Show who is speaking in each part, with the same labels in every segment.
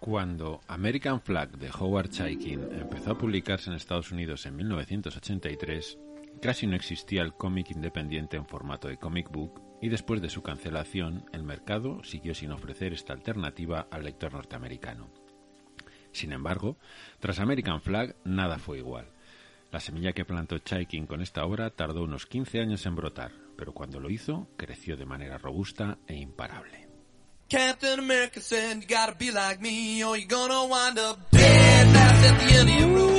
Speaker 1: Cuando American Flag de Howard Chaykin empezó a publicarse en Estados Unidos en 1983, casi no existía el cómic independiente en formato de comic book y después de su cancelación el mercado siguió sin ofrecer esta alternativa al lector norteamericano. Sin embargo, tras American Flag nada fue igual. La semilla que plantó Chaikin con esta obra tardó unos 15 años en brotar, pero cuando lo hizo creció de manera robusta e imparable.
Speaker 2: Captain America said, you gotta be like me or you're gonna wind up dead. That's at the end of your rope.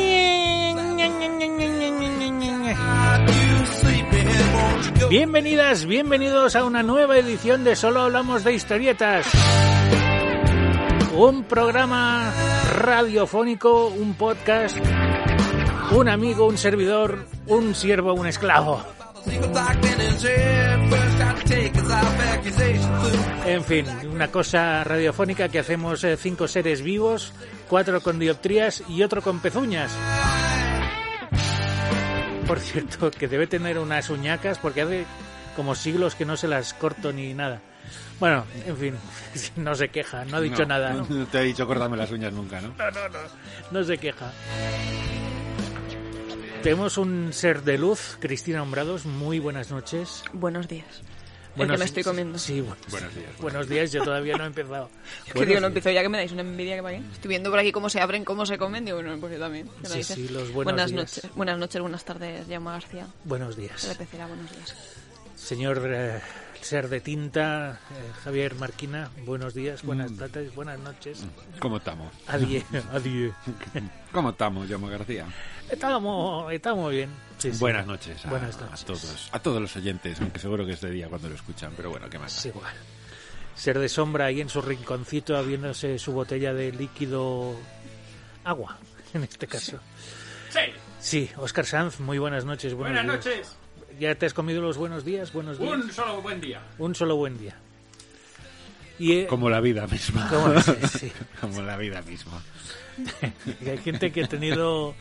Speaker 2: You sleeping, won't you go?
Speaker 3: Bienvenidas, bienvenidos a una nueva edición de Solo Hablamos de Historietas. Un programa radiofónico, un podcast, un amigo, un servidor, un siervo, un esclavo.
Speaker 2: Father's eagle like in his head. First gotta take his life accusation through.
Speaker 3: En fin, una cosa radiofónica que hacemos eh, cinco seres vivos, cuatro con dioptrías y otro con pezuñas. Por cierto, que debe tener unas uñacas porque hace como siglos que no se las corto ni nada. Bueno, en fin, no se queja, no ha dicho nada. ¿no?
Speaker 1: No te he dicho cortarme las uñas nunca, ¿no?
Speaker 3: No se queja. Tenemos un ser de luz, Cristina Hombrados. Muy buenas noches.
Speaker 4: Buenos días.
Speaker 3: Buenos-
Speaker 4: que me estoy comiendo.
Speaker 3: Sí, buenos,
Speaker 1: Buenos días.
Speaker 3: buenos días. Yo todavía no he empezado.
Speaker 4: Es que
Speaker 3: Buenos
Speaker 4: digo, no
Speaker 3: días.
Speaker 4: empiezo ya que me dais una envidia que para qué. Estoy viendo por aquí cómo se abren, cómo se comen. Digo, no, pues yo también. ¿Qué
Speaker 3: Sí,
Speaker 4: narices?
Speaker 3: sí, los buenos
Speaker 4: buenas
Speaker 3: días.
Speaker 4: noches. Buenas noches, buenas tardes, Jaume García.
Speaker 3: Buenos días.
Speaker 4: De Pecera, buenos días.
Speaker 3: Señor eh, ser de tinta, eh, Javier Marquina, buenos días,
Speaker 1: Mm.
Speaker 3: buenas tardes, buenas noches.
Speaker 1: ¿Cómo estamos?
Speaker 3: Adiós, adiós.
Speaker 1: ¿Cómo estamos, Yomo García?
Speaker 3: Estamos, estamos bien. Sí, sí.
Speaker 1: Buenas noches a,
Speaker 3: Buenas
Speaker 1: a
Speaker 3: noches.
Speaker 1: todos, a todos los oyentes, aunque seguro que es de día cuando lo escuchan, pero bueno, qué más.
Speaker 3: Es igual. Ser de sombra ahí en su rinconcito, abriéndose su botella de líquido agua, en este caso.
Speaker 5: Sí,
Speaker 3: Sí, Oscar Sanz, muy buenas noches. buenos
Speaker 5: buenas
Speaker 3: días.
Speaker 5: noches.
Speaker 3: ¿Ya te has comido los buenos días? Buenos días.
Speaker 5: Un solo buen día.
Speaker 3: Un solo buen día. Y, eh,
Speaker 1: Como la vida misma.
Speaker 3: ¿cómo es? Sí.
Speaker 1: Como la vida misma.
Speaker 3: Y hay gente que ha tenido.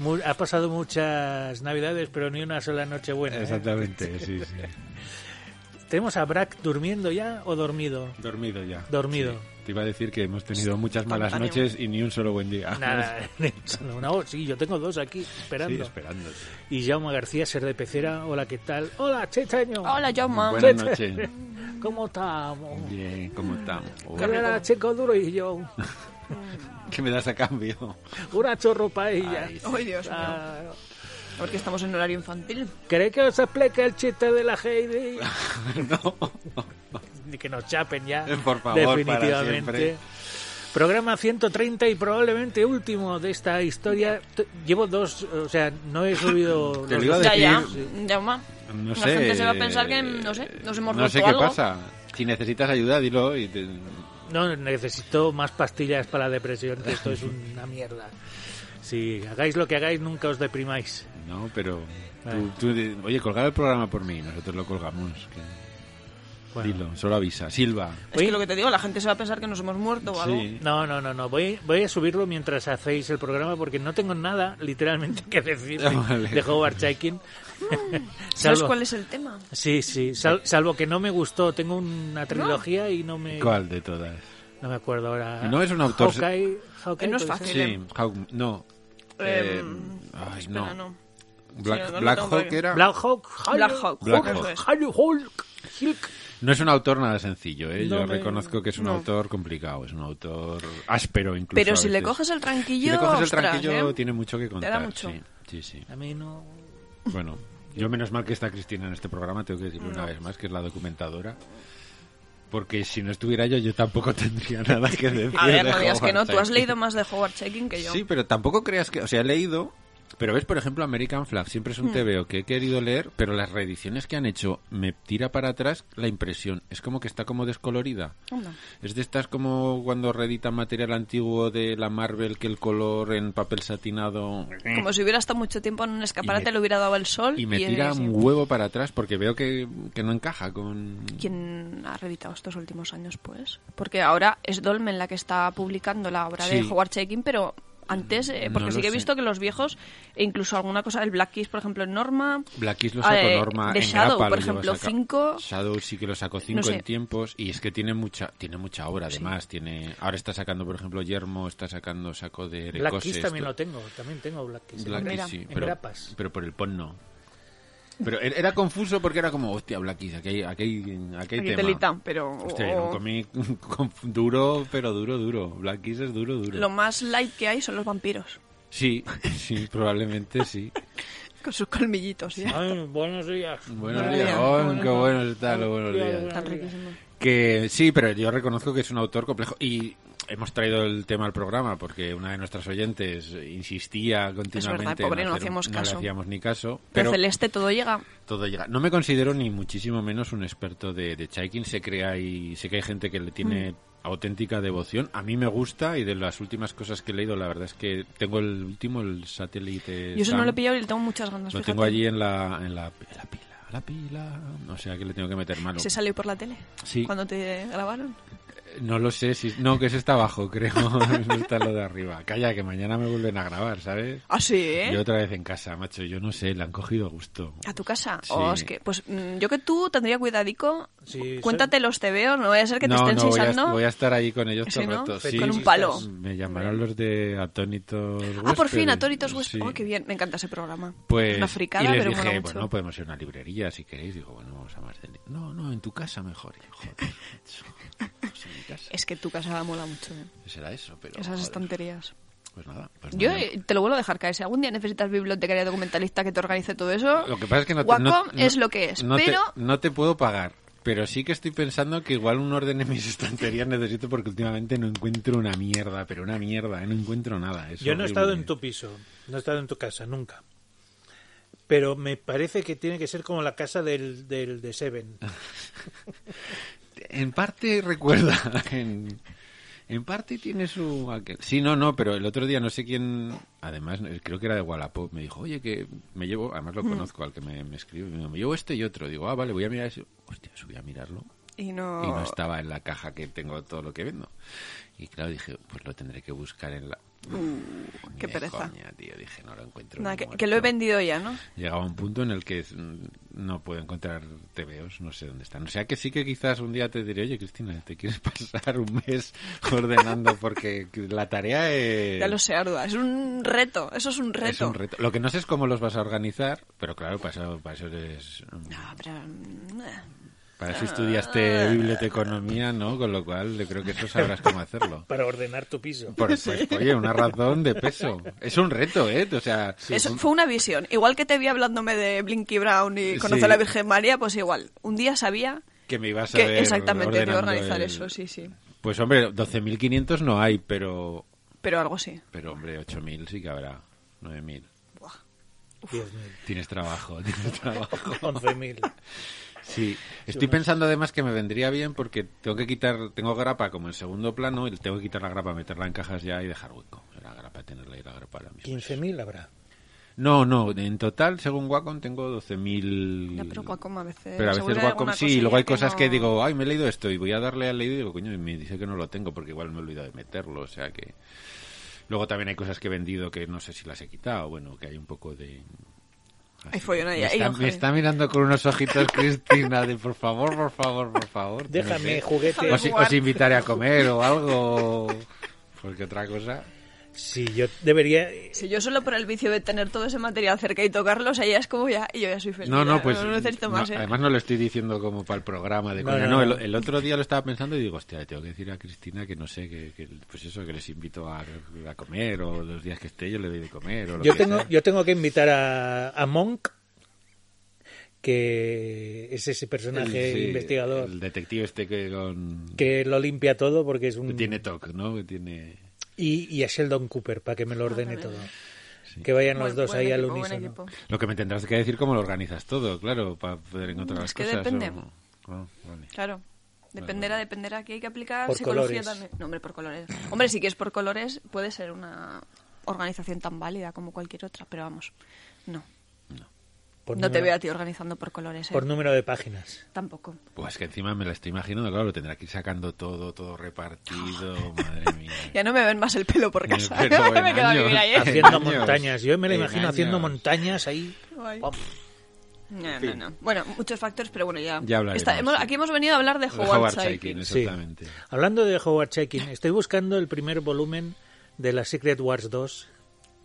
Speaker 3: mu- Ha pasado muchas navidades, pero ni una sola noche buena. ¿eh?
Speaker 1: Exactamente, sí, sí.
Speaker 3: ¿Tenemos a Brack durmiendo ya o dormido?
Speaker 1: Dormido ya.
Speaker 3: Dormido.
Speaker 1: Sí. Te iba a decir que hemos tenido muchas malas
Speaker 4: Instantáneo.
Speaker 1: noches y ni un solo buen día.
Speaker 3: Nada, solo una voz. Sí, yo tengo dos aquí
Speaker 1: Sí,
Speaker 3: esperando.
Speaker 1: esperando.
Speaker 3: y Jaume García, ser de pecera. Hola, ¿qué tal? Hola, Chechaño.
Speaker 4: Hola, Jaume.
Speaker 1: Buenas noches.
Speaker 3: ¿Cómo estamos?
Speaker 1: Bien, ¿cómo estamos? Oh,
Speaker 3: Hola, Checo Duro y yo.
Speaker 1: ¿Qué me das a cambio?
Speaker 3: Una chorro paella.
Speaker 1: Ay, sí.
Speaker 4: Ay, Dios mío.
Speaker 3: Ah,
Speaker 4: Porque estamos en horario infantil.
Speaker 3: ¿Queréis que os explique el chiste de la Heidi?
Speaker 1: no.
Speaker 3: Ni que nos chapen ya.
Speaker 1: Eh, por favor, para siempre.
Speaker 3: Programa 130 y probablemente último de esta historia. T- Llevo dos, o sea, no he subido.
Speaker 1: Te lo
Speaker 3: los
Speaker 1: iba a
Speaker 3: dos.
Speaker 4: Ya,
Speaker 1: decir-
Speaker 4: ya. Jaume.
Speaker 1: No
Speaker 4: La
Speaker 1: sé. eh,
Speaker 4: gente se va a pensar que, no sé, nos hemos
Speaker 1: No sé
Speaker 4: roto
Speaker 1: qué
Speaker 4: algo.
Speaker 1: pasa. Si necesitas ayuda, dilo y te...
Speaker 3: No, necesito más pastillas para la depresión, que esto es una mierda. Si hagáis lo que hagáis, nunca os deprimáis.
Speaker 1: No, pero...
Speaker 3: Vale.
Speaker 1: tú- tú de- Oye, colgar el programa por mí. Nosotros lo colgamos. que-
Speaker 3: Bueno.
Speaker 1: Dilo, solo avisa. Silva.
Speaker 4: Es que lo que te digo, la gente se va a pensar que nos hemos muerto o algo.
Speaker 1: Sí.
Speaker 3: No, no, no, no. Voy, voy a subirlo mientras hacéis el programa porque no tengo nada literalmente que decir de,
Speaker 1: Ah, Vale.
Speaker 3: de Howard Chaykin.
Speaker 4: ¿Sabes
Speaker 3: Salvo-
Speaker 4: cuál es el tema?
Speaker 3: Sí, sí, sal- salvo que no me gustó. Tengo una trilogía y no me,
Speaker 1: ¿Cuál de todas?
Speaker 3: no me acuerdo ahora.
Speaker 1: No es un autor-
Speaker 3: Hawkeye, Hawkeye,
Speaker 4: Eh, no es
Speaker 3: puede
Speaker 4: fácil.
Speaker 3: ser.
Speaker 1: Sí, Hawk- no. Eh,
Speaker 4: Em,
Speaker 1: ay, no.
Speaker 4: espera, no.
Speaker 1: Black,
Speaker 4: Sí, no lo
Speaker 1: Black
Speaker 4: tengo por
Speaker 1: Hawk
Speaker 4: aquí.
Speaker 1: era...
Speaker 3: Black Hawk, Hulk,
Speaker 4: Black Hawk.
Speaker 1: Black
Speaker 4: eso
Speaker 1: Hawk.
Speaker 4: es.
Speaker 3: Hulk, Hulk, Hulk.
Speaker 1: No es un autor nada sencillo, ¿eh?
Speaker 3: No,
Speaker 1: Yo
Speaker 3: no,
Speaker 1: reconozco que es un
Speaker 4: no.
Speaker 1: autor complicado, es un autor áspero incluso.
Speaker 4: Pero
Speaker 1: a
Speaker 4: si le
Speaker 1: veces.
Speaker 4: coges el
Speaker 1: Si
Speaker 4: tranquillo,
Speaker 1: le coges el
Speaker 4: ostras,
Speaker 1: tranquillo,
Speaker 4: ¿eh?
Speaker 1: tiene mucho que contar.
Speaker 4: mucho.
Speaker 1: Sí, sí, sí.
Speaker 3: A mí no.
Speaker 1: Bueno, yo menos mal que está Cristina en este programa, tengo que decirlo una vez más, que es la documentadora. Porque si no estuviera yo, yo tampoco tendría nada que decir.
Speaker 4: A ver,
Speaker 1: de
Speaker 4: no digas que
Speaker 1: Howard
Speaker 4: no, tú has
Speaker 1: Chaykin.
Speaker 4: leído más de Howard Checking que yo.
Speaker 1: Sí, pero tampoco creas que... O sea, he leído... Pero ves, por ejemplo, American Flag. Siempre es
Speaker 4: Hmm.
Speaker 1: un TVO que he querido leer, pero las reediciones que han hecho me tira para atrás la impresión. Es como que está como descolorida.
Speaker 4: Anda.
Speaker 1: Es de estas como cuando reeditan material antiguo de la Marvel que el color en papel satinado...
Speaker 4: Como si hubiera estado mucho tiempo en un
Speaker 1: Eh.
Speaker 4: escaparate,
Speaker 1: Y me-
Speaker 4: le hubiera dado el sol.
Speaker 1: Y me tira
Speaker 4: sí.
Speaker 1: un huevo para atrás porque veo que, que no encaja con...
Speaker 4: ¿Quién ha reeditado estos últimos años, pues? Porque ahora es Dolmen la que está publicando la obra
Speaker 1: Sí.
Speaker 4: de Howard Chaykin, pero Antes, eh,
Speaker 1: No
Speaker 4: porque sí
Speaker 1: lo
Speaker 4: que he
Speaker 1: sé.
Speaker 4: visto que los viejos, e incluso alguna cosa, el Black Keys, por ejemplo, en Norma.
Speaker 1: Black Keys lo sacó
Speaker 4: eh,
Speaker 1: Norma
Speaker 4: de
Speaker 1: en
Speaker 4: Shadow,
Speaker 1: grapa,
Speaker 4: por
Speaker 1: lo lleva
Speaker 4: ejemplo,
Speaker 1: saca-
Speaker 4: 5.
Speaker 1: Shadow sí que lo sacó 5
Speaker 4: sé.
Speaker 1: en tiempos y es que tiene mucha tiene mucha obra además, tiene ahora está sacando por ejemplo Yermo, está sacando saco de
Speaker 3: Black
Speaker 1: Recoses,
Speaker 3: Keys también
Speaker 1: to-
Speaker 3: lo tengo, también tengo Black Keys.
Speaker 1: Black
Speaker 4: Mira,
Speaker 1: Keys, sí,
Speaker 3: en
Speaker 1: pero,
Speaker 3: grapas.
Speaker 1: pero por el pon no. Pero er- era confuso porque era como, hostia, Black Keys, aquí hay, aquí hay, aquí hay
Speaker 4: Aquí
Speaker 1: tema.
Speaker 4: telita, Oh. pero-
Speaker 1: Hostia, era un
Speaker 4: o-
Speaker 1: cómic conf- duro, pero duro, duro. Black Keys es duro, duro.
Speaker 4: Lo más light que hay son los vampiros.
Speaker 1: Sí, sí, probablemente sí.
Speaker 4: Con sus colmillitos, ya.
Speaker 3: Ay, buenos días.
Speaker 1: Buenos
Speaker 4: Buenos
Speaker 1: días,
Speaker 4: días.
Speaker 1: oh, qué bueno está, lo buenos
Speaker 3: Buenos días.
Speaker 1: días.
Speaker 4: Tan riquísimo.
Speaker 1: Que sí, pero yo reconozco que es un autor complejo y hemos traído el tema al programa porque una de nuestras oyentes insistía continuamente.
Speaker 4: pobre,
Speaker 1: en
Speaker 4: no
Speaker 1: hacer-
Speaker 4: hacíamos
Speaker 1: No le
Speaker 4: caso.
Speaker 1: hacíamos ni caso.
Speaker 4: Pero
Speaker 1: Pero
Speaker 4: celeste todo llega.
Speaker 1: todo llega. No me considero ni muchísimo menos un experto de, de Chaikin. Sé que, hay, sé que hay gente que le tiene
Speaker 4: Mm.
Speaker 1: auténtica devoción. A mí me gusta y de las últimas cosas que he leído, la verdad es que tengo el último, el satélite.
Speaker 4: Yo eso no
Speaker 1: Sam.
Speaker 4: lo he pillado y le tengo muchas ganas.
Speaker 1: Lo
Speaker 4: fíjate.
Speaker 1: tengo allí en la, en la, en la pila. La pila. O sea que le tengo que meter mano.
Speaker 4: Se salió por la tele.
Speaker 1: Sí.
Speaker 4: Cuando te grabaron.
Speaker 1: No lo sé si. No, que ese está abajo, creo. no está lo de arriba. Calla, que mañana me vuelven a grabar, ¿sabes?
Speaker 4: Ah, sí, ¿eh?
Speaker 1: Yo otra vez en casa, macho. Yo no sé, le han cogido gusto.
Speaker 4: ¿A tu casa?
Speaker 1: Sí.
Speaker 4: Oh, es que, pues mm, yo que tú tendría cuidadico.
Speaker 3: Sí,
Speaker 4: Cu-
Speaker 3: sí.
Speaker 4: Cuéntate los tebeos, no vaya a ser que te
Speaker 1: no,
Speaker 4: estén
Speaker 1: no, voy a,
Speaker 4: sisando.
Speaker 1: voy a estar ahí con ellos
Speaker 4: ¿Sí,
Speaker 1: todo el
Speaker 4: no? pues
Speaker 1: rato.
Speaker 3: Con
Speaker 4: Con
Speaker 3: Sí,
Speaker 4: un palo.
Speaker 3: estás-
Speaker 1: Me llamaron los de Atónitos
Speaker 4: Ah, por fin,
Speaker 1: Huéspedes.
Speaker 4: Atónitos Huéspedes.
Speaker 1: Sí.
Speaker 4: Oh, qué bien, me encanta ese programa.
Speaker 1: Pues,
Speaker 4: Una fricada,
Speaker 1: y les
Speaker 4: pero mola
Speaker 1: dije,
Speaker 4: mucho.
Speaker 1: bueno, pues, podemos ir a una librería si queréis. Digo, bueno, vamos a más de... No, no, en tu casa mejor. Y yo, Joder, macho, pues en mi casa.
Speaker 4: Es que tu casa mola mucho, ¿eh?
Speaker 1: Será eso, pero...
Speaker 4: Esas
Speaker 1: joder,
Speaker 4: estanterías.
Speaker 1: Pues nada. pues
Speaker 4: Yo
Speaker 1: mañana.
Speaker 4: eh, te lo vuelvo a dejar caer. Si algún día necesitas bibliotecaria documentalista que te organice todo eso,
Speaker 1: Lo que pasa es que no te-
Speaker 4: Wacom
Speaker 1: no- no-
Speaker 4: es lo que es.
Speaker 1: no te-
Speaker 4: pero
Speaker 1: no te puedo pagar. Pero sí que estoy pensando que igual un orden en mis estanterías necesito porque últimamente no encuentro una mierda, pero una mierda, ¿eh? no encuentro nada. es
Speaker 3: Yo no he
Speaker 1: horrible.
Speaker 3: estado en tu piso, no he estado en tu casa, nunca. Pero me parece que tiene que ser como la casa del, del de Seven.
Speaker 1: En parte recuerda, en, en parte tiene su... aquel- Sí, no, no, pero el otro día no sé quién, además eh, creo que era de Wallapop, me dijo, oye, que me llevo, además lo
Speaker 4: Mm.
Speaker 1: conozco al que me, me escribe, me, dijo, "Me llevo este y otro. Digo, ah, vale, voy a mirar ese. Hostia, subí a mirarlo
Speaker 4: Y no...
Speaker 1: y no estaba en la caja que tengo todo lo que vendo. Y claro, dije, pues lo tendré que buscar en la...
Speaker 4: Uh, qué
Speaker 1: Ni de
Speaker 4: pereza.
Speaker 1: coña, tío, dije, no lo encuentro.
Speaker 4: Nada,
Speaker 1: ni
Speaker 4: que,
Speaker 1: muerto.
Speaker 4: que lo he vendido ya, ¿no?
Speaker 1: Llegaba un punto en el que mm, no puedo encontrar TVOs, no sé dónde están. O sea que sí que quizás un día te diré, oye, Cristina, ¿te quieres pasar un mes ordenando? Porque la tarea es...
Speaker 4: Ya lo sé, Ardua. Es un reto. Eso es un reto.
Speaker 1: Eh, Es un reto. Lo que no sé es cómo los vas a organizar, pero claro, para eso, para eso eres, mm,
Speaker 4: No, pero... mm, eh.
Speaker 1: Para eso
Speaker 4: Ah.
Speaker 1: estudiaste biblioteconomía, ¿no? Con lo cual yo creo que eso sabrás cómo hacerlo.
Speaker 3: Para ordenar tu piso.
Speaker 1: Por, pues, oye, una razón de peso. Es un reto, ¿eh? O sea,
Speaker 4: Eso
Speaker 1: un-
Speaker 4: fue una visión. Igual que te vi hablándome de Blinky Brown y conocer
Speaker 1: Sí.
Speaker 4: a la Virgen María, pues igual. Un día sabía
Speaker 1: que me ibas a ver
Speaker 4: que exactamente te iba a
Speaker 1: ordenando
Speaker 4: organizar
Speaker 1: el-
Speaker 4: eso, sí, sí.
Speaker 1: Pues hombre, 12.500 no hay, pero
Speaker 4: Pero algo sí.
Speaker 1: Pero hombre, 8.000 sí que habrá. 9.000.
Speaker 4: Buah.
Speaker 3: 10.000,
Speaker 1: Tienes trabajo, tienes trabajo.
Speaker 3: 11.000.
Speaker 1: Sí. Estoy pensando además que me vendría bien porque tengo que quitar, tengo grapa como en segundo plano y tengo que quitar la grapa, meterla en cajas ya y dejar hueco. La grapa, tenerla y la grapa ahora mismo.
Speaker 3: 15.000 habrá.
Speaker 1: No, no, en total, según Wacom, tengo
Speaker 4: Ya, pero
Speaker 1: 12.000...
Speaker 4: Wacom a veces...
Speaker 1: Pero a veces
Speaker 4: seguro hay
Speaker 1: Wacom
Speaker 4: alguna
Speaker 1: sí, y luego hay
Speaker 4: cosilla
Speaker 1: cosas que
Speaker 4: no-
Speaker 1: digo, ay, me he leído esto y voy a darle al leído y digo, coño, y me dice que no lo tengo porque igual me he olvidado de meterlo, o sea que... Luego también hay cosas que he vendido que no sé si las he quitado, bueno, que hay un poco de...
Speaker 4: Hay follón ahí,
Speaker 1: me,
Speaker 4: hay
Speaker 1: está,
Speaker 4: un
Speaker 1: me está mirando con unos ojitos Cristina de por favor, por favor, por favor. que no
Speaker 3: Déjame,
Speaker 1: sé.
Speaker 3: juguete.
Speaker 1: Os, os invitaré a comer o algo, porque otra cosa...
Speaker 3: Sí, yo debería...
Speaker 4: Si yo solo por el vicio de tener todo ese material cerca y tocarlo, o sea, ya es como ya, y yo ya soy feliz.
Speaker 1: No, no,
Speaker 4: ya,
Speaker 1: pues.
Speaker 4: No necesito
Speaker 1: no,
Speaker 4: más, ¿eh?
Speaker 1: Además, no lo estoy diciendo como para el programa de
Speaker 3: No,
Speaker 1: coña.
Speaker 3: no,
Speaker 1: No, el,
Speaker 3: no.
Speaker 1: el otro día lo estaba pensando y digo, hostia, le tengo que decir a Cristina que no sé, que, que, pues eso, que les invito a, a comer o los días que esté yo le doy de comer. O lo
Speaker 3: Yo
Speaker 1: que
Speaker 3: tengo,
Speaker 1: sea.
Speaker 3: yo tengo que invitar a, a Monk, que es ese personaje
Speaker 1: Sí,
Speaker 3: investigador
Speaker 1: El detective este que, con-
Speaker 3: que lo limpia todo porque es
Speaker 1: que
Speaker 3: un...
Speaker 1: tiene TOC, ¿no? Que tiene.
Speaker 3: Y, y a Sheldon Cooper para que me lo ordene todo.
Speaker 1: Sí.
Speaker 3: Que vayan los
Speaker 4: Ah, Buen-
Speaker 3: dos
Speaker 4: buen
Speaker 3: ahí
Speaker 4: equipo,
Speaker 3: al
Speaker 4: buen
Speaker 3: unísono.
Speaker 4: equipo.
Speaker 1: Lo que me tendrás que decir cómo lo organizas todo, claro, para poder encontrar
Speaker 4: Mm,
Speaker 1: las
Speaker 4: es que
Speaker 1: cosas.
Speaker 4: depende.
Speaker 1: o- Ah, vale.
Speaker 4: Claro. Dependerá, dependerá. Aquí hay que aplicar
Speaker 3: Por
Speaker 4: psicología
Speaker 3: colores.
Speaker 4: también. No, hombre, por colores. Hombre, si quieres por colores, puede ser una organización tan válida como cualquier otra, pero vamos, no.
Speaker 3: Por
Speaker 4: no te
Speaker 3: número-
Speaker 4: veo a ti organizando por colores, ¿eh?
Speaker 3: Por número de páginas.
Speaker 4: Tampoco.
Speaker 1: Pues que encima me la estoy imaginando, claro, lo tendrá que ir sacando todo, todo repartido, madre mía.
Speaker 4: Ya no me ven más el pelo por casa.
Speaker 1: Pero en
Speaker 4: me quedo a vivir
Speaker 1: años.
Speaker 4: ahí, ¿eh?
Speaker 3: Haciendo
Speaker 1: Engaños,
Speaker 3: montañas. Yo me la imagino haciendo
Speaker 1: engaños.
Speaker 3: montañas ahí.
Speaker 4: Guay.
Speaker 3: Vamos.
Speaker 4: No, no,
Speaker 1: Oh, fin.
Speaker 4: no. Bueno, muchos factores, pero bueno, ya.
Speaker 1: Ya hablaremos,
Speaker 4: Está- hemos-
Speaker 1: sí.
Speaker 4: aquí hemos venido a hablar de
Speaker 1: De
Speaker 4: Howard,
Speaker 1: Howard
Speaker 4: Chaykin.
Speaker 1: Chaykin,
Speaker 3: Sí.
Speaker 1: exactamente.
Speaker 3: Hablando de Howard Chaykin, estoy buscando el primer volumen de la Secret Wars 2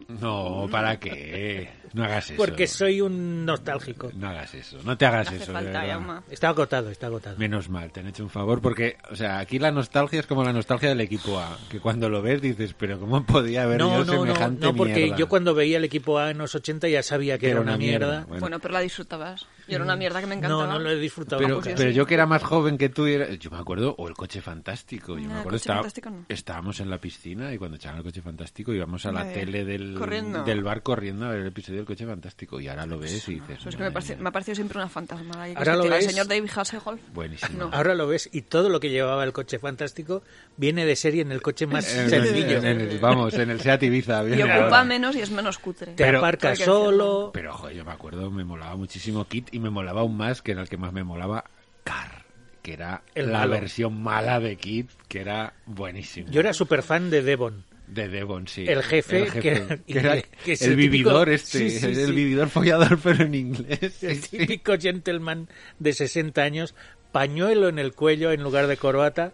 Speaker 1: No, ¿para qué? No hagas eso.
Speaker 3: porque soy un nostálgico.
Speaker 1: No hagas eso, no te hagas
Speaker 4: No hace
Speaker 1: eso. de
Speaker 4: falta,
Speaker 1: verdad.
Speaker 4: Jaume.
Speaker 3: Está agotado, está agotado.
Speaker 1: Menos mal, te han hecho un favor porque, o sea, aquí la nostalgia es como la nostalgia del equipo A, que cuando lo ves dices, pero ¿cómo podía haber
Speaker 3: No,
Speaker 1: yo
Speaker 3: no, no,
Speaker 1: semejante
Speaker 3: no, porque
Speaker 1: mierda?
Speaker 3: yo cuando veía el equipo A en los 80 ya sabía que era una mierda.
Speaker 1: Bueno,
Speaker 4: Bueno, pero la disfrutabas. Yo era una mierda que me encantaba.
Speaker 3: Mm.
Speaker 4: Pues
Speaker 3: No, no lo he disfrutado
Speaker 1: pero,
Speaker 3: nunca.
Speaker 1: pero yo que era más joven que tú, era- yo me acuerdo, o el coche fantástico, yo
Speaker 4: No,
Speaker 1: me
Speaker 4: el
Speaker 1: acuerdo,
Speaker 4: Ah, coche
Speaker 1: estaba-
Speaker 4: fantástico no.
Speaker 1: estábamos en la piscina y cuando echaban el coche fantástico íbamos a la
Speaker 4: A ver,
Speaker 1: tele del,
Speaker 4: corriendo.
Speaker 1: del bar corriendo a ver el episodio del coche fantástico y ahora lo ves y dices...
Speaker 4: Eso es Pues que me,
Speaker 1: "Madre
Speaker 4: parece-
Speaker 1: mía".
Speaker 4: me ha parecido siempre una fantasma.
Speaker 3: Ahora lo
Speaker 4: El
Speaker 3: ves.
Speaker 4: señor David Hasselhoff.
Speaker 1: Buenísimo.
Speaker 4: No.
Speaker 3: Ahora lo ves y todo lo que llevaba el coche fantástico viene de serie en el coche más
Speaker 1: En el-
Speaker 3: sencillo.
Speaker 1: en el- vamos, en el Seat Ibiza. bien
Speaker 4: Y
Speaker 1: ahora.
Speaker 4: ocupa menos y es menos cutre.
Speaker 3: Te
Speaker 1: Pero-
Speaker 3: aparca
Speaker 4: Hay que
Speaker 3: solo.
Speaker 1: Pero, joder, yo me acuerdo, me molaba muchísimo Kit y me molaba aún más, que era el que más me molaba, Car, que era
Speaker 3: El
Speaker 1: la
Speaker 3: malo.
Speaker 1: versión mala de Kit, que era buenísimo.
Speaker 3: Yo era súper fan de Devon.
Speaker 1: De Devon, sí.
Speaker 3: el jefe, que era-
Speaker 1: que era
Speaker 3: que- que es
Speaker 1: el
Speaker 3: el típico-
Speaker 1: vividor este,
Speaker 3: Sí, sí,
Speaker 1: el
Speaker 3: sí.
Speaker 1: vividor follador, pero en inglés. Sí,
Speaker 3: El
Speaker 1: sí.
Speaker 3: típico gentleman de 60 años, pañuelo en el cuello en lugar de corbata,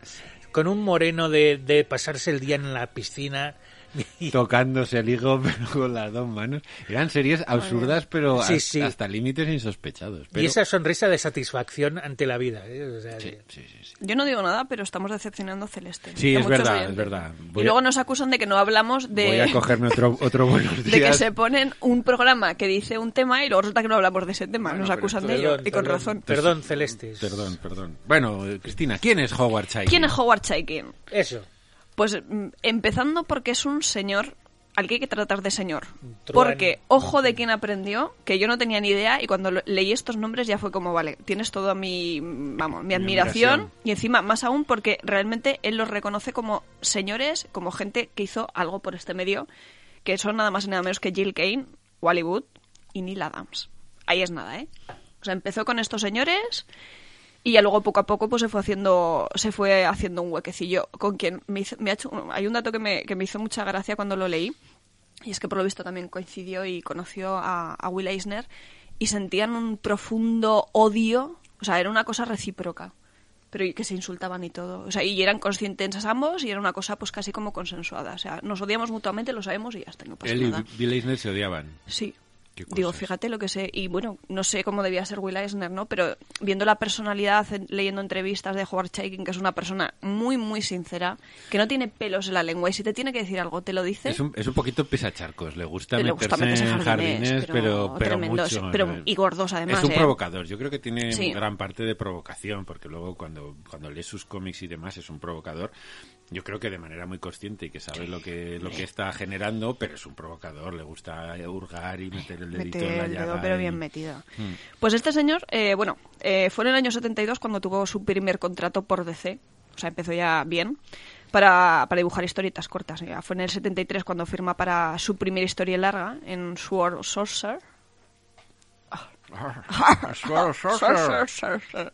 Speaker 3: con un moreno de, de pasarse el día en la piscina. Y-
Speaker 1: Tocándose el higo, pero con las dos manos. Eran series absurdas, pero
Speaker 3: Sí,
Speaker 1: has-
Speaker 3: sí.
Speaker 1: hasta límites insospechados. Pero...
Speaker 3: Y esa sonrisa de satisfacción ante la vida. ¿eh? O sea,
Speaker 1: Sí, sí, sí, sí.
Speaker 4: Yo no digo nada, pero estamos decepcionando a Celeste.
Speaker 1: Sí,
Speaker 4: A
Speaker 1: es
Speaker 4: muchos
Speaker 1: verdad,
Speaker 4: oyentes.
Speaker 1: es verdad.
Speaker 4: Y
Speaker 1: Voy a-
Speaker 4: luego nos acusan de que no hablamos
Speaker 1: Voy
Speaker 4: de,
Speaker 1: a cogerme otro, otro buenos días.
Speaker 4: de que se ponen un programa que dice un tema y luego resulta que no hablamos de ese tema.
Speaker 1: Bueno,
Speaker 4: nos
Speaker 1: pero
Speaker 4: acusan de ello.
Speaker 3: perdón,
Speaker 4: Y con
Speaker 3: perdón,
Speaker 4: razón.
Speaker 3: Perdón, Celeste.
Speaker 1: Perdón, perdón. Bueno, eh, Cristina, ¿quién es Howard Chaykin?
Speaker 4: ¿Quién es Howard Chaykin?
Speaker 3: Eso.
Speaker 4: Pues mm, empezando porque es un señor al que hay que tratar de señor.
Speaker 3: trueno.
Speaker 4: Porque, ojo de quién aprendió, que yo no tenía ni idea y cuando lo- leí estos nombres ya fue como, vale, tienes toda mi, mm, vamos, mi,
Speaker 1: Mi
Speaker 4: admiración,
Speaker 1: admiración.
Speaker 4: y encima más aún porque realmente él los reconoce como señores, como gente que hizo algo por este medio, que son nada más y nada menos que Jill Kane, Wally Wood y Neil Adams. Ahí es nada, ¿eh? O sea, empezó con estos señores y ya luego poco a poco pues se fue haciendo se fue haciendo un huequecillo con quien me, hizo- me ha hecho hay un dato que me, que me hizo mucha gracia cuando lo leí y es que por lo visto también coincidió y conoció a, a Will Eisner y sentían un profundo odio o sea era una cosa recíproca pero y que se insultaban y todo o sea y eran conscientes ambos y era una cosa pues casi como consensuada o sea nos odiamos mutuamente lo sabemos y ya está no pasa
Speaker 1: Él
Speaker 4: nada
Speaker 1: y Bill Eisner se odiaban.
Speaker 4: Sí.
Speaker 1: Qué cosas.
Speaker 4: Digo, fíjate lo que sé. Y bueno, no sé cómo debía ser Will Eisner, ¿no? Pero viendo la personalidad, en- leyendo entrevistas de Howard Chaykin, que es una persona muy, muy sincera, que no tiene pelos en la lengua y si te tiene que decir algo, te lo dice.
Speaker 1: Es un, es un poquito pisacharcos, le gusta
Speaker 4: Pero le
Speaker 1: meterse
Speaker 4: gusta meterse
Speaker 1: en jardines, pero, pero
Speaker 4: tremendo,
Speaker 1: mucho.
Speaker 4: sí, pero-
Speaker 1: ¿no?
Speaker 4: y gordos, además,
Speaker 1: Es un
Speaker 4: ¿eh?
Speaker 1: provocador, yo creo que tiene
Speaker 4: Sí.
Speaker 1: gran parte de provocación, porque luego cuando, cuando lees sus cómics y demás es un provocador. Yo creo que de manera muy consciente y que sabe lo que lo que está generando, pero es un provocador, le gusta hurgar y meter el dedito en
Speaker 4: Meter
Speaker 1: la
Speaker 4: el dedo,
Speaker 1: llaga
Speaker 4: pero
Speaker 1: y- Hmm.
Speaker 4: bien metido. Pues este señor, eh, bueno, eh, fue en el año 72 cuando tuvo su primer contrato por DC, o sea, empezó ya bien, para, para dibujar historietas cortas. Ya Fue en el 73 cuando firma para su primera historia larga en Sword Sorcerer.
Speaker 1: Ah,
Speaker 4: Sorcerer, sorcerer.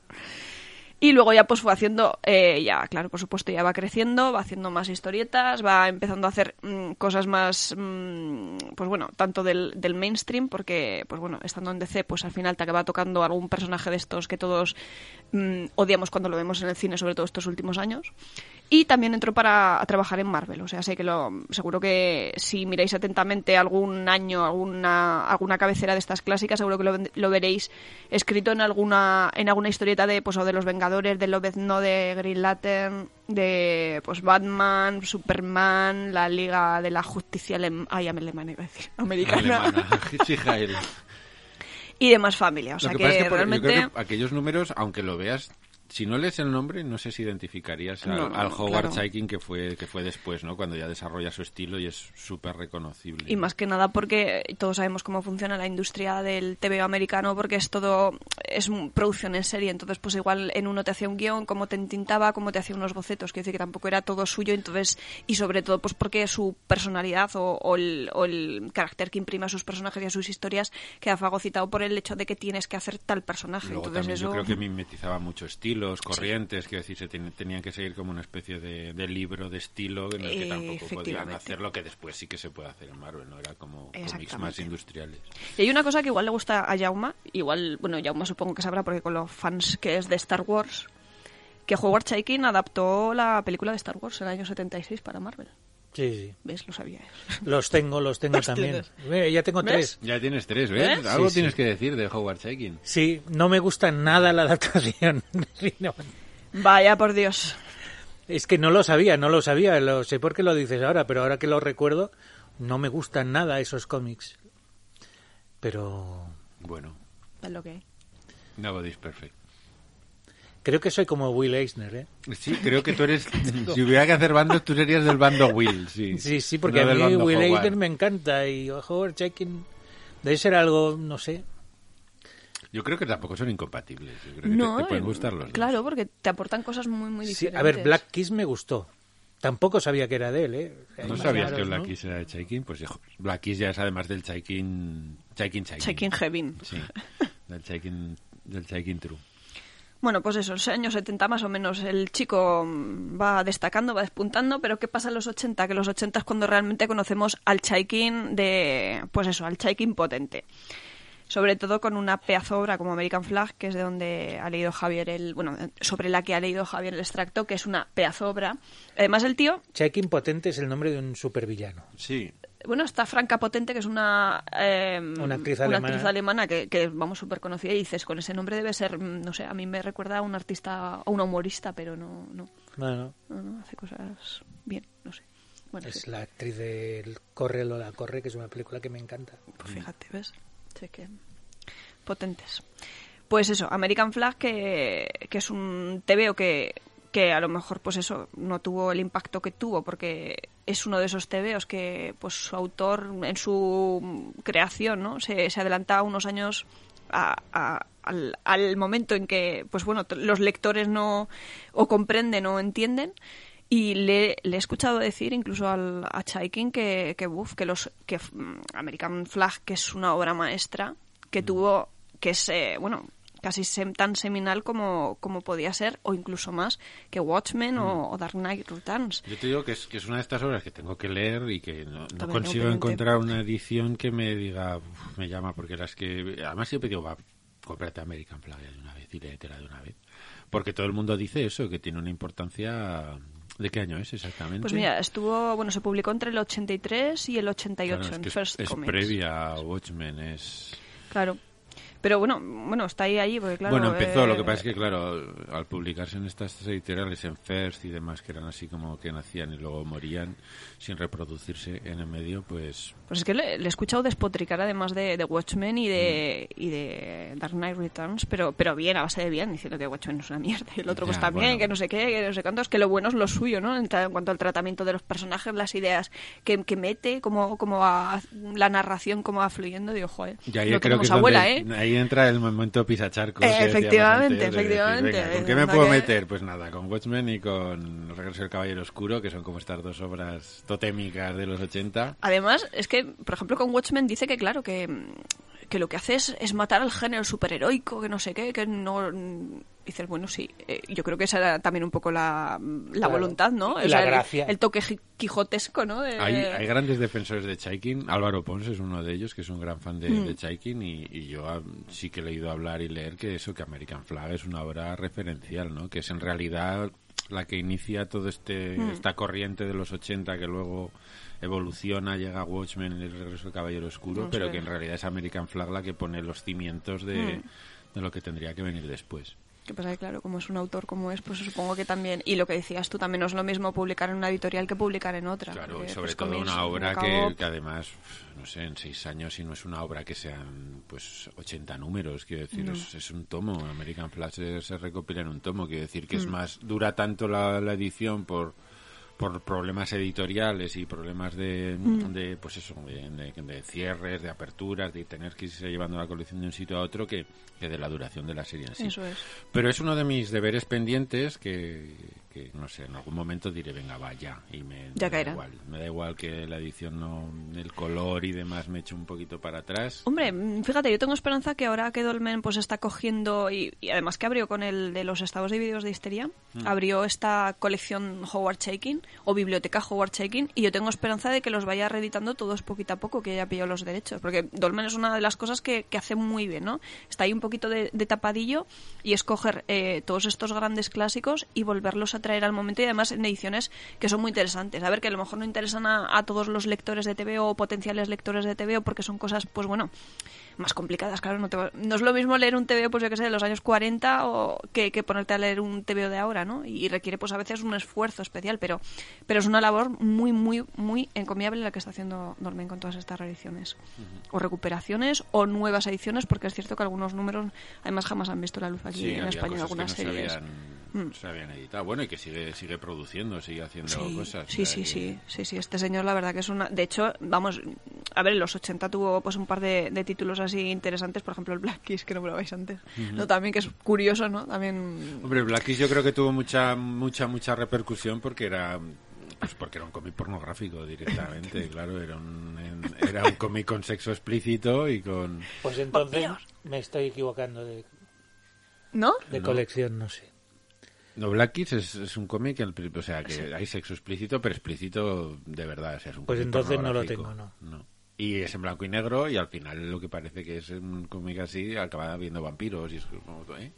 Speaker 4: Y luego ya pues fue haciendo, eh, ya claro, por supuesto ya va creciendo, va haciendo más historietas, va empezando a hacer mm, cosas más, mm, pues bueno, tanto del, del mainstream, porque pues bueno, estando en DC, pues al final te acaba tocando algún personaje de estos que todos mm, odiamos cuando lo vemos en el cine, sobre todo estos últimos años. Y también entró para a trabajar en Marvel, o sea, sé que lo, seguro que si miráis atentamente algún año, alguna, alguna cabecera de estas clásicas, seguro que lo, ven- lo veréis escrito en alguna, en alguna historieta de, pues, o de los Vengadores, de Lobezno, de Green Lantern, de, pues, Batman, Superman, la Liga de la Justicia Alem ay, alemana iba a decir, americana,
Speaker 1: Alemana, Hitchhiker.
Speaker 4: y demás familia, o sea
Speaker 1: lo que,
Speaker 4: que,
Speaker 1: pasa es que por- yo
Speaker 4: realmente...
Speaker 1: creo que aquellos números, aunque lo veas si no lees el nombre, no sé si identificarías al,
Speaker 4: No, no,
Speaker 1: al
Speaker 4: no,
Speaker 1: Howard
Speaker 4: claro.
Speaker 1: Chaykin que fue, que fue después, ¿no? Cuando ya desarrolla su estilo y es súper reconocible.
Speaker 4: Y más que nada porque todos sabemos cómo funciona la industria del TVO americano, porque es todo, es un- producción en serie, entonces pues igual en uno te hacía un guión, cómo te entintaba, cómo te hacía unos bocetos, quiero decir que tampoco era todo suyo, entonces, y sobre todo pues porque su personalidad o, o el, o el carácter que imprime a sus personajes y a sus historias queda fagocitado por el hecho de que tienes que hacer tal personaje.
Speaker 1: Luego
Speaker 4: entonces
Speaker 1: también
Speaker 4: eso...
Speaker 1: yo creo que mimetizaba mucho estilos, corrientes, quiero decir, se ten- tenían que seguir como una especie de, de libro de estilo en el que
Speaker 4: Eh,
Speaker 1: tampoco podían
Speaker 4: efectivamente.
Speaker 1: hacer lo que después sí que se puede hacer en Marvel, ¿no? Era como cómics más
Speaker 4: Exactamente.
Speaker 1: industriales.
Speaker 4: Y hay una cosa que igual le gusta a Yauma, igual, bueno, Yauma supongo que sabrá porque con los fans que es de Star Wars, que Howard Chaykin adaptó la película de Star Wars en el año 76 para Marvel.
Speaker 3: Sí, sí.
Speaker 4: ¿Ves? Lo sabía.
Speaker 3: Los tengo, los tengo
Speaker 4: Los
Speaker 3: también.
Speaker 4: tienes.
Speaker 3: Mira, ya tengo
Speaker 4: ¿Ves?
Speaker 3: tres.
Speaker 1: Ya tienes tres, ¿ves?
Speaker 4: ¿Eh?
Speaker 1: Algo
Speaker 3: Sí,
Speaker 1: tienes
Speaker 3: sí.
Speaker 1: que decir de Howard Chaykin.
Speaker 3: Sí, no me gusta nada la adaptación. No,
Speaker 4: Vaya por Dios.
Speaker 3: es que no lo sabía, no lo sabía. Lo sé por qué lo dices ahora, pero ahora que lo recuerdo, no me gustan nada esos cómics. Pero
Speaker 1: Bueno,
Speaker 4: Es lo que hay.
Speaker 1: Nobody's Perfect.
Speaker 3: creo que soy como Will Eisner, ¿eh?
Speaker 1: Sí, creo que tú eres... si hubiera que hacer bandos, tú serías del bando Will, sí.
Speaker 3: Sí, sí, porque
Speaker 1: No
Speaker 3: a
Speaker 1: del
Speaker 3: mí
Speaker 1: bando
Speaker 3: Will
Speaker 1: Howard.
Speaker 3: Eisner me encanta y Howard Chaykin debe ser algo, no sé.
Speaker 1: Yo creo que tampoco son incompatibles. Yo creo que
Speaker 4: No,
Speaker 1: te, te pueden
Speaker 4: eh,
Speaker 1: gustar los dos.
Speaker 4: Claro, porque te aportan cosas muy, muy
Speaker 3: Sí,
Speaker 4: diferentes.
Speaker 3: a ver, Black Kiss me gustó. Tampoco sabía que era de él, ¿eh? O sea,
Speaker 1: ¿No sabías
Speaker 3: imaginaros,
Speaker 1: que
Speaker 3: ¿no?
Speaker 1: Black Kiss era de Chaikin? Pues hijo, Black Kiss ya es además del Chaikin... Chaikin Chaikin.
Speaker 4: Chaykin Heaven.
Speaker 1: Sí, del Chaikin, del Chaikin True.
Speaker 4: Bueno, pues eso, los años 70 más o menos el chico mm, va destacando, va despuntando, pero ¿qué pasa en los 80? Que los 80 es cuando realmente conocemos al Chaikin de, pues eso, al Chaikin potente. Sobre todo con una pedazo obra como American Flag, que es de donde ha leído Javier el, bueno, sobre la que ha leído Javier el extracto, que es una pedazo obra. Además el tío,
Speaker 3: Chaykin Potente es el nombre de un supervillano.
Speaker 1: Sí.
Speaker 4: bueno, está Franca Potente, que es una, eh,
Speaker 3: Una actriz alemana.
Speaker 4: actriz alemana que, que, vamos, súper conocida, y dices, con ese nombre debe ser, mm, no sé, a mí me recuerda a un artista, a una humorista, pero no, no,
Speaker 3: Bueno,
Speaker 4: no, no, hace cosas bien, no sé. Bueno,
Speaker 3: es
Speaker 4: sí,
Speaker 3: la actriz del Corre Lola Corre, que es una película que me encanta.
Speaker 4: pues fíjate, ¿ves? Sé que potentes. Pues eso, American Flag, que, que es un TVO que, que a lo mejor, pues eso, no tuvo el impacto que tuvo, porque es uno de esos TVOs que, pues su autor, en su creación, ¿no? Se, se adelanta unos años a- a- al, al momento en que, pues bueno, t- los lectores no o comprenden o entienden. Y le, le he escuchado decir incluso al, a Chaikin que, que, buf, que, los, que mm, American Flag, que es una obra maestra, que
Speaker 1: Mm.
Speaker 4: tuvo, que es, eh, bueno, casi sem- tan seminal como, como podía ser, o incluso más, que Watchmen o,
Speaker 1: Mm.
Speaker 4: o Dark Knight Returns.
Speaker 1: Yo te digo que es, que es una de estas obras que tengo que leer y que no, no
Speaker 4: También tengo
Speaker 1: consigo
Speaker 4: pendiente.
Speaker 1: encontrar una edición que me diga, "Uf, me llama, porque las que... Además siempre digo, va, cómprate American Flag ya de una vez y léetela de una vez. Porque todo el mundo dice eso, que tiene una importancia... ¿De qué año es exactamente?
Speaker 4: Pues mira, estuvo, bueno, se publicó entre el 83 y el 88
Speaker 1: Claro, es,
Speaker 4: en
Speaker 1: que es-
Speaker 4: First
Speaker 1: es
Speaker 4: Comics.
Speaker 1: previa a Watchmen, es...
Speaker 4: Claro. Pero bueno, bueno, está ahí, ahí, porque claro...
Speaker 1: bueno, empezó, lo que
Speaker 4: eh,
Speaker 1: pasa es que, claro, al publicarse en estas editoriales, en First y demás, que eran así como que nacían y luego morían sin reproducirse en el medio, pues
Speaker 4: Pues es que le, le he escuchado despotricar además de, de Watchmen y de,
Speaker 1: Mm.
Speaker 4: y de Dark Knight Returns, pero, pero bien, a base de bien, diciendo que Watchmen es una mierda y el otro pues
Speaker 1: Ya,
Speaker 4: también,
Speaker 1: bueno.
Speaker 4: que no sé qué, que no sé cuántos, que lo bueno es lo suyo, ¿no? En, ta- en cuanto al tratamiento de los personajes, las ideas que, que mete, cómo, cómo va la narración, cómo va fluyendo, digo, joder,
Speaker 1: ya ahí creo
Speaker 4: lo
Speaker 1: que
Speaker 4: tenemos
Speaker 1: es
Speaker 4: abuela, ¿eh?
Speaker 1: donde- ahí entra el momento pisacharcos.
Speaker 4: Eh,
Speaker 1: que decíamos
Speaker 4: efectivamente,
Speaker 1: antes, de
Speaker 4: efectivamente.
Speaker 1: venga, ¿Con qué
Speaker 4: Es
Speaker 1: me
Speaker 4: verdad
Speaker 1: puedo
Speaker 4: que-
Speaker 1: meter? Pues nada, con Watchmen y con Regreso del Caballero Oscuro, que son como estas dos obras totémicas de los 80.
Speaker 4: Además, es que, por ejemplo, con Watchmen dice que, claro, que, que lo que hace es, es matar al género superheroico, que no sé qué, que no... Dices, bueno, sí, eh, yo creo que esa era también un poco la, la
Speaker 3: Claro.
Speaker 4: voluntad, ¿no?
Speaker 3: Y la
Speaker 4: el-
Speaker 3: gracia.
Speaker 4: El, toque ji- quijotesco, ¿no? De-
Speaker 1: Hay, hay grandes defensores de Chaikin. Álvaro Pons es uno de ellos, que es un gran fan de, de Chaikin. Y, y yo ah, sí que he leído hablar y leer que eso, que American Flag es una obra referencial, ¿no? Que es en realidad la que inicia todo este esta corriente de los 80 que luego evoluciona, llega a Watchmen y el regreso del Caballero Oscuro,
Speaker 4: No
Speaker 1: pero
Speaker 4: sé.
Speaker 1: que en realidad es American Flag la que pone los cimientos de, de lo que tendría que venir después.
Speaker 4: Que pasa que, claro, como es un autor como es, pues supongo que también, y lo que decías tú, también no es lo mismo publicar en una editorial que publicar en otra.
Speaker 1: Claro,
Speaker 4: porque,
Speaker 1: y sobre
Speaker 4: pues,
Speaker 1: todo
Speaker 4: comienzo,
Speaker 1: una obra
Speaker 4: acabo-
Speaker 1: que, que además, no sé, en seis años, si no es una obra que sean pues 80 números, quiero decir, es, es un tomo. American Flash eh, se recopila en un tomo, quiero decir
Speaker 4: Mm.
Speaker 1: que es más, dura tanto la, la edición por por problemas editoriales y problemas de,
Speaker 4: Mm.
Speaker 1: de, pues eso de, de- de cierres de aperturas de tener que irse llevando la colección de un sitio a otro que, que de la duración de la serie en sí
Speaker 4: Eso es.
Speaker 1: pero es uno de mis deberes pendientes que, que, no sé, en algún momento diré, venga, vaya, y me, me
Speaker 4: Ya
Speaker 1: da
Speaker 4: caerá.
Speaker 1: igual. Me da igual que la edición no, el color y demás me eche un poquito para atrás.
Speaker 4: Hombre, mm, fíjate, yo tengo esperanza que ahora que Dolmen pues está cogiendo y, y además que abrió con el de los estados de vídeos de histeria, abrió esta colección Howard Shaking o biblioteca Howard Shaking y yo tengo esperanza de que los vaya reeditando todos poquito a poco, que haya pillado los derechos, porque Dolmen es una de las cosas que, que hace muy bien, ¿no? Está ahí un poquito de, de tapadillo y escoger eh, todos estos grandes clásicos y volverlos a traer al momento y además en ediciones que son muy interesantes. A ver, que a lo mejor no interesan a, a todos los lectores de TVO o potenciales lectores de TVO porque son cosas, pues bueno, más complicadas, claro. No, te va- no es lo mismo leer un TVO, pues yo que sé, de los años 40 o que, que ponerte a leer un TVO de ahora, ¿no? Y requiere pues a veces un esfuerzo especial, pero, pero es una labor muy, muy, muy encomiable la que está haciendo Norman con todas estas reediciones. O recuperaciones o nuevas ediciones, porque es cierto que algunos números además jamás han visto la luz aquí en
Speaker 1: había
Speaker 4: España en
Speaker 1: cosas que
Speaker 4: algunas
Speaker 1: no Se
Speaker 4: series. Mm.
Speaker 1: habían, se habían editado. Bueno, y que sigue, sigue produciendo, sigue haciendo
Speaker 4: Sí,
Speaker 1: cosas.
Speaker 4: sí,
Speaker 1: o sea que-
Speaker 4: sí, sí, sí, sí, este señor la verdad que es una... De hecho, vamos, a ver, en los 80 tuvo pues un par de, de títulos así interesantes, por ejemplo el Black Kiss, que no probáis antes, ¿no? También que es curioso, ¿no? También...
Speaker 1: Hombre, Blackies yo creo que tuvo mucha, mucha, mucha repercusión porque era... Pues porque era un cómic pornográfico directamente, claro, era un, en- era un cómic con sexo explícito y con...
Speaker 3: Pues entonces me estoy equivocando de,
Speaker 4: ¿No?
Speaker 3: de colección, no sé.
Speaker 1: No, Black Kids es, es un cómic, al pri- o sea, que hay sexo explícito, pero explícito de verdad. o sea, es un
Speaker 3: Pues
Speaker 1: cómic
Speaker 3: entonces no lo
Speaker 1: pornográfico.
Speaker 3: tengo,
Speaker 1: Y es en blanco y negro y al final lo que parece que es un cómic así acaba viendo vampiros y es como... ¿eh?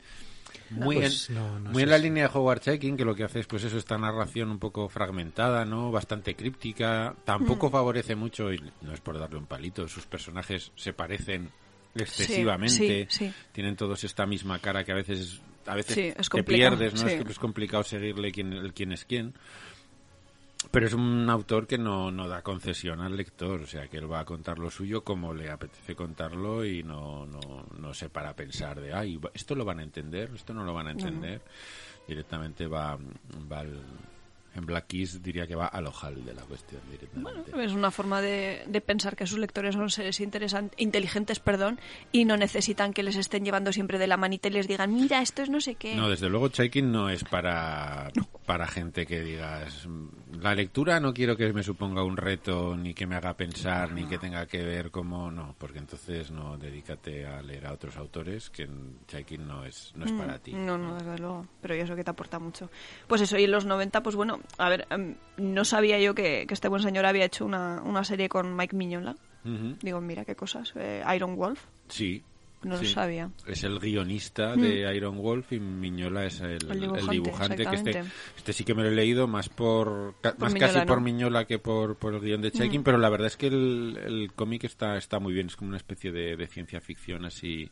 Speaker 1: Muy,
Speaker 3: pues
Speaker 1: en,
Speaker 3: no, no
Speaker 1: muy
Speaker 3: sé
Speaker 1: en la
Speaker 3: si-
Speaker 1: línea de Howard Checking, que lo que hace es pues eso, esta narración un poco fragmentada, ¿no? Bastante críptica,
Speaker 4: Mm.
Speaker 1: tampoco favorece mucho, y no es por darle un palito, sus personajes se parecen excesivamente,
Speaker 4: sí, sí.
Speaker 1: tienen todos esta misma cara que a veces a veces
Speaker 4: Sí, es
Speaker 1: te
Speaker 4: complicado,
Speaker 1: pierdes, ¿no?
Speaker 4: sí.
Speaker 1: Es, que es complicado seguirle quién, el quién es quién. Pero es un autor que no, no da concesión al lector, o sea, que él va a contar lo suyo como le apetece contarlo y no, no, no se para a pensar de, ay, va- esto lo van a entender, esto no lo van a entender. Directamente va, va al- en Black Keys diría que va al ojal de la cuestión
Speaker 4: Bueno,
Speaker 1: directamente.
Speaker 4: es una forma de, de pensar que sus lectores son seres interesan- inteligentes perdón, y no necesitan que les estén llevando siempre de la manita y les digan, mira, esto es no sé qué.
Speaker 1: No, desde luego Chaikin no es para, para gente que digas, "Mm, la lectura no quiero que me suponga un reto, ni que me haga pensar, ni que tenga que ver cómo, no, porque entonces no, dedícate a leer a otros autores, que mm, Chaikin no es, no es para ti.
Speaker 4: Mm, No, no, desde luego. Pero yo eso que te aporta mucho. Pues eso, y en los 90, pues bueno, a ver, em, no sabía yo que, que este buen señor había hecho una, una serie con Mike Mignola.
Speaker 1: Ujú.
Speaker 4: Digo, mira qué cosas. eh, Iron Wolf.
Speaker 1: Sí.
Speaker 4: No lo
Speaker 1: sí.
Speaker 4: sabía.
Speaker 1: Es el guionista de Iron Wolf y Miñola es el, el dibujante.
Speaker 4: Mm. dibujante,
Speaker 1: que este,
Speaker 4: exactamente.
Speaker 1: este sí que me lo he leído más por, ca-
Speaker 4: Por
Speaker 1: más
Speaker 4: Mignola,
Speaker 1: casi por
Speaker 4: ¿no? Mm.
Speaker 1: Miñola que por, por el guión de Chaikin, pero la verdad es que el, el cómic está, está muy bien. Es como una especie de, de ciencia ficción así.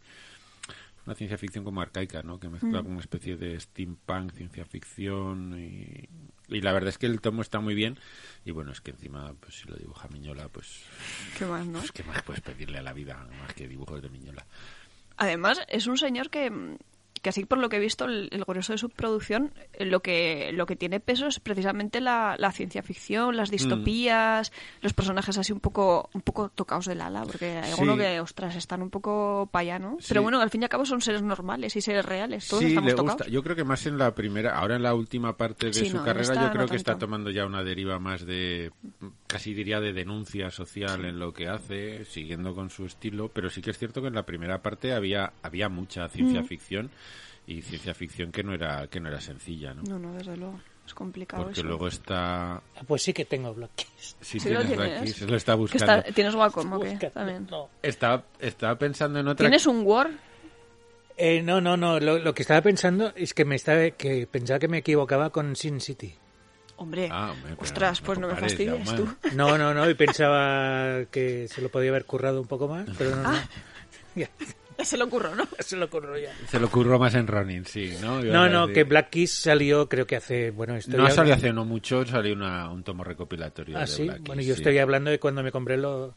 Speaker 1: Una ciencia ficción como arcaica, ¿no? Que mezcla
Speaker 4: Mm.
Speaker 1: como una especie de steampunk, ciencia ficción y. Y la verdad es que el tomo está muy bien. Y bueno, es que encima, pues si lo dibuja Miñola, pues
Speaker 4: ¿Qué más, no?
Speaker 1: pues, ¿qué más puedes pedirle a la vida? Más que dibujos de Miñola.
Speaker 4: Además, es un señor que, mm, que así por lo que he visto, el, el grueso de su producción, eh, lo que, lo que tiene peso es precisamente la, la ciencia ficción,
Speaker 1: Mm.
Speaker 4: las distopías, los personajes así un poco, un poco tocados del ala, porque hay
Speaker 1: Sí.
Speaker 4: algunos que, ostras, están un poco para allá, ¿no?
Speaker 1: Sí.
Speaker 4: Pero bueno, al fin y al cabo son seres normales y seres reales, todos estamos
Speaker 1: le
Speaker 4: tocados.
Speaker 1: gusta. Yo creo que más en la primera, ahora en la última parte de
Speaker 4: Sí,
Speaker 1: su
Speaker 4: no,
Speaker 1: carrera,
Speaker 4: esta
Speaker 1: yo
Speaker 4: no
Speaker 1: creo que está
Speaker 4: tanto.
Speaker 1: tomando ya una deriva más de, casi diría de denuncia social en lo que hace, siguiendo con su estilo, pero sí que es cierto que en la primera parte había, había mucha ciencia
Speaker 4: Mm.
Speaker 1: ficción y ciencia ficción que no era, que no era sencilla, ¿no?
Speaker 4: No, no, desde luego, es complicado
Speaker 1: Porque
Speaker 4: Mm, eso.
Speaker 1: luego está...
Speaker 3: Ah, Pues sí que tengo bloques.
Speaker 1: Si
Speaker 4: Sí, lo
Speaker 1: tienes
Speaker 4: tienes.
Speaker 1: aquí, se lo está
Speaker 4: Que
Speaker 1: buscando.
Speaker 4: está- ¿Tienes Wacom o qué?
Speaker 3: Busca-
Speaker 4: También.
Speaker 3: No.
Speaker 1: Estaba, estaba pensando en otra...
Speaker 4: ¿Tienes un Word?
Speaker 3: Eh, no, no, no. Lo, lo que estaba pensando es que me estaba que pensaba que me equivocaba con Sin City.
Speaker 4: Hombre,
Speaker 1: Ah, hombre, pero
Speaker 4: ostras,
Speaker 1: no
Speaker 4: pues no me
Speaker 1: compares, ya,
Speaker 4: fastidies
Speaker 1: humano.
Speaker 4: tú.
Speaker 3: No,
Speaker 4: Ah.
Speaker 3: no, no. Y pensaba que se lo podía haber currado un poco más, pero no. no. Ya.
Speaker 4: Se le ocurrió, ¿no?
Speaker 3: Se lo ocurrió ya.
Speaker 1: Se le ocurrió más en Ronin, sí, ¿no? Iba
Speaker 3: No,
Speaker 1: a
Speaker 3: no,
Speaker 1: decir-
Speaker 3: que Black Kiss salió, creo que hace. Bueno, estoy
Speaker 1: No
Speaker 3: hab-
Speaker 1: salió hace no mucho, salió una- un tomo recopilatorio.
Speaker 3: Ah,
Speaker 1: de
Speaker 3: sí.
Speaker 1: Black Keys,
Speaker 3: Bueno, yo
Speaker 1: sí.
Speaker 3: estoy hablando de cuando me compré lo.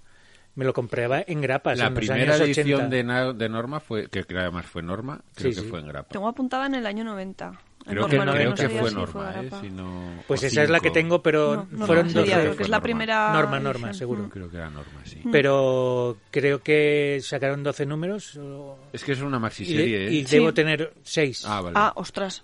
Speaker 3: Me lo compraba en grapas.
Speaker 1: La
Speaker 3: pues, en los
Speaker 1: primera
Speaker 3: años
Speaker 1: edición
Speaker 3: 80.
Speaker 1: de, Na- de Norma fue, que creo que además fue Norma, creo
Speaker 3: Sí,
Speaker 1: que
Speaker 3: sí.
Speaker 1: fue en grapa.
Speaker 4: Tengo apuntada en el año 90.
Speaker 1: Creo
Speaker 4: Bueno,
Speaker 1: que,
Speaker 3: no,
Speaker 1: creo
Speaker 3: no
Speaker 1: que
Speaker 4: sé
Speaker 1: fue
Speaker 4: si
Speaker 1: Norma, ¿eh?
Speaker 4: Garapa.
Speaker 1: Si no-
Speaker 3: Pues
Speaker 1: o
Speaker 3: esa es la que
Speaker 1: cinco.
Speaker 3: tengo, pero
Speaker 4: No, no,
Speaker 3: fueron
Speaker 1: no, sería
Speaker 3: dos.
Speaker 1: creo
Speaker 4: sería, creo
Speaker 1: que
Speaker 4: que es
Speaker 1: fue
Speaker 4: la
Speaker 1: Norma.
Speaker 4: primera.
Speaker 3: Norma, Norma,
Speaker 4: edición.
Speaker 3: seguro.
Speaker 1: Creo que era Norma, sí.
Speaker 3: Pero creo que sacaron 12 números. o-
Speaker 1: Es que es una
Speaker 3: Y,
Speaker 1: maxiserie, ¿eh?
Speaker 3: y
Speaker 4: Sí.
Speaker 3: debo tener 6.
Speaker 1: Ah, vale.
Speaker 4: Ah, ostras.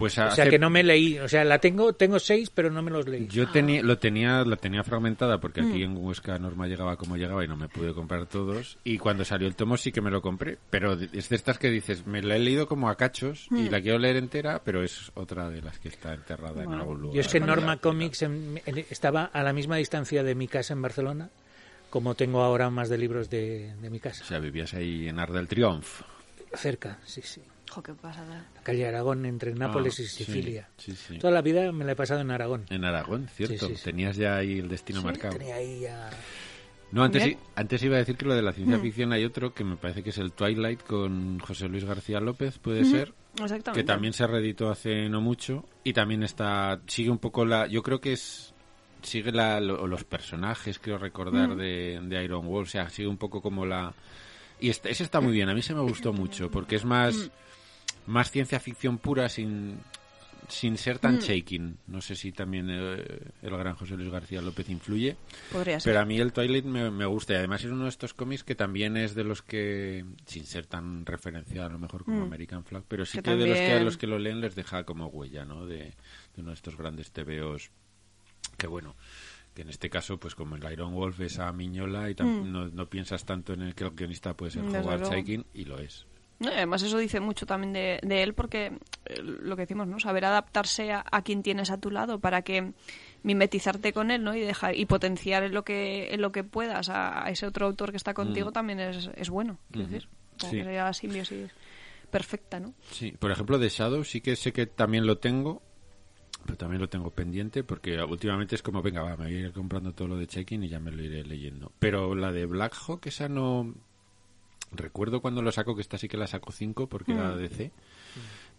Speaker 1: pues
Speaker 3: o sea
Speaker 1: hace-
Speaker 3: que no me leí. O sea, la tengo, tengo 6, pero no me los leí.
Speaker 1: Yo tenía, lo tenía, la tenía fragmentada porque aquí en Huesca Norma llegaba como llegaba y no me pude comprar todos. Y cuando salió el tomo sí que me lo compré, pero de- es de estas que dices, me la he leído como a cachos y la quiero leer entera, pero es otra de las que está enterrada en
Speaker 4: Bueno,
Speaker 1: algún lugar.
Speaker 3: Yo es que
Speaker 1: ¿no?
Speaker 3: Norma
Speaker 1: Ya,
Speaker 3: Comics en- en- estaba a la misma distancia de mi casa en Barcelona, como tengo ahora más de libros de, de mi
Speaker 1: O
Speaker 3: casa.
Speaker 1: sea, vivías ahí en Arda del Triunfo.
Speaker 3: Cerca, sí, sí.
Speaker 4: Jo, qué pasada.
Speaker 3: La calle Aragón, entre Nápoles
Speaker 1: Ah,
Speaker 3: y
Speaker 1: sí,
Speaker 3: Sicilia.
Speaker 1: sí, sí.
Speaker 3: Toda la vida me la he pasado en Aragón.
Speaker 1: En Aragón, cierto.
Speaker 3: Sí, sí, sí.
Speaker 1: Tenías ya ahí el destino marcado.
Speaker 3: Tenía ahí ya-
Speaker 1: No, antes,
Speaker 4: Bien.
Speaker 1: i- antes iba a decir que lo de la ciencia ficción hay otro que me parece que es el Twilight con José Luis García López, puede ser.
Speaker 4: Exactamente.
Speaker 1: que también se reeditó hace no mucho y también está sigue un poco la yo creo que es sigue la lo- los personajes creo recordar de, de Iron Wolf o sea sigue un poco como la y este- ese está muy bien a mí se me gustó mucho porque es más más ciencia ficción pura sin sin ser tan shaking no sé si también eh, el gran José Luis García López influye
Speaker 4: Podría ser.
Speaker 1: pero a mí el Twilight me, me gusta y además es uno de estos cómics que también es de los que, sin ser tan referenciado a lo mejor como American Flag, pero sí que,
Speaker 4: Mm. Que
Speaker 1: de los que a
Speaker 4: también-
Speaker 1: los que lo leen les deja como huella, ¿no? De, de uno de estos grandes tebeos que bueno, que en este caso pues como el Iron Wolf es a Miñola y tam- no, no piensas tanto en el que el guionista puede ser
Speaker 4: Mm. Desde
Speaker 1: Howard
Speaker 4: luego.
Speaker 1: Chaykin y lo es.
Speaker 4: No, y además eso dice mucho también de, de él porque eh, lo que decimos, ¿no? Saber adaptarse a, a quien tienes a tu lado para que mimetizarte con él, ¿no? Y dejar y potenciar en lo que en lo que puedas a, a ese otro autor que está contigo también es, es bueno, quiero decir. Como
Speaker 1: Mm. Sí.
Speaker 4: que sería la simbiosis perfecta, ¿no?
Speaker 1: Sí, por ejemplo, de Shadow sí que sé que también lo tengo, pero también lo tengo pendiente porque últimamente es como, venga, va, me voy a ir comprando todo lo de Check-in y ya me lo iré leyendo. Pero la de Black Hawk, esa no... Recuerdo cuando lo saco, que esta sí que la saco 5 porque
Speaker 4: Mm.
Speaker 1: era DC,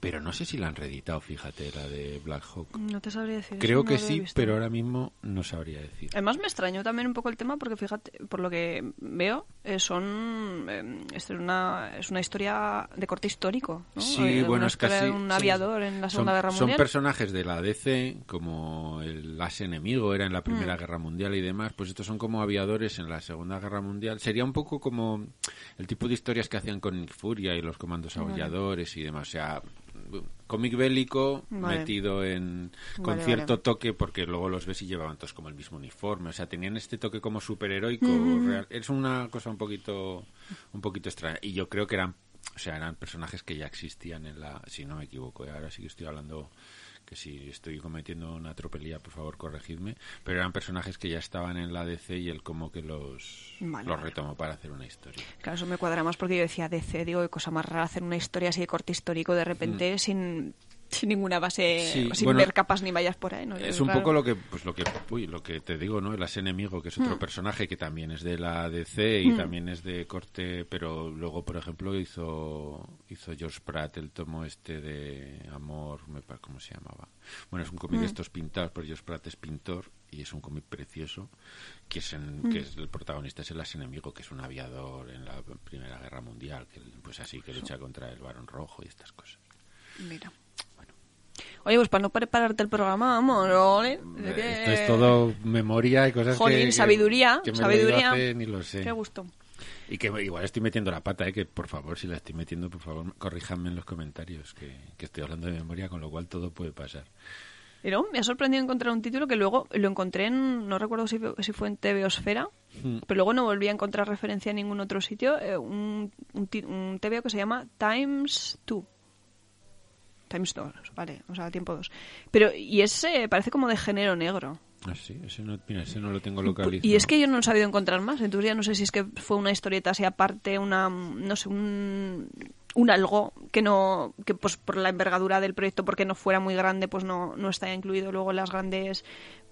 Speaker 1: pero no sé si la han reeditado, fíjate, la de Black Hawk.
Speaker 4: No te sabría decir.
Speaker 1: Creo
Speaker 4: eso
Speaker 1: que
Speaker 4: no lo he
Speaker 1: sí,
Speaker 4: visto.
Speaker 1: pero ahora mismo no sabría decir.
Speaker 4: Además me extrañó también un poco el tema porque fíjate, por lo que veo, eh, son eh, esto es una es una historia de corte histórico, ¿no?
Speaker 1: Sí,
Speaker 4: Eh,
Speaker 1: bueno,
Speaker 4: una
Speaker 1: es
Speaker 4: historia
Speaker 1: casi-
Speaker 4: de un
Speaker 1: sí.
Speaker 4: aviador en la Segunda
Speaker 1: son,
Speaker 4: Guerra
Speaker 1: son
Speaker 4: Mundial.
Speaker 1: personajes de la DC, como el as enemigo era en la
Speaker 4: Mm.
Speaker 1: Primera Guerra Mundial y demás, pues estos son como aviadores en la Segunda Guerra Mundial. Sería un poco como el tipo de historias que hacían con Nick Furia y los comandos aulladores y demás. O sea, cómic bélico
Speaker 4: Vale.
Speaker 1: metido en con
Speaker 4: Vale,
Speaker 1: cierto
Speaker 4: vale.
Speaker 1: toque porque luego los ves y llevaban todos como el mismo uniforme o sea tenían este toque como superheroico real. es una cosa un poquito un poquito extraña y yo creo que eran o sea eran personajes que ya existían en la si no me equivoco ¿eh? ahora sí que estoy hablando que si estoy cometiendo una tropelía por favor corregidme pero eran personajes que ya estaban en la DC y él como que los
Speaker 4: Vale,
Speaker 1: los
Speaker 4: vale.
Speaker 1: retomó para hacer una historia
Speaker 4: Claro, eso me cuadra más porque yo decía DC, digo, qué cosa más rara hacer una historia así de corte histórico de repente sin, sin ninguna base,
Speaker 1: Mm. Sí,
Speaker 4: sin
Speaker 1: bueno,
Speaker 4: ver capas ni vallas por ahí. ¿no?
Speaker 1: Es
Speaker 4: Yo,
Speaker 1: un
Speaker 4: claro,
Speaker 1: poco lo que, pues lo que, uy, lo que te digo, ¿no? El as enemigo, que es otro personaje que también es de la DC y también es de corte, pero luego, por ejemplo, hizo, hizo George Pratt el tomo este de Amor, me pa- ¿cómo se llamaba? Bueno, es un cómic de estos pintados, pero George Pratt es pintor y es un cómic precioso, que es, en- que es el protagonista es el as enemigo, que es un aviador en la Primera Guerra Mundial, que pues así que lucha contra el Barón Rojo y estas cosas.
Speaker 4: Mira. Oye, pues para no prepararte el programa, vamos, ole, de que-
Speaker 1: Eh, Esto es todo memoria y cosas
Speaker 4: Jolín,
Speaker 1: que- que...
Speaker 4: sabiduría,
Speaker 1: que me he
Speaker 4: sabiduría.
Speaker 1: leído hace ni lo sé.
Speaker 4: Qué gusto.
Speaker 1: Y que igual estoy metiendo la pata, ¿eh? que por favor, si la estoy metiendo, por favor, corríjanme en los comentarios, que, que estoy hablando de memoria, con lo cual todo puede pasar.
Speaker 4: Pero me ha sorprendido encontrar un título que luego lo encontré en, no recuerdo si, fue- si fue en TVOsfera,
Speaker 1: Mm.
Speaker 4: pero luego no volví a encontrar referencia en ningún otro sitio, eh, un, un, ti- un TVO que se llama Times 2. Times 2, vale, o sea, tiempo 2. Pero, y ese parece como de género negro.
Speaker 1: Ah, sí, ese no, mira, ese no lo tengo localizado.
Speaker 4: Y es que yo no he sabido encontrar más, entonces ya no sé si es que fue una historieta así aparte, una, no sé, un, un algo que no, que pues por la envergadura del proyecto, porque no fuera muy grande, pues no, no está incluido luego en las grandes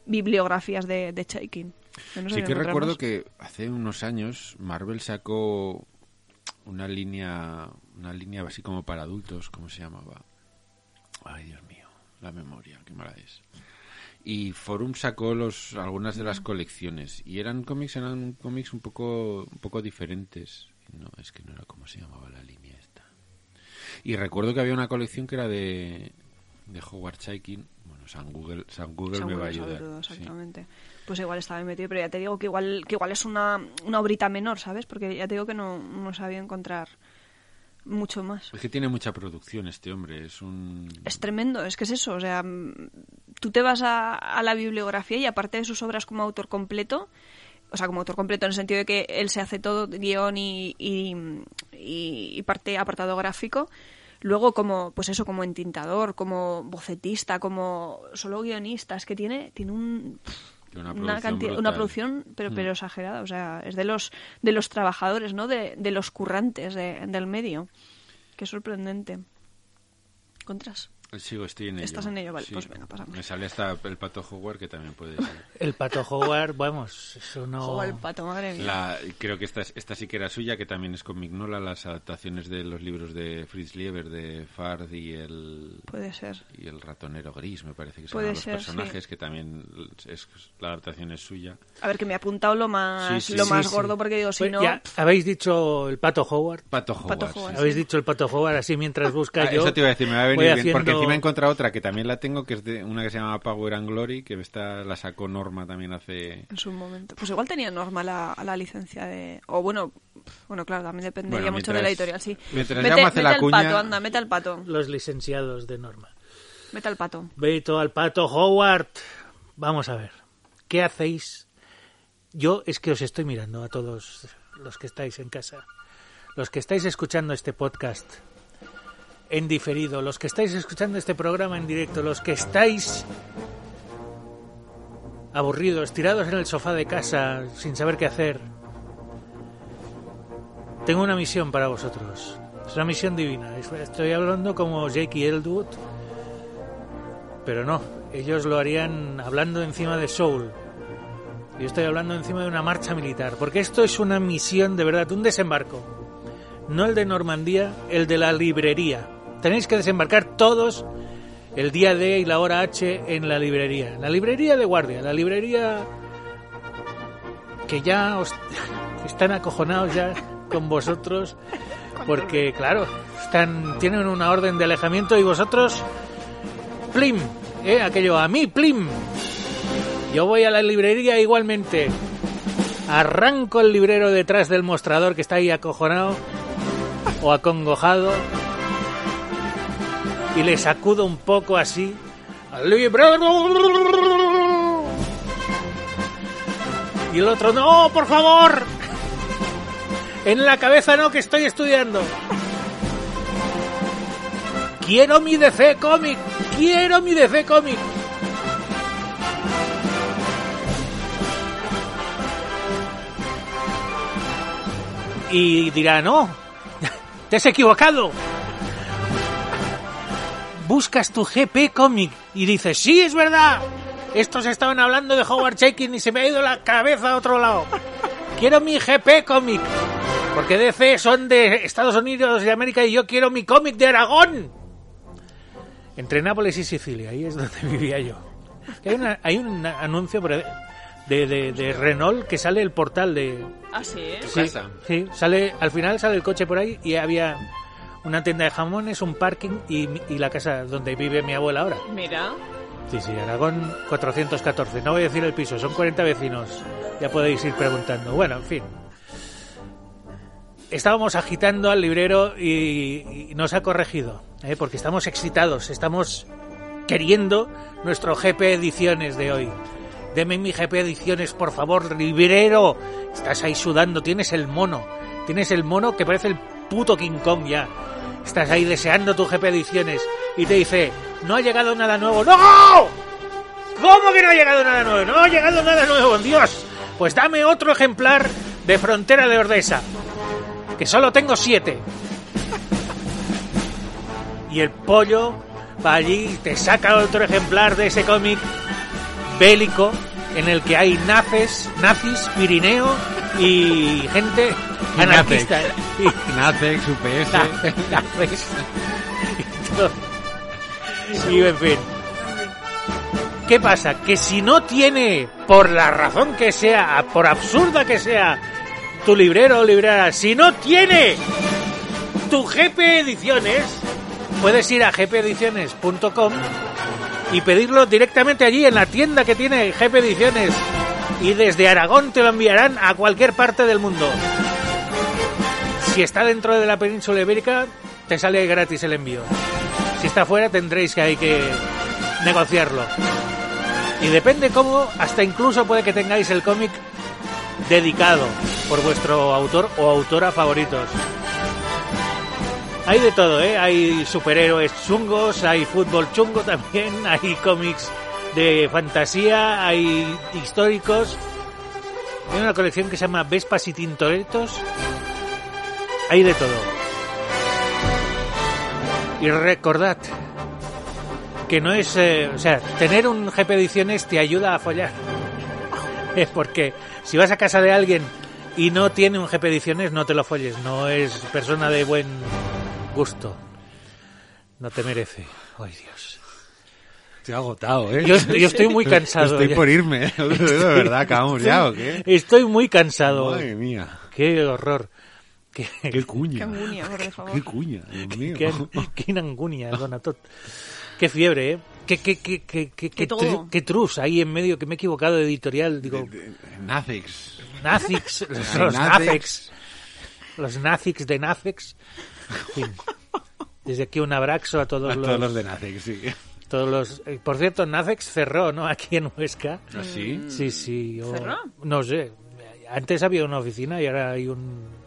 Speaker 4: bibliografías de, de Chaikin. Yo no
Speaker 1: sí
Speaker 4: sabía
Speaker 1: que
Speaker 4: encontrar
Speaker 1: recuerdo
Speaker 4: más.
Speaker 1: que hace unos años Marvel sacó una línea, una línea así como para adultos, ¿cómo se llamaba? Ay, Dios mío, la memoria, qué mala es. Y Forum sacó los, algunas de las colecciones y eran cómics, eran cómics un poco, un poco diferentes. No, es que no era como se llamaba la línea esta. Y recuerdo que había una colección que era de, de Howard Chaykin. Bueno, San Google, San Google
Speaker 4: Seguro,
Speaker 1: me va a
Speaker 4: sobre
Speaker 1: ayudar.
Speaker 4: todo,
Speaker 1: sí.
Speaker 4: exactamente. Pues igual estaba metido, pero ya te digo que igual, que igual es una, una obrita menor, ¿sabes? Porque ya te digo que no, no sabía encontrar mucho más.
Speaker 1: Es que tiene mucha producción este hombre, es un...
Speaker 4: Es tremendo, es que es eso. O sea, mm, tú te vas a, a la bibliografía y aparte de sus obras como autor completo, o sea, como autor completo en el sentido de que él se hace todo guión y, y, y- y parte apartado gráfico, luego como, pues eso, como entintador, como bocetista, como solo guionista, es que tiene, tiene un,
Speaker 1: tiene una
Speaker 4: una,
Speaker 1: producción
Speaker 4: cantidad- una
Speaker 1: brutal.
Speaker 4: producción pero,
Speaker 1: Mm.
Speaker 4: pero exagerada, o sea, es de los, de los trabajadores, ¿no? De, de los currantes de- del medio. Qué sorprendente. ¿Contras?
Speaker 1: Sigo, estoy en ello.
Speaker 4: Estás en ello, vale, pues venga, pasamos.
Speaker 1: Me sale hasta el pato Howard, que también puede ser.
Speaker 3: El pato Howard, vamos, eso no.
Speaker 4: Joder, el pato, madre mía.
Speaker 1: La- creo que esta, es- esta sí que era suya, que también es con Mignola, las adaptaciones de los libros de Fritz Lieber, de Fard y el,
Speaker 4: Puede ser.
Speaker 1: y el ratonero gris, me parece que son
Speaker 4: Puede
Speaker 1: los
Speaker 4: ser,
Speaker 1: personajes, que también es, la adaptación es suya.
Speaker 4: A ver, que me he apuntado lo más,
Speaker 1: Sí, sí,
Speaker 4: lo
Speaker 1: sí,
Speaker 4: más
Speaker 3: sí.
Speaker 4: gordo porque digo, si
Speaker 3: Pues
Speaker 4: no... Ah,
Speaker 3: ya, habéis dicho el pato Howard.
Speaker 1: Pato Howard.
Speaker 4: Pato
Speaker 1: sí.
Speaker 4: Howard.
Speaker 3: Habéis dicho el pato Howard así mientras busca
Speaker 1: Ah,
Speaker 3: yo.
Speaker 1: eso te iba a decir, me va a venir
Speaker 3: voy
Speaker 1: bien,
Speaker 3: haciendo-
Speaker 1: porque encima he encontrado otra que también la tengo, que es de una que se llama Power and Glory, que esta la sacó Norma también hace...
Speaker 4: En su momento. Pues igual tenía norma la, la licencia de... O bueno, bueno, claro, también dependería
Speaker 1: Bueno,
Speaker 4: mucho de la
Speaker 1: mientras-
Speaker 4: editorial, sí.
Speaker 1: mientras
Speaker 4: Mete,
Speaker 1: ya me hace
Speaker 4: mete
Speaker 1: la
Speaker 4: al
Speaker 1: cuña-
Speaker 4: pato, anda, mete al pato.
Speaker 3: Los licenciados de Norma.
Speaker 4: Mete al pato.
Speaker 3: Beto al pato Howard. Vamos a ver. ¿Qué hacéis? Yo es que os estoy mirando a todos los que estáis en casa. Los que estáis escuchando este podcast en diferido, los que estáis escuchando este programa en directo, los que estáis aburridos, tirados en el sofá de casa sin saber qué hacer. Tengo una misión para vosotros. Es una misión divina. Es- Estoy hablando como Jake y Elwood pero no, ellos lo harían hablando encima de Soul. Yo estoy hablando encima de una marcha militar, porque esto es una misión de verdad, un desembarco. No el de Normandía, el de la librería. Tenéis que desembarcar todos el día D y la hora H en la librería. La librería de guardia, la librería que ya os están acojonados ya con vosotros porque claro, están tienen una orden de alejamiento y vosotros plim, eh, aquello a mí plim. Yo voy a la librería igualmente. Arranco el librero detrás del mostrador que está ahí acojonado o acongojado y le sacudo un poco así al librero. Y el otro, no, por favor. En la cabeza no, que estoy estudiando. Quiero mi DC cómic. Quiero mi DC cómic. Y dirá, no, te has equivocado. Buscas tu GP cómic y dices, sí, es verdad. Estos estaban hablando de Howard Chaykin y se me ha ido la cabeza a otro lado. Quiero mi GP cómic. Porque DC son de Estados Unidos de América y yo quiero mi cómic de Aragón. Entre Nápoles y Sicilia, ahí es donde vivía yo. Hay, una- hay un anuncio por- de, de- de Renault que sale el portal de...
Speaker 4: Ah, sí, ¿eh?
Speaker 1: Tu
Speaker 3: Sí,
Speaker 1: casa.
Speaker 3: sí, sale, al final sale el coche por ahí y había una tienda de jamones, un parking y, mi- y la casa donde vive mi abuela ahora.
Speaker 4: Mira.
Speaker 3: Sí, sí, Aragón 414. No voy a decir el piso, son 40 vecinos. Ya podéis ir preguntando. Bueno, en fin. Estábamos agitando al librero y, y nos ha corregido, ¿eh? porque estamos excitados, estamos queriendo nuestro GP Ediciones de hoy. Deme mi GP Ediciones, por favor, librero. Estás ahí sudando, tienes el mono. Tienes el mono que parece el puto King Kong ya. Estás ahí deseando tu GP Ediciones y te dice, no ha llegado nada nuevo. ¡No! ¿Cómo que no ha llegado nada nuevo? No ha llegado nada nuevo, Dios. Pues dame otro ejemplar de Frontera de Ordesa. Que solo tengo siete. Y el pollo va allí y te saca otro ejemplar de ese cómic bélico en el que hay nazis, nazis, Pirineo y gente
Speaker 1: Y
Speaker 3: anarquista. Y,
Speaker 1: Nacex, UPS.
Speaker 3: na- nazis. y, todo. Y, en fin. ¿Qué pasa? Que si no tiene, por la razón que sea, por absurda que sea, tu librero o librera, si no tiene tu GP Ediciones, puedes ir a gpediciones.com y pedirlo directamente allí en la tienda que tiene GP Ediciones. Y desde Aragón te lo enviarán a cualquier parte del mundo. Si está dentro de la península ibérica, te sale gratis el envío. Si está fuera, tendréis que hay que negociarlo. Y depende cómo, hasta incluso puede que tengáis el cómic dedicado por vuestro autor o autora favoritos. Hay de todo, ¿eh? Hay superhéroes chungos, hay fútbol chungo también, hay cómics de fantasía, hay históricos. Hay una colección que se llama Vespas y Tintoretos. Hay de todo. Y recordad que no es... eh, o sea, tener un GP Ediciones te ayuda a follar. Es porque si vas a casa de alguien y no tiene un GP Ediciones, no te lo folles. No es persona de buen gusto. No te merece. Ay, Dios.
Speaker 1: Estoy agotado, ¿eh?
Speaker 3: Yo, yo estoy muy cansado.
Speaker 1: Estoy
Speaker 3: ya.
Speaker 1: por irme, ¿eh? de verdad, acabamos ya, ¿o qué?
Speaker 3: Estoy muy cansado.
Speaker 1: Madre mía,
Speaker 3: Qué horror. Qué,
Speaker 1: qué cuña.
Speaker 4: Qué angunia, por favor.
Speaker 1: Qué cuña, Dios mío.
Speaker 3: qué, qué angunia, Donatot. Qué fiebre, ¿eh? Qué, qué, qué, qué, qué, qué
Speaker 4: todo.
Speaker 3: tru- qué trus ahí en medio, que me he equivocado de editorial. Digo,
Speaker 1: Nacex.
Speaker 3: Nazix, los
Speaker 1: Ay,
Speaker 3: Nazix, los Nazix de Nazix. En fin. Desde aquí un abrazo a todos
Speaker 1: A
Speaker 3: los...
Speaker 1: todos los de Nacex, sí.
Speaker 3: todos los- eh, Por cierto, Nazix cerró, ¿no? Aquí en Huesca.
Speaker 1: ¿Así?
Speaker 3: ¿Ah, Sí, sí. yo-
Speaker 4: Mm. ¿Cerró?
Speaker 3: No sé. Antes había una oficina y ahora hay un...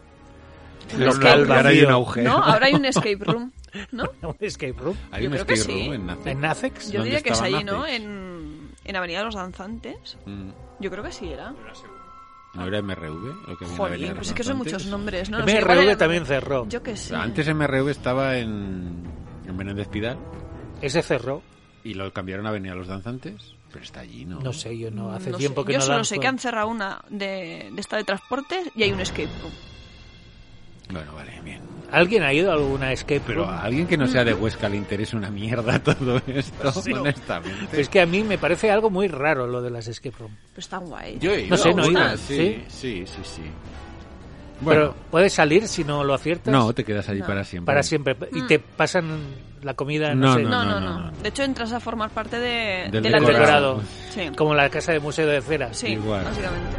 Speaker 1: Pero
Speaker 3: Local
Speaker 1: ahora hay
Speaker 3: vacío.
Speaker 1: un agujero.
Speaker 4: No, ahora hay un escape room, ¿no?
Speaker 3: un escape room.
Speaker 1: Hay
Speaker 4: Yo
Speaker 1: un
Speaker 4: creo que
Speaker 1: escape
Speaker 4: sí.
Speaker 1: room en Nacex.
Speaker 3: ¿En Nazix?
Speaker 4: Yo
Speaker 1: ¿Dónde
Speaker 4: diría que es
Speaker 1: estaba
Speaker 4: allí, ¿no?
Speaker 1: Nacex?
Speaker 4: En, en Avenida de los Danzantes.
Speaker 1: Mm.
Speaker 4: Yo creo que sí era.
Speaker 1: ¿No era MRV? Lo que había en Avenida
Speaker 4: Jolín,
Speaker 1: de
Speaker 4: pues
Speaker 1: los
Speaker 4: es que son
Speaker 1: Andantes?
Speaker 4: muchos nombres, ¿no?
Speaker 3: El
Speaker 4: No sé, igual
Speaker 3: MRV
Speaker 4: era-
Speaker 3: también cerró.
Speaker 4: Yo que sí.
Speaker 1: Antes MRV estaba en, en Menéndez Pidal
Speaker 3: Ese cerró.
Speaker 1: y lo cambiaron a Avenida Los Danzantes, pero está allí, ¿no?
Speaker 3: No sé, yo no. Hace
Speaker 4: Mm, No sé.
Speaker 3: tiempo que
Speaker 4: Yo
Speaker 3: no
Speaker 4: solo
Speaker 3: dan
Speaker 4: sé
Speaker 3: cu-
Speaker 4: que han cerrado una de, de esta de transportes y hay un escape room.
Speaker 1: Bueno, vale, bien.
Speaker 3: ¿Alguien ha ido a alguna escape
Speaker 1: Pero
Speaker 3: room?
Speaker 1: a alguien que no sea de Huesca le interesa una mierda todo esto, honestamente.
Speaker 3: Es que a mí me parece algo muy raro lo de las escape room.
Speaker 4: Pero está guay.
Speaker 1: Yo he ido
Speaker 3: No sé,
Speaker 1: a
Speaker 3: no he
Speaker 1: una,
Speaker 3: ido,
Speaker 1: sí, sí, sí, sí.
Speaker 3: Pero
Speaker 1: Bueno,
Speaker 3: puedes salir si no lo aciertas.
Speaker 1: no, te quedas allí
Speaker 4: No.
Speaker 1: para siempre.
Speaker 3: Para siempre.
Speaker 4: Mm.
Speaker 3: Y te pasan la comida, no,
Speaker 1: No,
Speaker 3: sé.
Speaker 1: no,
Speaker 4: No, no, no,
Speaker 1: no.
Speaker 4: De hecho, entras a formar parte de,
Speaker 1: Del
Speaker 4: de la
Speaker 3: decorado.
Speaker 4: terraza. Sí,
Speaker 3: Como la casa de museo de cera.
Speaker 4: sí
Speaker 1: Igual.
Speaker 4: básicamente.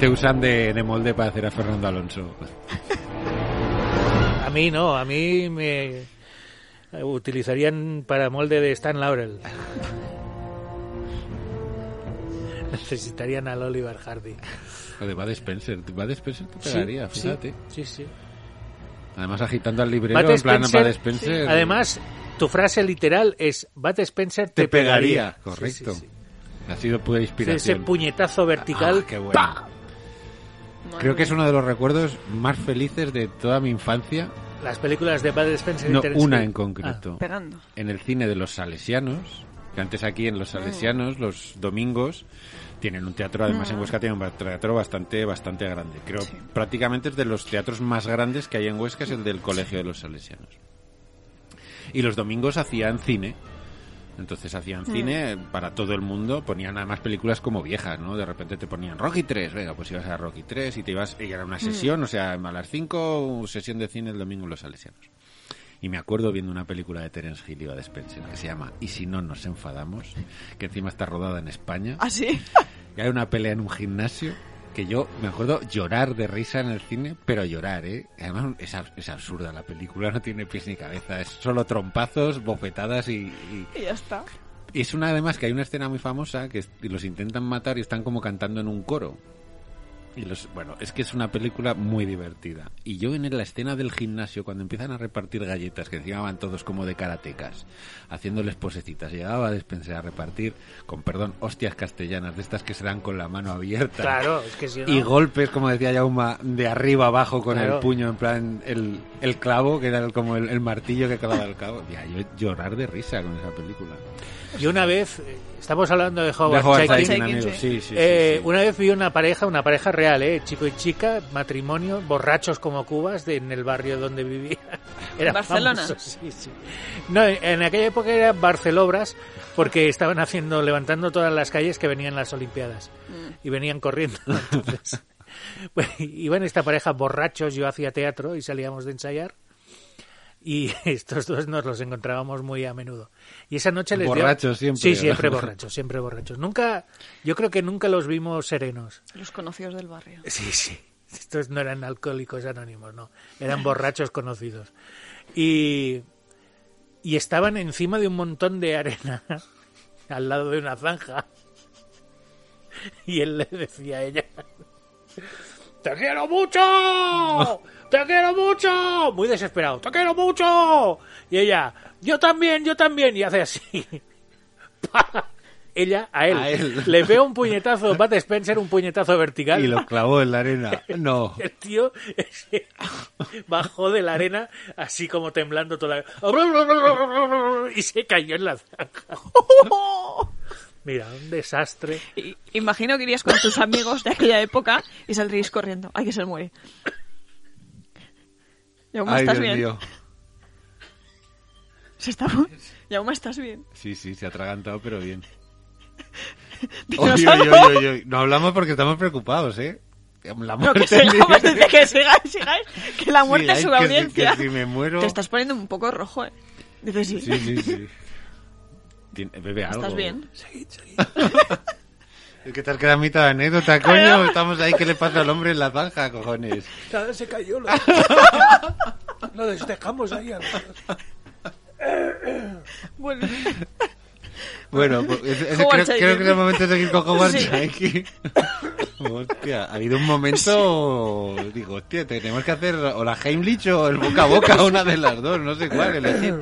Speaker 1: Te usan de, de molde para hacer a Fernando Alonso.
Speaker 3: A mí no, a mí me eh, utilizarían para molde de Stan Laurel. Necesitarían al Oliver Hardy.
Speaker 1: Joder, Bud Spencer. Bud Spencer te pegaría,
Speaker 3: sí,
Speaker 1: fíjate.
Speaker 3: sí, sí.
Speaker 1: Además agitando al librero
Speaker 3: Bud
Speaker 1: en plan
Speaker 3: Spencer,
Speaker 1: Bud Spencer.
Speaker 3: Además, tu frase literal es Bat Spencer te,
Speaker 1: te pegaría.
Speaker 3: Sí,
Speaker 1: Correcto.
Speaker 3: sí, sí.
Speaker 1: Ha sido pura
Speaker 3: Sí,
Speaker 1: inspiración.
Speaker 3: Ese puñetazo vertical.
Speaker 1: Ah, qué bueno.
Speaker 3: ¡pa!
Speaker 4: Madre
Speaker 1: Creo que es
Speaker 4: mía.
Speaker 1: uno de los recuerdos más felices de toda mi infancia.
Speaker 3: Las películas de Bud Spencer y
Speaker 1: No,
Speaker 3: Terence
Speaker 1: una
Speaker 3: Hill.
Speaker 1: en concreto.
Speaker 4: Pegando.
Speaker 1: en el cine de los salesianos, que antes aquí en los salesianos, los domingos, tienen un teatro, además en Huesca tienen un teatro bastante, bastante grande. Creo
Speaker 4: Sí.
Speaker 1: prácticamente es de los teatros más grandes que hay en Huesca, es el del Colegio de los Salesianos. Y los domingos hacían cine. Entonces hacían cine para todo el mundo, ponían además películas como viejas, ¿no? De repente te ponían Rocky 3, venga, pues ibas a Rocky 3 y te ibas, y era una sesión, o sea, a las 5, sesión de cine el domingo en los salesianos. Y me acuerdo viendo una película de Terence Hill y Bud Spencer que se llama Y si no nos enfadamos, que encima está rodada en España.
Speaker 4: ¿Ah, sí?
Speaker 1: Y hay una pelea en un gimnasio que yo me acuerdo llorar de risa en el cine, pero llorar, ¿eh? Además es, ab- es absurda la película, no tiene pies ni cabeza, es solo trompazos, bofetadas y... y-
Speaker 4: y ya está.
Speaker 1: y es una además que hay una escena muy famosa que es- los intentan matar y están como cantando en un coro. Y los, bueno, es que es una película muy divertida. Y yo en la escena del gimnasio, cuando empiezan a repartir galletas, que encima van todos como de karatecas, haciéndoles posecitas, llegaba a despense a repartir, con perdón, hostias castellanas, de estas que se dan con la mano abierta.
Speaker 3: Ah, Claro, es que si no-
Speaker 1: Y golpes, como decía Yauma, de arriba abajo con
Speaker 3: Claro.
Speaker 1: el puño, en plan el, el clavo, que era el- como el, el martillo que clavaba el cabo. Ya, yo llorar de risa con esa película.
Speaker 3: Y una vez, eh, estamos hablando de
Speaker 1: De
Speaker 3: Howard,
Speaker 1: Howard
Speaker 3: Chaykin.
Speaker 1: Chaykin,
Speaker 4: Chaykin,
Speaker 1: amigo.
Speaker 4: sí.
Speaker 1: Sí, sí, sí,
Speaker 3: Eh,
Speaker 1: sí.
Speaker 3: Una vez vi una pareja, una pareja real, ¿eh? chico y chica, matrimonio, borrachos como cubas de- en el barrio donde vivía. Era
Speaker 4: Barcelona.
Speaker 3: famoso, sí, sí. No, en, en aquella época era Barcelobras porque estaban haciendo, levantando todas las calles que venían las Olimpiadas y venían corriendo. Entonces, bueno, iban esta pareja borrachos, yo hacía teatro y salíamos de ensayar. Y estos dos nos los encontrábamos muy a menudo. Y esa noche les dio-
Speaker 1: Borrachos siempre,
Speaker 3: Sí,
Speaker 1: ¿no?
Speaker 3: siempre borrachos, siempre borrachos. Nunca, yo creo que nunca los vimos serenos.
Speaker 4: Los conocidos del barrio.
Speaker 3: Sí, sí. Estos no eran alcohólicos anónimos, no. Eran borrachos conocidos. Y, y estaban encima de un montón de arena, al lado de una zanja. Y él le decía a ella, ¡Te quiero mucho! ¡Te quiero mucho! Muy desesperado, ¡Te quiero mucho! Y ella, ¡Yo también, yo también! Y hace así. Pa. Ella a él.
Speaker 1: A él.
Speaker 3: Le pega un puñetazo, Pat Spencer, un puñetazo vertical.
Speaker 1: Y lo clavó en la arena. No.
Speaker 3: El tío ese, bajó de la arena así como temblando toda la... Y se cayó en la zanja. Mira, un desastre.
Speaker 4: I- Imagino que irías con tus amigos de aquella época y saldríais corriendo. Ay, que se muere. Yauma,
Speaker 1: Ay,
Speaker 4: ¿estás
Speaker 1: Dios
Speaker 4: bien?
Speaker 1: mío.
Speaker 4: Se está... Yauma, ¿estás bien?
Speaker 1: Sí, sí, se ha atragantado, pero bien.
Speaker 4: Dinos
Speaker 1: Oye,
Speaker 4: algo.
Speaker 1: oye, oye, oye. No hablamos porque estamos preocupados, ¿eh? La
Speaker 4: No,
Speaker 1: muerte
Speaker 4: que sigamos,
Speaker 1: de-
Speaker 4: dice que sigáis, sigáis. Que la muerte
Speaker 1: Sigáis,
Speaker 4: es una
Speaker 1: que si-
Speaker 4: audiencia.
Speaker 1: que si me muero-
Speaker 4: Te estás poniendo un poco rojo, eh. Dices sí.
Speaker 1: Sí, sí, sí. Tien- Bebe algo.
Speaker 4: ¿Estás bien?
Speaker 1: Es que te has quedado a mitad de anécdota, coño. Estamos ahí, ¿qué le pasa al hombre en la zanja, cojones?
Speaker 3: Nada, se cayó. Lo, lo despejamos ahí.
Speaker 4: Vuelve.
Speaker 1: Bueno, pues, es- es-
Speaker 4: Howard
Speaker 1: creo,
Speaker 4: Chaykin.
Speaker 1: creo que es el momento de seguir con Howard
Speaker 4: Sí.
Speaker 1: Chaykin. Hostia, ha habido un momento... Digo, hostia, tenemos que hacer o la Heimlich o el boca a boca, una de las dos, no sé cuál elegir.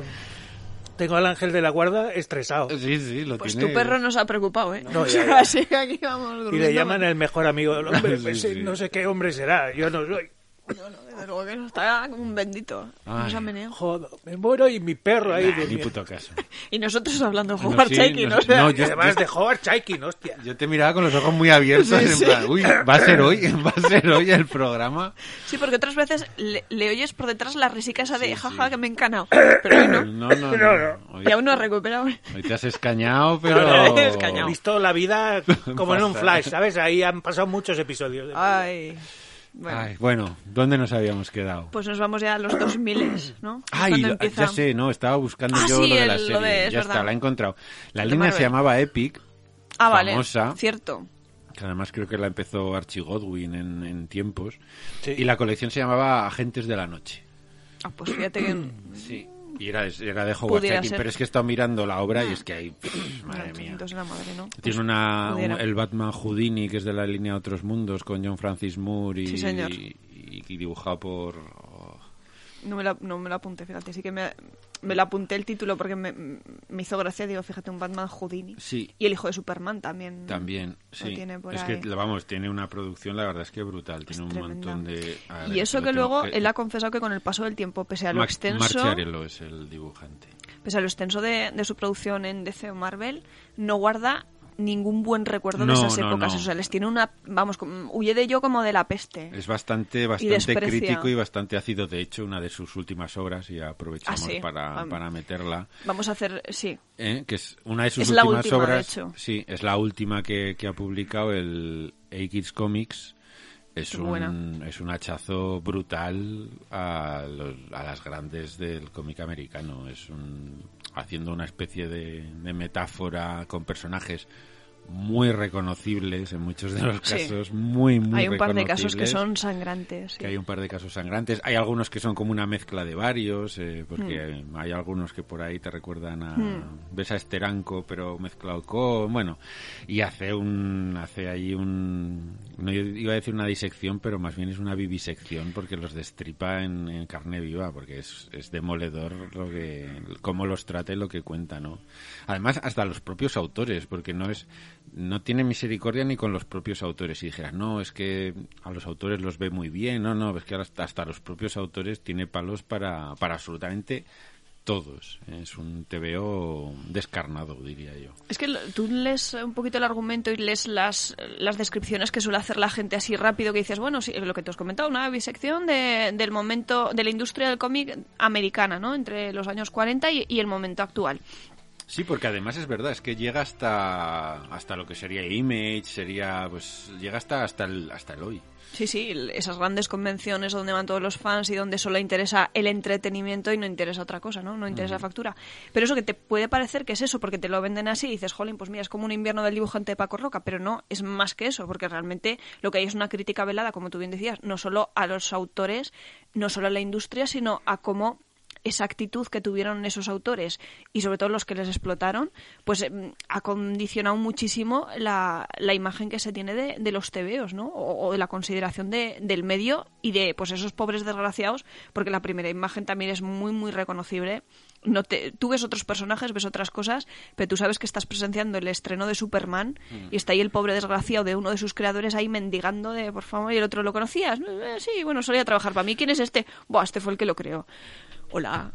Speaker 3: Tengo al ángel de la guarda estresado.
Speaker 1: Sí, sí, lo
Speaker 4: Pues
Speaker 1: tiene.
Speaker 4: tu perro nos ha preocupado, eh.
Speaker 3: No, ya, ya.
Speaker 4: Así que aquí vamos
Speaker 3: Y
Speaker 4: durmiendo.
Speaker 3: le llaman el mejor amigo del hombre.
Speaker 1: Sí,
Speaker 3: Pues,
Speaker 1: sí.
Speaker 3: No sé qué hombre será. Yo no soy.
Speaker 4: No, no, desde luego que no está como un bendito. Nos
Speaker 1: Ay.
Speaker 4: ha meneado.
Speaker 3: Joder, me muero y mi perro ahí.
Speaker 1: Ni
Speaker 3: durmiendo.
Speaker 1: puto caso.
Speaker 4: Y nosotros hablando de
Speaker 1: Bueno,
Speaker 4: jugar
Speaker 1: sí,
Speaker 4: check y
Speaker 1: no-
Speaker 4: no, sé.
Speaker 1: no,
Speaker 3: Y
Speaker 1: yo-
Speaker 3: además de Howard Chaykin, hostia.
Speaker 1: Yo te miraba con los ojos muy abiertos,
Speaker 4: Sí,
Speaker 1: en
Speaker 4: sí.
Speaker 1: plan, uy, va a ser hoy, va a ser hoy el programa.
Speaker 4: Sí, porque otras veces le, le oyes por detrás la risica esa de jaja que me he encanado. Pero hoy no.
Speaker 1: No, no, no. Hoy,
Speaker 4: Y aún no ha recuperado.
Speaker 1: hoy te has escañado,
Speaker 4: No,
Speaker 1: pero...
Speaker 4: no, he escañado.
Speaker 3: He visto la vida como en un
Speaker 1: Pasa.
Speaker 3: flash, ¿sabes? Ahí han pasado muchos episodios.
Speaker 4: Ay. Bueno,
Speaker 1: Ay, bueno, ¿dónde nos habíamos quedado?
Speaker 4: pues nos vamos ya a los 2000, ¿no?
Speaker 1: Ay,
Speaker 4: Cuando
Speaker 1: lo-
Speaker 4: empieza-
Speaker 1: ya sé, no, estaba buscando
Speaker 4: Ah,
Speaker 1: yo
Speaker 4: sí,
Speaker 1: lo de
Speaker 4: el-
Speaker 1: la
Speaker 4: lo
Speaker 1: serie.
Speaker 4: de- es
Speaker 1: ya está,
Speaker 4: verdad.
Speaker 1: la he encontrado. La
Speaker 4: De
Speaker 1: línea
Speaker 4: Marvel.
Speaker 1: se llamaba Epic,
Speaker 4: Ah, vale.
Speaker 1: famosa.
Speaker 4: Cierto.
Speaker 1: que además creo que la empezó Archie Godwin en, en tiempos, y la colección se llamaba Agentes de la Noche.
Speaker 4: Ah, pues fíjate que
Speaker 1: Sí. Y era, de- era de Howard
Speaker 4: Pudiera
Speaker 1: Chaykin,
Speaker 4: ser.
Speaker 1: pero es que he estado mirando la obra y es que ahí... pff, madre mía.
Speaker 4: Entonces la madre, ¿no?
Speaker 1: Tiene una,
Speaker 4: pudiera.
Speaker 1: un- el Batman Houdini, que es de la línea Otros Mundos, con John Francis Moore y,
Speaker 4: Sí, señor.
Speaker 1: y, y dibujado por... oh,
Speaker 4: No me la, no me la apunté, fíjate. Sí que me, me la apunté el título porque me, me hizo gracia. Digo, fíjate, un Batman Houdini.
Speaker 1: Sí.
Speaker 4: Y el hijo de Superman también.
Speaker 1: también, sí.
Speaker 4: tiene por
Speaker 1: es
Speaker 4: ahí.
Speaker 1: que, vamos, tiene una producción, la verdad es que brutal. Tiene un
Speaker 4: tremenda.
Speaker 1: montón de... a ver,
Speaker 4: Y eso
Speaker 1: lo
Speaker 4: que
Speaker 1: tengo
Speaker 4: luego
Speaker 1: que-
Speaker 4: él ha confesado que con el paso del tiempo, pese a lo
Speaker 1: Mac-
Speaker 4: extenso,
Speaker 1: Marciarello es el dibujante.
Speaker 4: pese a lo extenso de, de su producción en DC o Marvel, no guarda ningún buen recuerdo
Speaker 1: No,
Speaker 4: de esas
Speaker 1: no,
Speaker 4: épocas.
Speaker 1: no.
Speaker 4: O sea, les tiene una, vamos, como- huye de ello como de la peste.
Speaker 1: Es bastante, bastante
Speaker 4: desprecia.
Speaker 1: crítico y bastante ácido. De hecho, una de sus últimas obras, y aprovechamos
Speaker 4: Ah, sí.
Speaker 1: para,
Speaker 4: Am-
Speaker 1: para meterla,
Speaker 4: Vamos a hacer, sí,
Speaker 1: ¿eh? que es una de sus
Speaker 4: Es la
Speaker 1: últimas
Speaker 4: última, de
Speaker 1: obras.
Speaker 4: hecho.
Speaker 1: Sí, es la última que, que ha publicado el A-Kids Comics. Es
Speaker 4: Qué
Speaker 1: un,
Speaker 4: buena.
Speaker 1: es un hachazo brutal a, los- a las grandes del cómic americano. Es un, haciendo una especie de, de metáfora con personajes muy reconocibles en muchos de los
Speaker 4: Sí.
Speaker 1: casos, muy, muy
Speaker 4: Hay un par de casos que
Speaker 1: reconocibles,
Speaker 4: son sangrantes. sí.
Speaker 1: que hay un par de casos sangrantes. Hay algunos que son como una mezcla de varios, eh, porque hay algunos que por ahí te recuerdan a... Ves a Esteranco, pero mezclado con... Bueno, y hace un... Hace ahí un... No iba a decir una disección, pero más bien es una vivisección, porque los destripa en, en carne viva, porque es, es demoledor lo que... Cómo los trata y lo que cuenta, ¿no? Además, hasta los propios autores, porque no es... No tiene misericordia ni con los propios autores. Si dijeras, no, es que a los autores los ve muy bien, no, no, es que hasta, hasta los propios autores tiene palos para, para absolutamente todos. Es un TVO descarnado, diría yo.
Speaker 4: Es que lo- tú lees un poquito el argumento y lees las, las descripciones que suele hacer la gente así rápido que dices, bueno, sí, lo que te has comentado, una bisección de- del momento de la industria del cómic americana, ¿no? Entre los años 40 y, y el momento actual.
Speaker 1: Sí, porque además es verdad, es que llega hasta hasta lo que sería Image, sería pues llega hasta hasta el hasta el hoy.
Speaker 4: Sí, sí, el- esas grandes convenciones donde van todos los fans y donde solo interesa el entretenimiento y no interesa otra cosa, ¿no? No interesa la factura. Pero eso que te puede parecer que es eso, porque te lo venden así y dices, jolín, pues mira, es como un invierno del dibujante de Paco Roca, pero no, es más que eso, porque realmente lo que hay es una crítica velada, como tú bien decías, no solo a los autores, no solo a la industria, sino a cómo esa actitud que tuvieron esos autores y sobre todo los que les explotaron, pues em, ha condicionado muchísimo la, la imagen que se tiene de, de los tebeos, ¿no? O, o de la consideración de- del medio y de pues esos pobres desgraciados, porque la primera imagen también es muy, muy reconocible. No te, tú ves otros personajes, ves otras cosas, pero tú sabes que estás presenciando el estreno de Superman y está ahí el pobre desgraciado de uno de sus creadores ahí mendigando de, por favor, y el otro lo conocías. "Eh, sí, bueno, solía trabajar para mí. ¿Quién es este? Buah, este fue el que lo creó. Hola.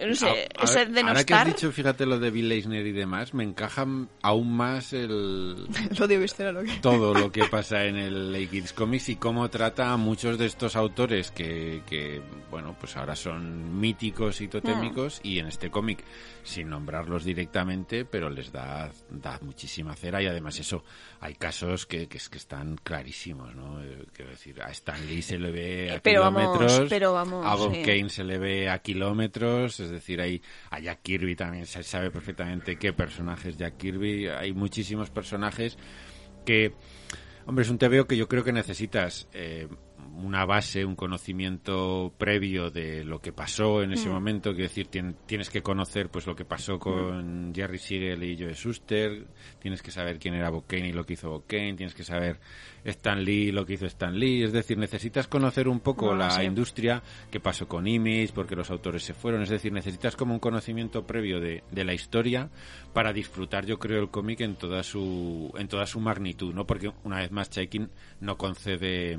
Speaker 4: No sé,
Speaker 1: Eh, A- a
Speaker 4: ese
Speaker 1: ver,
Speaker 4: de no
Speaker 1: ahora que
Speaker 4: estar.
Speaker 1: has dicho, fíjate lo de Bill Eisner y demás, me encajan aún más el
Speaker 4: Lo de Vistera, lo que.
Speaker 1: todo lo que pasa en el Lake Kids Comics y cómo trata a muchos de estos autores que, que, bueno, pues ahora son míticos y totémicos y en este cómic, sin nombrarlos directamente, pero les da, da muchísima cera y además eso, hay casos que, que, es que están clarísimos, ¿no? Eh, Quiero decir, a Stan Lee se le ve eh, a
Speaker 4: Eh, Pero vamos,
Speaker 1: kilómetros,
Speaker 4: pero vamos,
Speaker 1: a Bob
Speaker 4: sí.
Speaker 1: Kane se le ve a kilómetros, es decir, hay, a Jack Kirby también se sabe perfectamente qué personaje es Jack Kirby, hay muchísimos personajes que, hombre, es un TVO que yo creo que necesitas eh, una base, un conocimiento previo de lo que pasó en
Speaker 4: Mm.
Speaker 1: ese momento. Quiero decir, tien- tienes que conocer pues lo que pasó con Jerry Siegel y Joe Shuster, tienes que saber quién era Bob Kane y lo que hizo Bob Kane, tienes que saber Stan Lee y lo que hizo Stan Lee. Es decir, necesitas conocer un poco
Speaker 4: No,
Speaker 1: la
Speaker 4: sí.
Speaker 1: industria, qué pasó con Image, porque los autores se fueron. Es decir, necesitas como un conocimiento previo de, de la historia para disfrutar, yo creo, el cómic en toda su en toda su magnitud, ¿no? Porque una vez más Chaikin no concede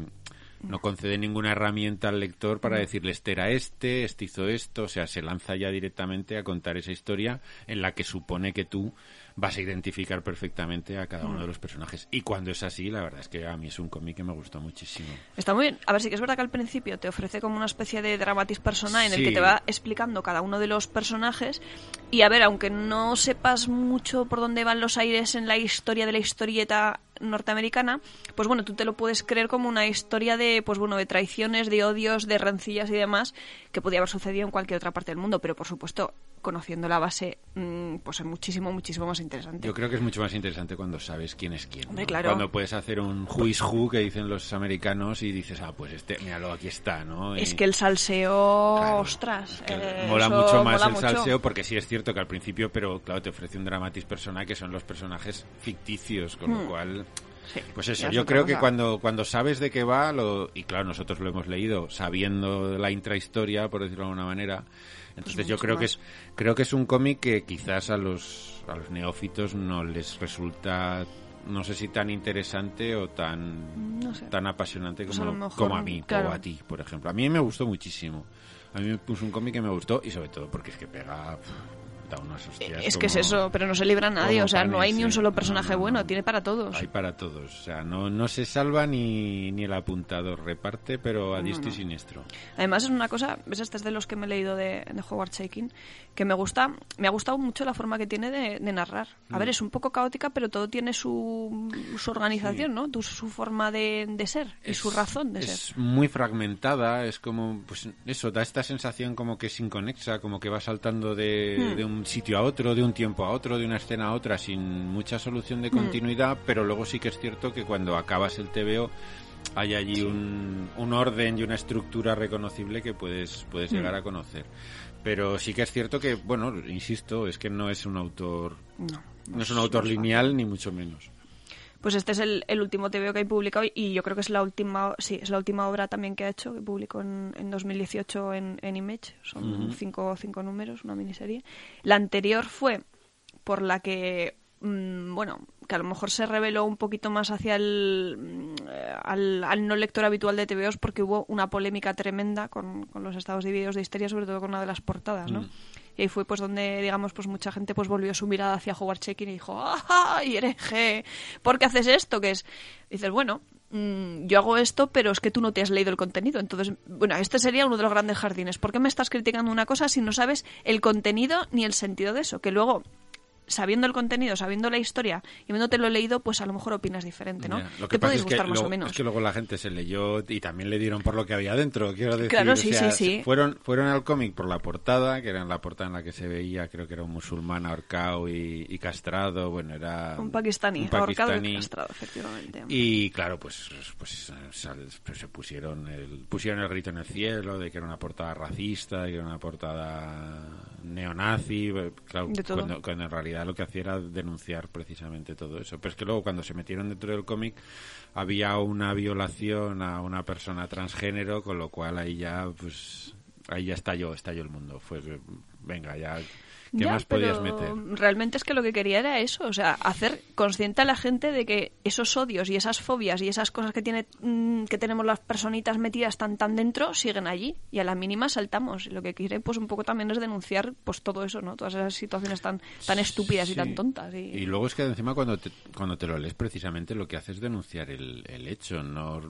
Speaker 1: no concede ninguna herramienta al lector para decirle este era este, este hizo esto, o sea, se lanza ya directamente a contar esa historia en la que supone que tú vas a identificar perfectamente a cada uno de los personajes. Y cuando es así, la verdad es que a mí es un cómic que me gustó muchísimo.
Speaker 4: Está muy bien. A ver, sí que es verdad que al principio te ofrece como una especie de dramatis persona en el
Speaker 1: Sí.
Speaker 4: que te va explicando cada uno de los personajes. Y a ver, aunque no sepas mucho por dónde van los aires en la historia de la historieta norteamericana, pues bueno, tú te lo puedes creer como una historia de, pues bueno, de traiciones, de odios, de rencillas y demás, que podía haber sucedido en cualquier otra parte del mundo, pero por supuesto, conociendo la base, mm, pues es muchísimo, muchísimo más interesante.
Speaker 1: Yo creo que es mucho más interesante cuando sabes quién es quién.
Speaker 4: Hombre,
Speaker 1: ¿no?
Speaker 4: claro.
Speaker 1: Cuando puedes hacer un who is who que dicen los americanos y dices, ah, pues este, míralo, aquí está, ¿no? Y-
Speaker 4: Es que el salseo,
Speaker 1: Claro.
Speaker 4: ostras,
Speaker 1: Es que
Speaker 4: eh,
Speaker 1: mola
Speaker 4: eso
Speaker 1: mucho más
Speaker 4: mola
Speaker 1: el
Speaker 4: mucho.
Speaker 1: salseo porque sí es cierto que al principio, pero claro, te ofrece un dramatis persona que son los personajes ficticios, con
Speaker 4: Hmm.
Speaker 1: lo cual...
Speaker 4: Sí,
Speaker 1: Pues
Speaker 4: ya
Speaker 1: eso,
Speaker 4: es
Speaker 1: yo
Speaker 4: otra
Speaker 1: creo que
Speaker 4: cosa.
Speaker 1: cuando, cuando sabes de qué va, lo, y claro, nosotros lo hemos leído sabiendo la intrahistoria, por decirlo de alguna manera, entonces yo
Speaker 4: Pues mucho
Speaker 1: creo que,
Speaker 4: más.
Speaker 1: es, creo que es un cómic que quizás a los, a los neófitos no les resulta, no sé si tan interesante o tan,
Speaker 4: No sé.
Speaker 1: tan apasionante
Speaker 4: Pues
Speaker 1: como,
Speaker 4: a lo
Speaker 1: lo-
Speaker 4: mejor,
Speaker 1: como a mí
Speaker 4: claro.
Speaker 1: o a ti, por ejemplo. A mí me gustó muchísimo. A mí me puso un cómic que me gustó y sobre todo porque es que pega, pf, da unas hostias.
Speaker 4: Eh, Es que es
Speaker 1: como-
Speaker 4: eso, pero no se libra nadie,
Speaker 1: como
Speaker 4: o sea, no
Speaker 1: panes,
Speaker 4: hay ni un
Speaker 1: sí.
Speaker 4: solo
Speaker 1: No,
Speaker 4: personaje
Speaker 1: no, no.
Speaker 4: bueno, tiene para todos.
Speaker 1: Hay para todos, o sea, no, no se salva ni, ni el apuntador, reparte, pero a diestro y siniestro.
Speaker 4: Además es una cosa, ves, este es de los que me he leído de, de Howard Shaking, que me gusta, me ha gustado mucho la forma que tiene de, de narrar. A
Speaker 1: Mm.
Speaker 4: ver, es un poco caótica, pero todo tiene su, su organización, ¿no? Tu- su forma de, de ser y su razón de
Speaker 1: es
Speaker 4: ser.
Speaker 1: muy
Speaker 4: Hmm.
Speaker 1: fragmentada, es como, pues eso, da esta sensación como que es inconexa, como que va saltando de, de un un sitio a otro, de un tiempo a otro, de una escena a otra, sin mucha solución
Speaker 4: Hmm.
Speaker 1: de continuidad, pero luego sí que es cierto que cuando acabas el TVO hay allí un, un orden y una estructura reconocible que puedes, puedes
Speaker 4: Hmm.
Speaker 1: llegar a conocer. Pero sí que es cierto que, bueno, insisto, es que no es un autor,
Speaker 4: Pues No.
Speaker 1: no es un autor lineal ni mucho menos.
Speaker 4: Pues este es el, el último TVO que he publicado y yo creo que es la última, sí, es la última obra también que ha hecho, que publicó en, en 2018 en, en Image. Son cinco, cinco números, una miniserie. La anterior fue por la que, mm, bueno, que a lo mejor se reveló un poquito más hacia el mm, eh, al, al no lector habitual de TVOs porque hubo una polémica tremenda con, con los estados divididos de histeria, sobre todo con una de las portadas, ¿no? Y ahí fue pues donde, digamos, pues mucha gente pues volvió su mirada hacia Howard Chaykin y dijo, ¡ay, hereje! ¿Por qué haces esto? Que es, dices, bueno, mm, yo hago esto, pero es que tú no te has leído el contenido. Entonces, bueno, este sería uno de los grandes jardines. ¿Por qué me estás criticando una cosa si no sabes el contenido ni el sentido de eso? Que luego, sabiendo el contenido, sabiendo la historia y habiéndotelo leído, pues a lo mejor opinas diferente, ¿no?
Speaker 1: Ya, Lo que
Speaker 4: te
Speaker 1: pasa
Speaker 4: puede
Speaker 1: es que,
Speaker 4: gustar más
Speaker 1: luego,
Speaker 4: o menos.
Speaker 1: es que luego la gente se leyó y también le dieron por lo que había dentro, quiero decir.
Speaker 4: Claro,
Speaker 1: o
Speaker 4: sí,
Speaker 1: sea,
Speaker 4: sí, sí.
Speaker 1: Fueron, fueron al cómic por la portada, que era la portada en la que se veía, creo que era un musulmán ahorcado y, y castrado, bueno, era...
Speaker 4: Un pakistaní,
Speaker 1: un
Speaker 4: ahorcado y
Speaker 1: pakistaní.
Speaker 4: castrado, efectivamente.
Speaker 1: Y claro, pues, pues, sal- pues se pusieron el, pusieron el grito en el cielo de que era una portada racista, de que era una portada neonazi, eh, claro,
Speaker 4: De todo.
Speaker 1: cuando, cuando en realidad lo que hacía era denunciar precisamente todo eso. Pero es que luego cuando se metieron dentro del cómic había una violación a una persona transgénero, con lo cual ahí ya, pues, ahí ya estalló, estalló el mundo. Fue, que, venga, ya, ¿qué
Speaker 4: Ya,
Speaker 1: más podías
Speaker 4: pero
Speaker 1: meter?
Speaker 4: Realmente es que lo que quería era eso, o sea, hacer consciente a la gente de que esos odios y esas fobias y esas cosas que tiene mm, que tenemos las personitas metidas tan tan dentro siguen allí y a la mínima saltamos. Y Lo que quiere pues un poco también es denunciar pues todo eso, ¿no? Todas esas situaciones tan tan estúpidas y
Speaker 1: Sí.
Speaker 4: tan tontas y,
Speaker 1: Y luego es que encima cuando te, cuando te lo lees precisamente lo que hace es denunciar el, el hecho, no,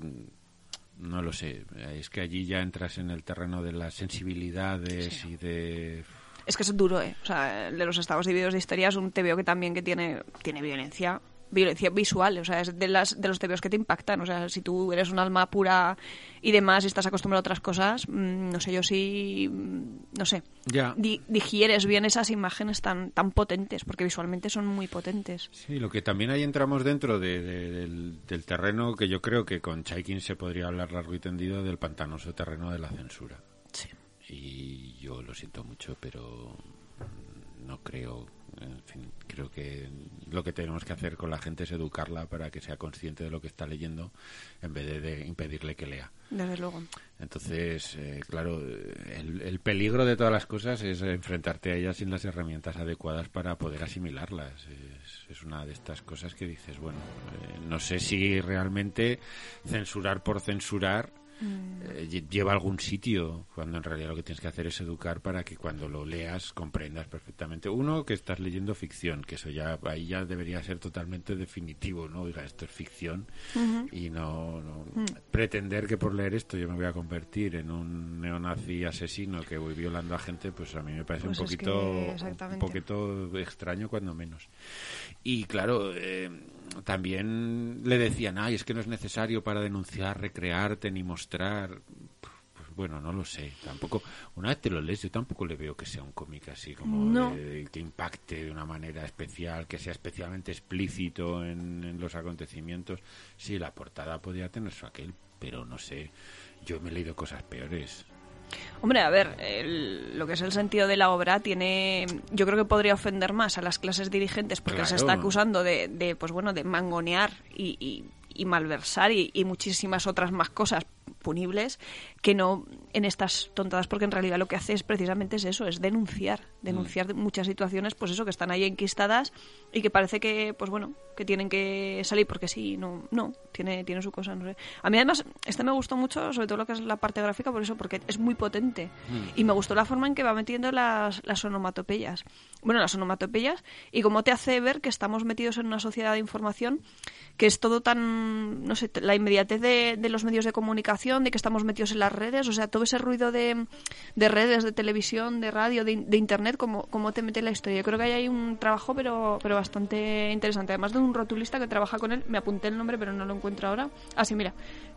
Speaker 1: no lo sé. Es que allí ya entras en el terreno de las sensibilidades y de...
Speaker 4: es que es duro, eh. O sea, el de los estados divididos de historia es un TVO que también que tiene tiene violencia violencia visual, o sea, es de, las, de los TVOs que te impactan, o sea, si tú eres un alma pura y demás y estás acostumbrado a otras cosas, mm, no sé yo si, mm, no sé,
Speaker 1: Ya.
Speaker 4: di- digieres bien esas imágenes tan, tan potentes, porque visualmente son muy potentes.
Speaker 1: Sí, lo que también ahí entramos dentro de- de- del, del terreno que yo creo que con Chaikin se podría hablar largo y tendido del pantanoso terreno de la censura.
Speaker 4: Sí.
Speaker 1: Y yo lo siento mucho, pero no creo. En fin, creo que lo que tenemos que hacer con la gente es educarla para que sea consciente de lo que está leyendo en vez de, de impedirle que lea.
Speaker 4: Desde luego.
Speaker 1: Entonces, eh, claro, eh, el, el peligro de todas las cosas es enfrentarte a ellas sin las herramientas adecuadas para poder asimilarlas. Es, es una de estas cosas que dices, bueno, eh, no sé si realmente censurar por censurar eh, lle- lleva a algún sitio, cuando en realidad lo que tienes que hacer es educar para que cuando lo leas comprendas perfectamente. Uno, que estás leyendo ficción, que eso ya ahí ya debería ser totalmente definitivo, ¿no? Oiga, esto es ficción y no, no-
Speaker 4: Mm.
Speaker 1: pretender que por leer esto yo me voy a convertir en un neonazi asesino que voy violando a gente, pues a mí me parece
Speaker 4: Pues
Speaker 1: un
Speaker 4: es que,
Speaker 1: poquito un
Speaker 4: exactamente.
Speaker 1: poquito extraño cuando menos. Y claro, eh, también le decían, ay, es que no es necesario para denunciar, recrearte ni mostrar. Pues bueno, no lo sé. Tampoco, una vez te lo lees, yo tampoco le veo que sea un cómic así como
Speaker 4: No.
Speaker 1: de- que impacte de una manera especial, que sea especialmente explícito en, en los acontecimientos. Sí, la portada podía tener su aquel, pero no sé. Yo me he leído cosas peores.
Speaker 4: Hombre, a ver, el- lo que es el sentido de la obra tiene, yo creo que podría ofender más a las clases dirigentes porque
Speaker 1: Claro.
Speaker 4: se está acusando de, de, pues bueno, de mangonear y, y- y malversar y, y muchísimas otras más cosas punibles que no en estas tontadas porque en realidad lo que hace es precisamente es eso, es denunciar, denunciar de muchas situaciones, pues eso que están ahí enquistadas y que parece que, pues bueno, que tienen que salir porque sí, no, no, tiene, tiene su cosa, no sé. A mí además, este me gustó mucho, sobre todo lo que es la parte gráfica, por eso, porque es muy potente. Y me gustó la forma en que va metiendo las, las onomatopeyas. Bueno, las onomatopeyas y cómo te hace ver que estamos metidos en una sociedad de información que es todo tan, no sé, la inmediatez de, de los medios de comunicación, de que estamos metidos en las redes, o sea, todo ese ruido de, de redes, de televisión, de radio, de, in- de internet, cómo, cómo te mete en la historia. Yo creo que ahí hay un trabajo, pero, pero bastante interesante. Además de un rotulista que trabaja con él, me apunté el nombre, pero no lo encuentro ahora. Ah, sí, mira,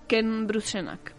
Speaker 4: Ken Brusenak.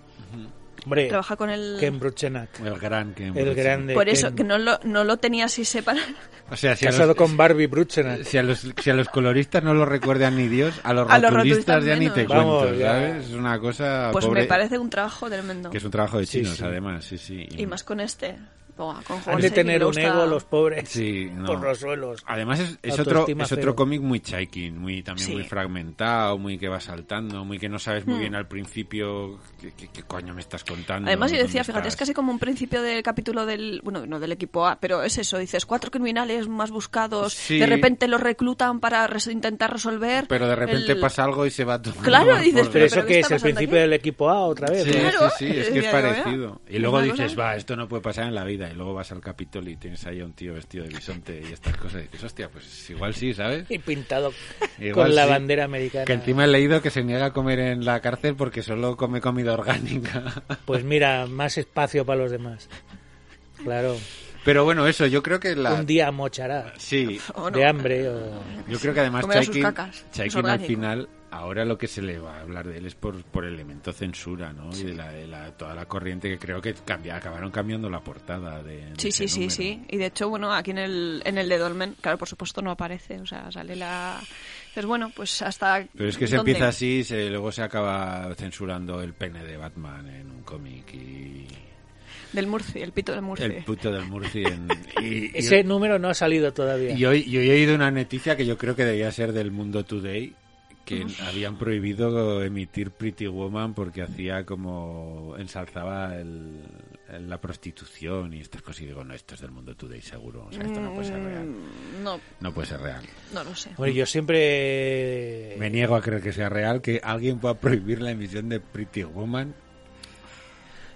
Speaker 3: Hombre,
Speaker 4: Trabaja con el...
Speaker 3: Eh, Ken Bruchenak,
Speaker 1: El gran que...
Speaker 3: el grande.
Speaker 4: Por
Speaker 3: Ken-
Speaker 4: eso, que no lo, no lo tenía así separado.
Speaker 1: O sea, si a,
Speaker 3: Casado
Speaker 1: los,
Speaker 3: con Barbie Bruchena.
Speaker 1: si, a los, si a los coloristas no los recuerdan ni Dios, a los
Speaker 4: A los
Speaker 1: rotulistas
Speaker 4: rotulistas
Speaker 1: ya ni
Speaker 4: menos.
Speaker 1: te
Speaker 3: Vamos,
Speaker 1: cuento,
Speaker 3: ya.
Speaker 1: ¿sabes? Es una cosa
Speaker 4: Pues
Speaker 1: Ah, pobre,
Speaker 4: me parece un trabajo tremendo.
Speaker 1: que es un trabajo de
Speaker 3: Sí,
Speaker 1: chinos,
Speaker 3: sí.
Speaker 1: además, sí, sí.
Speaker 4: Y más con este. Buah, con
Speaker 3: Han
Speaker 4: Jorge,
Speaker 3: de
Speaker 4: que
Speaker 3: tener
Speaker 4: le
Speaker 3: un
Speaker 4: gusta-
Speaker 3: ego los pobres
Speaker 1: Sí, no.
Speaker 3: por los suelos.
Speaker 1: Además es, es otro
Speaker 3: Autoestima
Speaker 1: es otro
Speaker 3: cero.
Speaker 1: cómic muy chaikin, muy también
Speaker 4: Sí. Hmm.
Speaker 1: muy fragmentado, muy que va saltando, muy que no sabes muy bien al principio qué, qué- qué coño me estás contando.
Speaker 4: Además, yo
Speaker 1: dónde
Speaker 4: decía, fíjate,
Speaker 1: estás.
Speaker 4: es casi como un principio del capítulo del. Bueno, no del equipo A, pero es eso. Dices, cuatro criminales más buscados.
Speaker 1: Sí.
Speaker 4: De repente los reclutan para res- intentar resolver.
Speaker 1: pero de repente
Speaker 4: el-
Speaker 1: pasa algo y se va todo.
Speaker 4: Claro, dices,
Speaker 3: Pero eso
Speaker 4: ¿pero qué
Speaker 3: que es
Speaker 4: está
Speaker 3: el
Speaker 4: pasando
Speaker 3: principio
Speaker 4: aquí?
Speaker 3: del equipo A otra vez.
Speaker 1: Sí,
Speaker 3: ¿no?
Speaker 4: Claro,
Speaker 1: sí, sí, es que es
Speaker 4: decía yo, ¿verdad?
Speaker 1: parecido. Y luego
Speaker 4: Una
Speaker 1: dices,
Speaker 4: cosa-
Speaker 1: va, esto no puede pasar en la vida. Y luego vas al Capitol y tienes ahí a un tío vestido de bisonte y estas cosas. Y dices, hostia, pues igual sí, ¿sabes?
Speaker 3: Y pintado
Speaker 1: Igual
Speaker 3: con la
Speaker 1: sí.
Speaker 3: bandera americana.
Speaker 1: Que encima he leído que se niega a comer en la cárcel porque solo come comida orgánica.
Speaker 3: Pues mira, más espacio para los demás. Claro,
Speaker 1: Pero bueno, eso, yo creo que la...
Speaker 3: un día mochará
Speaker 1: Sí,
Speaker 4: o Oh, no.
Speaker 3: de hambre. o-
Speaker 1: yo creo que además
Speaker 4: Comerá sus
Speaker 1: Chaikin,
Speaker 4: cacas,
Speaker 1: Chaikin
Speaker 4: es
Speaker 1: al
Speaker 4: orgánico.
Speaker 1: final, ahora lo que se le va a hablar de él es por, por elemento censura, ¿no? Y de, la, de la- toda la corriente que creo que cambia, acabaron cambiando la portada de... de
Speaker 4: Sí,
Speaker 1: ese
Speaker 4: sí, sí,
Speaker 1: número.
Speaker 4: sí. Y de hecho, bueno, aquí en el, en el de Dolmen, claro, por supuesto no aparece. O sea, sale la. Entonces, bueno, pues hasta.
Speaker 1: Pero es que se
Speaker 4: dónde?
Speaker 1: empieza así y se- luego se acaba censurando el pene de Batman en un cómic y
Speaker 4: Del Murci, el pito del Murci.
Speaker 1: el puto del Murci en... y- y-
Speaker 3: Ese número no ha salido todavía.
Speaker 1: Y hoy, y hoy he oído una noticia que yo creo que debía ser del Mundo Today, que habían prohibido emitir Pretty Woman porque hacía como ensalzaba el- el- la prostitución y estas cosas. Y digo, no, esto es del Mundo Today seguro. O sea, esto no puede ser real.
Speaker 4: Mm, No,
Speaker 1: No puede ser real.
Speaker 4: no lo sé.
Speaker 3: Bueno, yo siempre...
Speaker 1: Me niego a creer que sea real que alguien pueda prohibir la emisión de Pretty Woman.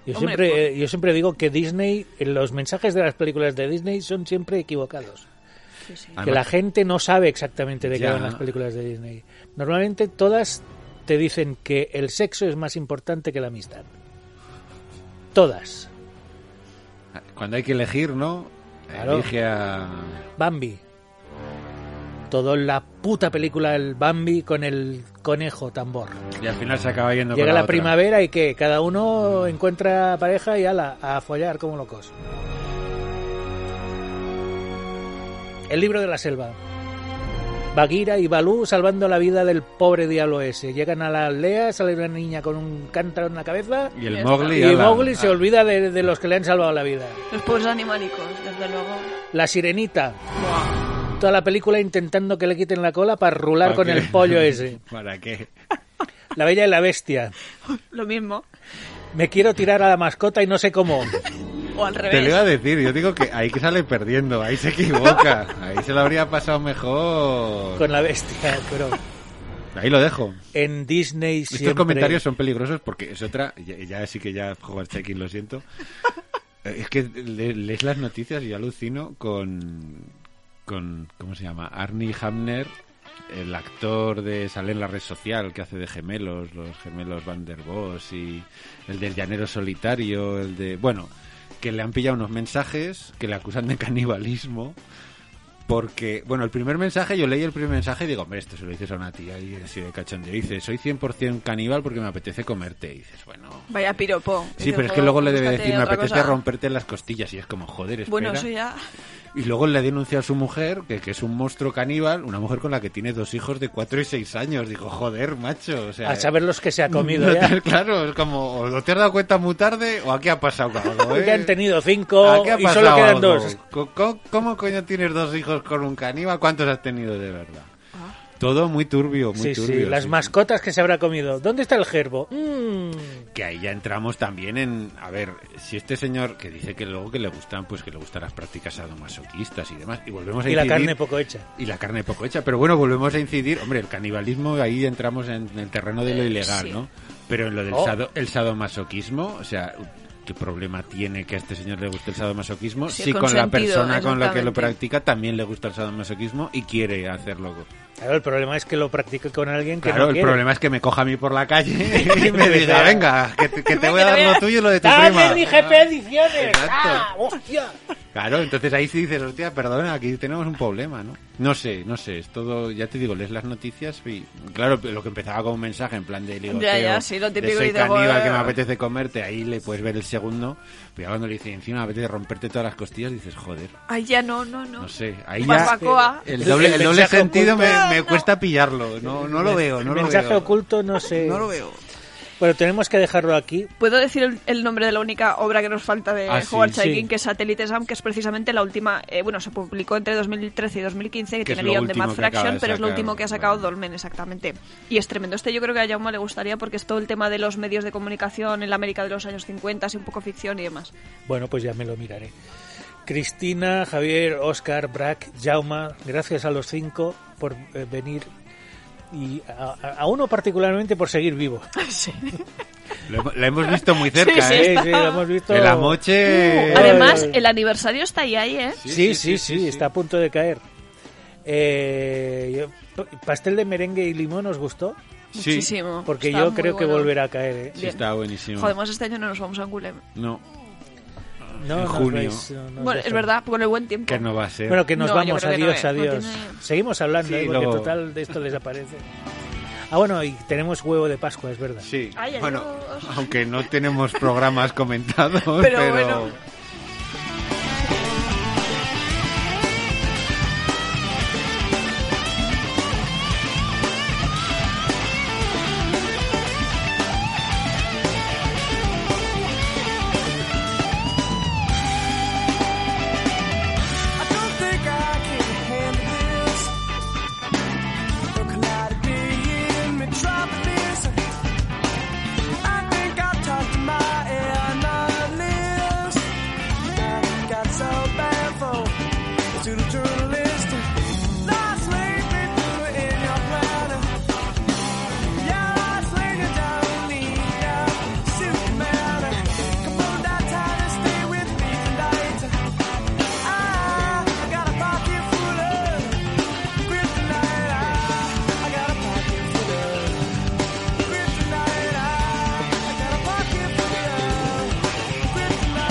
Speaker 3: Yo
Speaker 4: Hombre,
Speaker 3: siempre,
Speaker 4: por-
Speaker 3: eh, yo siempre digo que Disney, los mensajes de las películas de Disney son siempre equivocados.
Speaker 4: Sí, sí.
Speaker 1: Además-
Speaker 3: que la gente no sabe exactamente de qué
Speaker 1: Ya.
Speaker 3: van las películas de Disney. Normalmente todas te dicen que el sexo es más importante que la amistad. Todas.
Speaker 1: Cuando hay que elegir, ¿no?
Speaker 3: Claro.
Speaker 1: Elige a...
Speaker 3: Bambi. Todo la puta película el Bambi con el conejo tambor.
Speaker 1: Y al final se acaba yendo
Speaker 3: Llega
Speaker 1: con
Speaker 3: la,
Speaker 1: la otra.
Speaker 3: primavera y que cada uno encuentra pareja y ala, a follar como locos. El libro de la selva. Bagheera y Balú salvando la vida del pobre diablo ese. Llegan a la aldea, sale una niña con un cántaro en la cabeza
Speaker 1: Y el
Speaker 4: Ya
Speaker 1: Mowgli...
Speaker 3: y,
Speaker 1: ala.
Speaker 3: Mowgli se
Speaker 1: Ah.
Speaker 3: olvida de, de los que le han salvado la vida.
Speaker 4: Los pobres animalicos, desde luego.
Speaker 3: La sirenita.
Speaker 4: Buah.
Speaker 3: Toda la película intentando que le quiten la cola para rular
Speaker 1: ¿Para
Speaker 3: con
Speaker 1: qué?
Speaker 3: el pollo ese.
Speaker 1: ¿Para qué?
Speaker 3: La bella y la bestia.
Speaker 4: Lo mismo.
Speaker 3: Me quiero tirar a la mascota y no sé cómo.
Speaker 4: O al
Speaker 1: Te lo iba
Speaker 4: revés.
Speaker 1: a decir, yo digo que ahí que sale perdiendo, ahí se equivoca, ahí se lo habría pasado mejor.
Speaker 3: Con la bestia, pero...
Speaker 1: Ahí lo dejo.
Speaker 3: en Disney siempre...
Speaker 1: Estos comentarios son peligrosos porque es otra, ya, ya sí que ya Howard Chaykin, lo siento. Eh, Es que le- lees las noticias y yo alucino con, con ¿cómo se llama? Arnie Hamner, el actor de sale en la red social que hace de gemelos, los gemelos Van der Bosch y el del llanero solitario, el de bueno, que le han pillado unos mensajes que le acusan de canibalismo. Porque, bueno, el primer mensaje, yo leí el primer mensaje y digo, hombre, esto se lo dices a una tía y así de cachondeo. Dice, soy 100% caníbal porque me apetece comerte. Y dices, bueno.
Speaker 4: Vaya piropo.
Speaker 1: Sí,
Speaker 4: Dices,
Speaker 1: pero es que
Speaker 4: joder,
Speaker 1: luego le debe
Speaker 4: búscate
Speaker 1: decir, me
Speaker 4: otra
Speaker 1: apetece
Speaker 4: cosa".
Speaker 1: romperte las costillas. Y es como, joder, espera.
Speaker 4: Bueno, eso ya.
Speaker 1: Y luego le denuncia a su mujer, que, que es un monstruo caníbal, una mujer con la que tiene dos hijos de 4 y 6 años. Digo, joder, macho. O sea,
Speaker 3: A saber los que se ha comido
Speaker 1: no
Speaker 3: ya.
Speaker 1: te- Claro, es como, o te has dado cuenta muy tarde o aquí ha pasado algo. ¿eh?
Speaker 3: Ya han tenido cinco
Speaker 1: ¿A qué ha
Speaker 3: y solo
Speaker 1: pasado
Speaker 3: quedan
Speaker 1: algo?
Speaker 3: dos.
Speaker 1: Co- co- ¿Cómo, coño tienes dos hijos con un caníbal? ¿Cuántos has tenido de verdad? Todo muy turbio, muy
Speaker 3: Sí,
Speaker 1: turbio.
Speaker 3: sí, las
Speaker 1: sí.
Speaker 3: mascotas que se habrá comido. ¿Dónde está el gerbo? Mm.
Speaker 1: Que ahí ya entramos también en... A ver, si este señor que dice que luego que le gustan, pues que le gustan las prácticas sadomasoquistas y demás, y volvemos a
Speaker 3: Y la
Speaker 1: incidir-
Speaker 3: carne poco hecha.
Speaker 1: Y la carne poco hecha, pero bueno, volvemos a incidir. Hombre, el canibalismo, ahí entramos en el terreno de lo ilegal,
Speaker 4: Eh, sí.
Speaker 1: ¿no? Pero en lo del
Speaker 3: Oh.
Speaker 1: sado- el sadomasoquismo, o sea, ¿qué problema tiene que a este señor le guste el sadomasoquismo?
Speaker 4: Sí,
Speaker 1: si con la
Speaker 4: consentido,
Speaker 1: persona con la que lo
Speaker 4: exactamente.
Speaker 1: practica también le gusta el sadomasoquismo y quiere hacerlo.
Speaker 3: Claro, el problema es que lo practique con alguien que
Speaker 1: Claro,
Speaker 3: no
Speaker 1: el
Speaker 3: quiere. Pues
Speaker 1: problema es que me coja a mí por la calle y me diga,
Speaker 3: diga,
Speaker 1: venga, que te, que te voy a
Speaker 4: Venga,
Speaker 1: dar lo
Speaker 4: venga.
Speaker 1: tuyo y lo de tu
Speaker 3: ¡Dale el
Speaker 1: prima.
Speaker 3: IGP ¡Ah, Ediciones!
Speaker 1: Exacto.
Speaker 3: ¡Ah, hostia!
Speaker 1: Claro, entonces ahí sí dices, hostia, perdona, aquí tenemos un problema, ¿no? No sé, no sé, es todo, ya te digo, lees las noticias y, claro, lo que empezaba con un mensaje en plan de ligoteo,
Speaker 4: Ya, ya, sí, lo
Speaker 1: de
Speaker 4: típico
Speaker 1: soy
Speaker 4: y de,
Speaker 1: caníbal que me
Speaker 4: "Joder".
Speaker 1: apetece comerte, ahí le puedes ver el segundo, pero ya cuando le dice encima me apetece romperte todas las costillas, dices, joder,
Speaker 4: Ay, ya no, no, no.
Speaker 1: no sé, ahí ya
Speaker 4: Barbacoa.
Speaker 1: el doble, el doble
Speaker 3: Mensaje
Speaker 1: sentido me,
Speaker 4: oculto.
Speaker 1: me
Speaker 4: No, no.
Speaker 1: cuesta pillarlo, no, no lo veo, no
Speaker 3: El
Speaker 1: lo
Speaker 3: mensaje
Speaker 1: veo.
Speaker 3: oculto, no sé.
Speaker 1: No lo veo.
Speaker 3: Bueno, tenemos que dejarlo aquí.
Speaker 4: ¿Puedo decir el, el nombre de la única obra que nos falta de
Speaker 1: Ah, sí,
Speaker 4: Howard
Speaker 3: sí.
Speaker 4: Chaykin, que es Satellite Sam, que es precisamente la última, eh, bueno, se publicó entre 2013 y 2015, que,
Speaker 1: Que es
Speaker 4: tiene
Speaker 1: lo
Speaker 4: guión de
Speaker 1: último
Speaker 4: Mad
Speaker 1: que acaba de
Speaker 4: Fraction, pero es lo
Speaker 1: sacar,
Speaker 4: último que ha sacado
Speaker 1: vale.
Speaker 4: Dolmen, exactamente. Y es tremendo. Este yo creo que a Jaume le gustaría porque es todo el tema de los medios de comunicación en la América de los años 50, así un poco ficción y demás.
Speaker 3: Bueno, pues ya me lo miraré. Cristina, Javier, Oscar, Brack, Jauma, gracias a los cinco por eh, venir y a, a- a uno particularmente por seguir vivo.
Speaker 1: Lo, hem- la hemos visto muy cerca,
Speaker 4: Sí,
Speaker 1: ¿eh?
Speaker 3: Eh, sí, lo hemos visto.
Speaker 1: El amoche...
Speaker 3: Uh,
Speaker 4: Además,
Speaker 3: eh.
Speaker 4: el aniversario está ahí, ahí, ¿eh?
Speaker 3: Sí, sí, sí, está a punto de caer. Eh, yo- pastel de merengue y limón os gustó,
Speaker 1: Sí,
Speaker 4: Muchísimo.
Speaker 3: porque
Speaker 4: Está
Speaker 3: yo
Speaker 4: muy
Speaker 3: creo que
Speaker 4: bueno.
Speaker 3: volverá a caer. ¿eh?
Speaker 1: Sí,
Speaker 4: Bien.
Speaker 1: está buenísimo.
Speaker 4: Joder, más este año no nos vamos a Angulem.
Speaker 1: No,
Speaker 3: No,
Speaker 1: En
Speaker 3: nos
Speaker 1: junio.
Speaker 3: vais, no nos
Speaker 4: Bueno, es
Speaker 3: dejan.
Speaker 4: verdad, con el buen tiempo.
Speaker 1: que no va a ser.
Speaker 3: Bueno, que nos
Speaker 4: No, yo
Speaker 3: vamos,
Speaker 4: creo que no,
Speaker 3: adiós,
Speaker 4: eh. No
Speaker 3: adiós.
Speaker 4: tiene-
Speaker 3: Seguimos hablando,
Speaker 1: Sí,
Speaker 3: eh, porque
Speaker 1: luego-
Speaker 3: total de esto les aparece. Ah, bueno, y tenemos huevo de Pascua, es verdad.
Speaker 1: Sí,
Speaker 4: Ay, adiós.
Speaker 1: bueno, aunque no tenemos programas comentados, pero,
Speaker 4: Pero bueno.
Speaker 5: I don't think I can handle this. Looking out at me in metropolis. I think I'll talk to my analyst. I got so bad for to the journalist. Last link me through in your planner. Yeah, last link I don't need a suit matter. Come on, that time and stay with me tonight. I got a pocket full of kryptonite. I got a pocket full of kryptonite. I got a pocket full of kryptonite. Oh,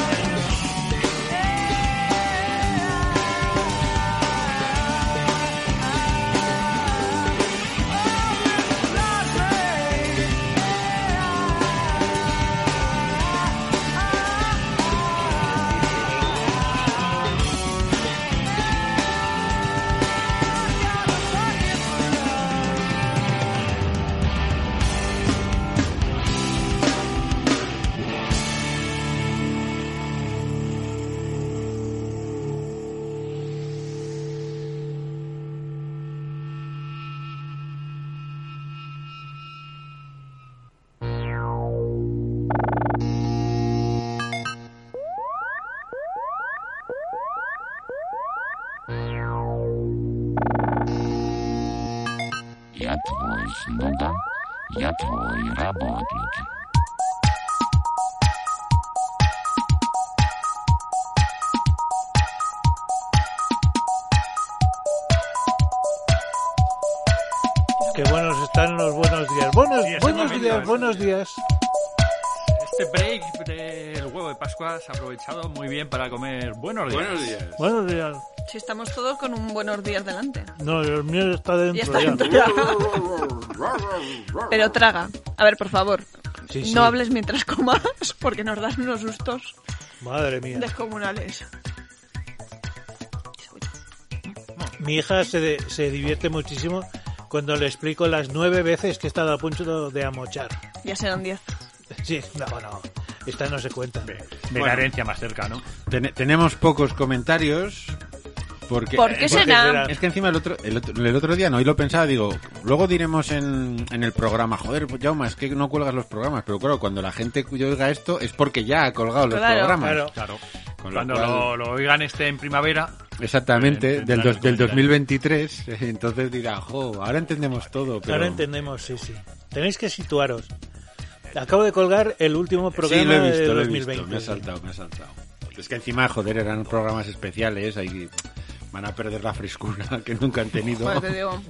Speaker 6: Я твой слуга, я твой работник.
Speaker 3: Qué buenos están los buenos días. Buenos,
Speaker 7: Sí, ese
Speaker 3: buenos
Speaker 7: momento,
Speaker 3: días,
Speaker 7: ese
Speaker 3: buenos días.
Speaker 7: Este break del huevo de Pascua se ha aprovechado muy bien para comer buenos días.
Speaker 1: Buenos días.
Speaker 3: Buenos días.
Speaker 4: Si estamos todos con un buenos días delante.
Speaker 3: No, el mío está dentro.
Speaker 4: Ya está
Speaker 3: ya.
Speaker 4: dentro. Pero traga. A ver, por favor.
Speaker 3: Sí, sí.
Speaker 4: No hables mientras comas porque nos das unos sustos
Speaker 3: Madre mía.
Speaker 4: descomunales.
Speaker 3: Mi hija se, de- se divierte muchísimo cuando le explico las nueve veces que he estado a punto de amochar.
Speaker 4: Ya serán 10.
Speaker 3: Sí, no, no. Esta no se cuenta.
Speaker 7: De la herencia más cerca, ¿no?
Speaker 1: Ten- tenemos pocos comentarios. Porque,
Speaker 4: ¿Por qué
Speaker 1: eh,
Speaker 4: será?
Speaker 1: Es que encima el otro, el otro, el otro día no, y lo pensaba, digo, luego diremos en, en el programa, joder, pues, Jaume, es que no cuelgas los programas, pero claro, cuando la gente cu- oiga esto es porque ya ha colgado los
Speaker 4: Claro.
Speaker 1: programas.
Speaker 3: Claro.
Speaker 7: Claro.
Speaker 1: Con lo
Speaker 7: Cuando
Speaker 1: cual-
Speaker 7: lo, lo oigan este en primavera,
Speaker 1: Exactamente,
Speaker 7: Eh,
Speaker 1: del,
Speaker 7: tendrán
Speaker 1: dos-
Speaker 7: el
Speaker 1: del
Speaker 7: comentario.
Speaker 1: 2023, eh, entonces dirá, jo, ahora entendemos todo, pero...
Speaker 3: Ahora entendemos, sí, sí. Tenéis que situaros. Acabo de colgar el último programa
Speaker 1: sí, lo he
Speaker 3: de
Speaker 1: visto, lo he
Speaker 3: 2020.
Speaker 1: visto, me ha saltado, me ha saltado. Es que encima, joder, eran programas especiales, ahí van a perder la frescura que nunca han tenido.
Speaker 4: Bueno, te digo.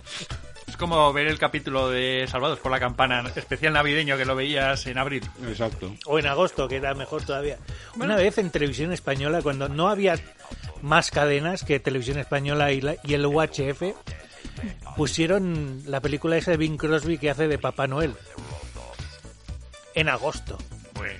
Speaker 7: es como ver el capítulo de Salvados por la Campana, especial navideño que lo veías en abril.
Speaker 1: Exacto.
Speaker 3: O en agosto, que era mejor todavía. Una vez en televisión española, cuando no había más cadenas que Televisión Española y, la- y el UHF pusieron la película esa de Bing Crosby que hace de Papá Noel en agosto.
Speaker 7: Pues,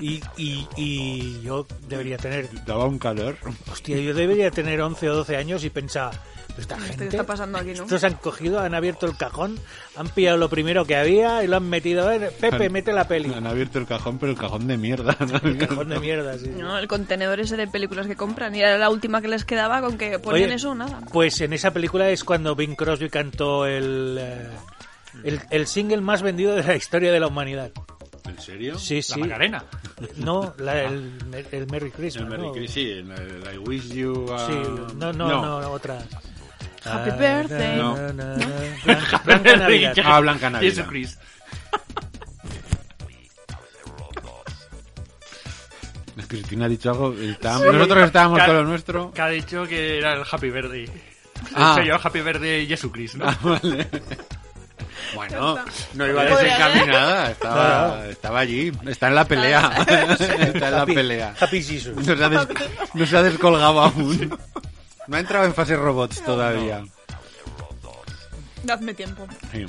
Speaker 3: Y, y, y yo debería tener,
Speaker 1: Daba un calor.
Speaker 3: hostia, yo debería tener 11 o 12 años y pensaba, "Pero esta
Speaker 4: Esto que
Speaker 3: gente,
Speaker 4: está pasando aquí, ¿no?
Speaker 3: estos han cogido, han abierto el cajón, han pillado lo primero que había y lo han metido en... Pepe,
Speaker 1: Han-
Speaker 3: mete la peli.
Speaker 1: Han abierto el cajón, pero el cajón de mierda. ¿no?
Speaker 3: El cajón de mierda, sí.
Speaker 4: No, el contenedor ese de películas que compran. Y era la última que les quedaba con que ponían
Speaker 3: Oye,
Speaker 4: eso o nada.
Speaker 3: Pues en esa película es cuando Bing Crosby cantó el, eh, el, el single más vendido de la historia de la humanidad.
Speaker 1: ¿En serio?
Speaker 3: Sí, sí.
Speaker 7: La Macarena.
Speaker 3: No, la- el, el Merry Christmas.
Speaker 1: El Merry
Speaker 3: ¿no?
Speaker 1: Christmas, sí, el, el I wish you ah, a...
Speaker 3: Sí, no, no, no, otra.
Speaker 4: Happy
Speaker 3: Ah,
Speaker 4: birthday.
Speaker 1: No.
Speaker 3: na, na, na, Blanca, Blanca Navidad.
Speaker 1: Ah, Blanca Navidad.
Speaker 7: Jesucristo.
Speaker 1: Cristina ha dicho algo, el tam. Nosotros estábamos
Speaker 7: Ca-
Speaker 1: con lo nuestro.
Speaker 7: Que ha dicho que era el Happy Birthday.
Speaker 1: Ah.
Speaker 7: Ah. yo Happy Birthday Jesucristo. ¿no?
Speaker 1: Ah, vale. Bueno, no iba
Speaker 4: Podría
Speaker 1: desencaminada, estaba, estaba allí, está en la pelea, está en la
Speaker 3: Happy-
Speaker 1: pelea.
Speaker 3: Happy Jesus.
Speaker 1: No se, ha des- no se ha descolgado aún. No ha entrado en fase robots todavía.
Speaker 4: Dadme tiempo.
Speaker 1: Sí.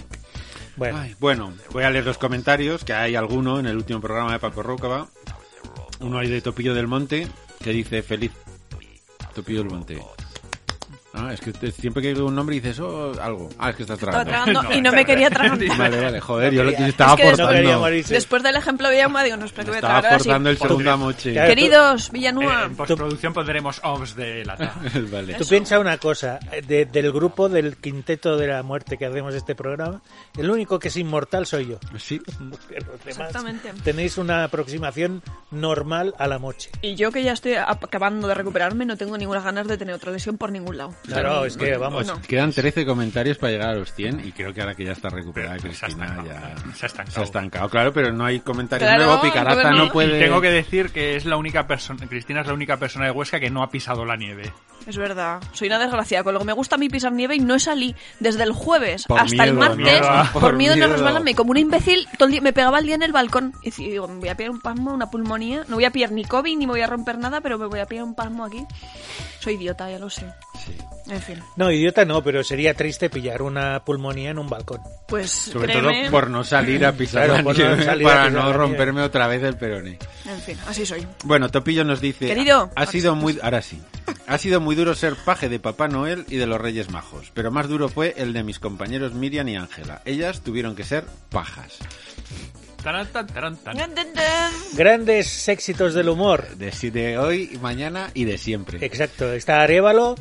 Speaker 3: Bueno,
Speaker 1: Ay, Bueno, voy a leer los comentarios, que hay alguno en el último programa de Paco Rócava. Uno hay de Topillo del Monte, que dice feliz. Topillo del Monte. Ah, es que te- siempre que digo un nombre dices oh, algo. Ah, es que estás
Speaker 4: Estaba
Speaker 1: tragando.
Speaker 4: tragando y no me quería tragar.
Speaker 1: Vale, vale, joder, yo lo yo estaba
Speaker 4: Es que
Speaker 3: no
Speaker 1: forzando.
Speaker 3: quería morirse.
Speaker 4: Después del ejemplo de Yauma, digo, no, espera que voy a
Speaker 1: estaba
Speaker 4: tragar ahora sí.
Speaker 1: forzando el segundo amoche.
Speaker 3: Claro.
Speaker 4: Queridos,
Speaker 7: Eh,
Speaker 4: Villanueva.
Speaker 7: en postproducción pondremos OVS de lata.
Speaker 1: vale.
Speaker 3: Tú piensa una cosa, eh, de- del grupo del quinteto de la muerte que hacemos este programa, el único que es inmortal soy yo.
Speaker 1: Sí,
Speaker 3: Porque los demás
Speaker 4: Exactamente.
Speaker 3: Tenéis una aproximación normal a la moche.
Speaker 4: Y yo que ya estoy acabando de recuperarme, no tengo ninguna ganas de tener otra lesión por ningún lado.
Speaker 3: Claro, es que vamos.
Speaker 4: No.
Speaker 1: quedan 13 comentarios para llegar a los 100 y creo que ahora que ya está recuperada
Speaker 7: Pero se ha
Speaker 1: Cristina ya
Speaker 7: estancado, se ha estancado.
Speaker 1: se ha estancado. Claro, pero no hay comentarios
Speaker 4: Claro,
Speaker 1: nuevos, Picarata
Speaker 4: entonces
Speaker 1: Ah, no,
Speaker 4: no.
Speaker 1: puede...
Speaker 7: Y tengo que decir que es la única persona, Cristina es la única persona de Huesca que no ha pisado la nieve.
Speaker 4: Es verdad, soy una desgraciada. Con lo que me gusta a mí pisar nieve y no salí desde el jueves
Speaker 1: Por
Speaker 4: hasta el
Speaker 1: miedo,
Speaker 4: martes
Speaker 1: mierda.
Speaker 4: por,
Speaker 1: Por
Speaker 4: miedo a no
Speaker 1: miedo.
Speaker 4: resbalarme. Como un imbécil, todo el día- me pegaba el día en el balcón. Y ci- digo, me voy a pillar un palmo, una pulmonía. No voy a pillar ni COVID ni me voy a romper nada, pero me voy a pillar un palmo aquí. Soy idiota, ya lo sé.
Speaker 1: Sí.
Speaker 4: En fin,
Speaker 3: No, idiota no, pero sería triste pillar una pulmonía en un balcón.
Speaker 4: pues
Speaker 1: Sobre
Speaker 4: créeme.
Speaker 1: todo por no salir a pisar
Speaker 3: Claro,
Speaker 1: la
Speaker 3: por no
Speaker 1: nieve,
Speaker 3: salir a
Speaker 1: para
Speaker 3: pisar
Speaker 1: no
Speaker 3: la
Speaker 1: romperme otra vez el perone.
Speaker 4: En fin, así soy.
Speaker 1: Bueno, Topillo nos dice...
Speaker 4: Querido.
Speaker 1: Ha sido muy... Ahora sí. Ha sido muy duro ser paje de Papá Noel y de los Reyes Majos, pero más duro fue el de mis compañeros Miriam y Ángela. Ellas tuvieron que ser pajas.
Speaker 7: Tarán, tan, tarán, tan.
Speaker 3: Grandes éxitos del humor.
Speaker 1: De, si- de hoy, mañana y de siempre.
Speaker 3: Exacto, está Arevalo,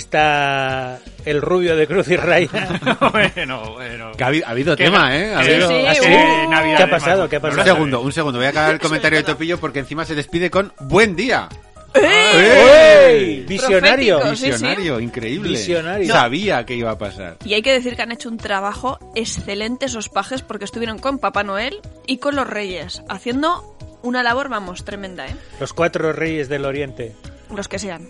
Speaker 3: está el rubio de Cruz y Raya.
Speaker 7: bueno, bueno.
Speaker 1: Que ha habido, ha habido
Speaker 7: Que-
Speaker 1: tema, ¿eh? Ha
Speaker 7: que-
Speaker 1: habido-
Speaker 4: Sí,
Speaker 7: ha sido
Speaker 4: uh.
Speaker 7: Navidad
Speaker 3: ¿Qué ha
Speaker 7: de
Speaker 3: pasado?
Speaker 7: Marco.
Speaker 3: ¿Qué ha
Speaker 7: No lo
Speaker 1: Un
Speaker 3: pasado?
Speaker 7: sé.
Speaker 1: segundo, un segundo. Voy a acabar el comentario de Topillo porque encima se despide con buen día.
Speaker 3: Ah, ¡Ey!
Speaker 1: ¡Ey!
Speaker 3: Visionario.
Speaker 4: Profético. sí, sí.
Speaker 1: Visionario, increíble.
Speaker 3: Visionario. No.
Speaker 1: Sabía que iba a pasar.
Speaker 4: Y hay que decir que han hecho un trabajo excelente esos pajes porque estuvieron con Papá Noel y con los Reyes, haciendo una labor, vamos, tremenda, ¿eh?
Speaker 3: Los cuatro reyes del oriente.
Speaker 4: Los que sean.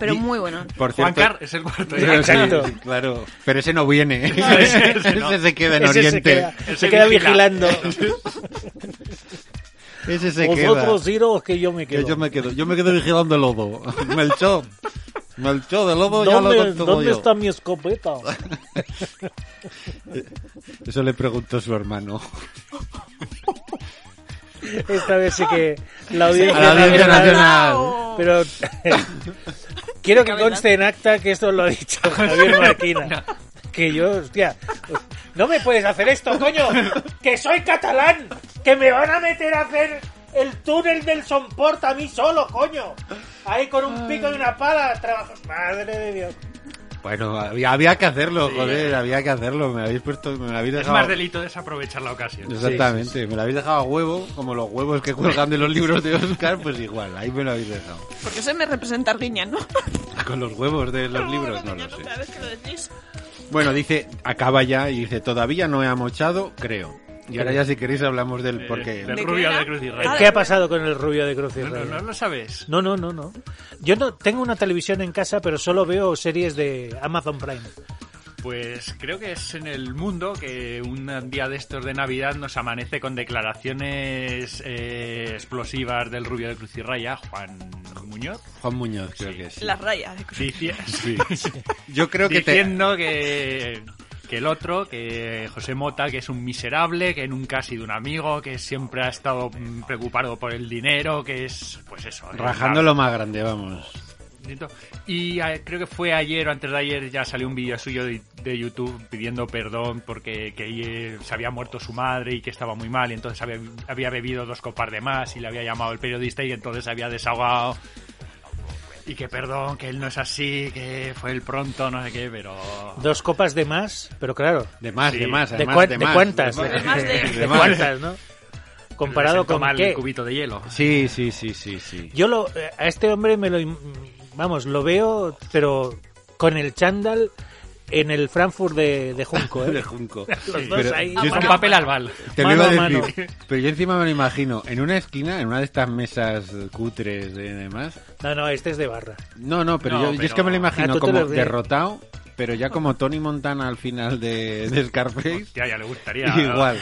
Speaker 4: Pero
Speaker 1: Y-
Speaker 4: muy bueno.
Speaker 1: Por
Speaker 7: Juan
Speaker 1: cierto,
Speaker 7: Car es el cuarto.
Speaker 1: pero
Speaker 7: ya.
Speaker 1: sí,
Speaker 3: Exacto.
Speaker 1: sí, claro. Pero ese no viene.
Speaker 7: ese-
Speaker 1: ese,
Speaker 7: ese no.
Speaker 1: se queda en
Speaker 3: Ese se
Speaker 1: Oriente.
Speaker 3: queda,
Speaker 7: Ese
Speaker 3: se queda
Speaker 7: vigila.
Speaker 3: vigilando.
Speaker 1: Ese se
Speaker 3: Vosotros
Speaker 1: queda.
Speaker 3: iros que yo me
Speaker 1: Que
Speaker 3: quedo.
Speaker 1: yo me quedo, yo me quedo vigilando el lobo. Melchor. Melchor de lobo ya lo
Speaker 3: ¿Dónde,
Speaker 1: controlo
Speaker 3: dónde
Speaker 1: yo.
Speaker 3: está mi escopeta?
Speaker 1: Eso le preguntó su hermano.
Speaker 3: Esta vez sí que la audiencia,
Speaker 1: A la Audiencia Nacional.
Speaker 3: Pero quiero que conste en acta que esto lo ha dicho Javier Marquina. Que yo, hostia, no me puedes hacer esto, coño, que soy catalán, que me van a meter a hacer el túnel del Somport a mí solo, coño. Ahí con un pico y una pala, trabajos. Madre de Dios.
Speaker 1: Bueno, había, había que hacerlo, joder, había que hacerlo. Me habéis puesto, me habéis
Speaker 7: Es
Speaker 1: dejado.
Speaker 7: más delito desaprovechar la ocasión.
Speaker 1: Exactamente, me lo habéis dejado a huevo, como los huevos que cuelgan de los libros de Oscar, pues igual, ahí me lo habéis dejado.
Speaker 4: Porque se me representa Arguiña, ¿no?
Speaker 1: Ah, Con los huevos de los libros, no lo sé.
Speaker 4: Cada vez que lo decís.
Speaker 1: Bueno, dice, acaba ya y dice, todavía no he amochado, creo. Y ahora ya si queréis hablamos del
Speaker 7: Eh,
Speaker 1: porque
Speaker 7: del
Speaker 4: ¿De
Speaker 7: rubio
Speaker 4: qué
Speaker 7: de
Speaker 4: era?
Speaker 7: Cruz y
Speaker 4: Ah,
Speaker 7: Raya.
Speaker 3: ¿Qué ha pasado con el rubio de Cruz y
Speaker 7: No, no,
Speaker 3: Raya?
Speaker 7: no lo sabes.
Speaker 3: No, no, no, no. Yo no tengo una televisión en casa, pero solo veo series de Amazon Prime.
Speaker 7: Pues creo que es en el mundo que un día de estos de Navidad nos amanece con declaraciones eh, explosivas del rubio de Cruz y Raya, Juan Muñoz. Muñoz
Speaker 1: Juan Muñoz, creo que sí.
Speaker 4: Las rayas. de cruz.
Speaker 7: dici-
Speaker 1: Sí. Yo creo que te...
Speaker 7: diciendo que, que el otro, que José Mota, que es un miserable, que nunca ha sido un amigo, que siempre ha estado mm, preocupado por el dinero, que es, pues eso.
Speaker 1: Rajando lo más grande, vamos.
Speaker 7: Y eh, creo que fue ayer o antes de ayer ya salió un vídeo suyo de, de YouTube pidiendo perdón porque que, eh, se había muerto su madre y que estaba muy mal y entonces había, había bebido dos copas de más y le había llamado el periodista y entonces había desahogado. Y que perdón, que él no es así, que fue el pronto, no sé qué, pero...
Speaker 3: Dos copas de más, pero claro.
Speaker 1: De más,
Speaker 7: Sí.
Speaker 1: de más,
Speaker 3: ¿De,
Speaker 1: además,
Speaker 3: cuan-
Speaker 1: de
Speaker 3: de
Speaker 1: más,
Speaker 3: cuántas?
Speaker 1: de más.
Speaker 4: De más de-
Speaker 3: de cuántas, ¿no? Comparado
Speaker 7: Presentó
Speaker 3: con
Speaker 7: mal
Speaker 3: qué.
Speaker 7: el cubito de hielo.
Speaker 1: Sí, sí, sí, sí, sí.
Speaker 3: Yo lo, eh, a este hombre me lo, im- vamos, lo veo, pero con el chándal en el Frankfurt de, de Junco, ¿eh?
Speaker 1: De Junco.
Speaker 3: Los dos
Speaker 1: Pero
Speaker 3: ahí.
Speaker 1: yo es
Speaker 7: Con
Speaker 1: que-
Speaker 7: papel al bal.
Speaker 1: Te lo
Speaker 3: Mano
Speaker 1: iba
Speaker 3: a
Speaker 1: a
Speaker 3: mano.
Speaker 1: decir, pero yo encima me lo imagino, en una esquina, en una de estas mesas cutres y demás.
Speaker 3: No, no, este es de barra.
Speaker 1: No, no, pero,
Speaker 7: No,
Speaker 1: yo, yo
Speaker 7: pero-
Speaker 1: es que me lo
Speaker 3: Ah,
Speaker 1: imagino
Speaker 3: tú te
Speaker 1: como
Speaker 3: lo ves.
Speaker 1: derrotado, pero ya como Tony Montana al final de, de Scarface.
Speaker 7: Hostia, ya le gustaría.
Speaker 1: Igual.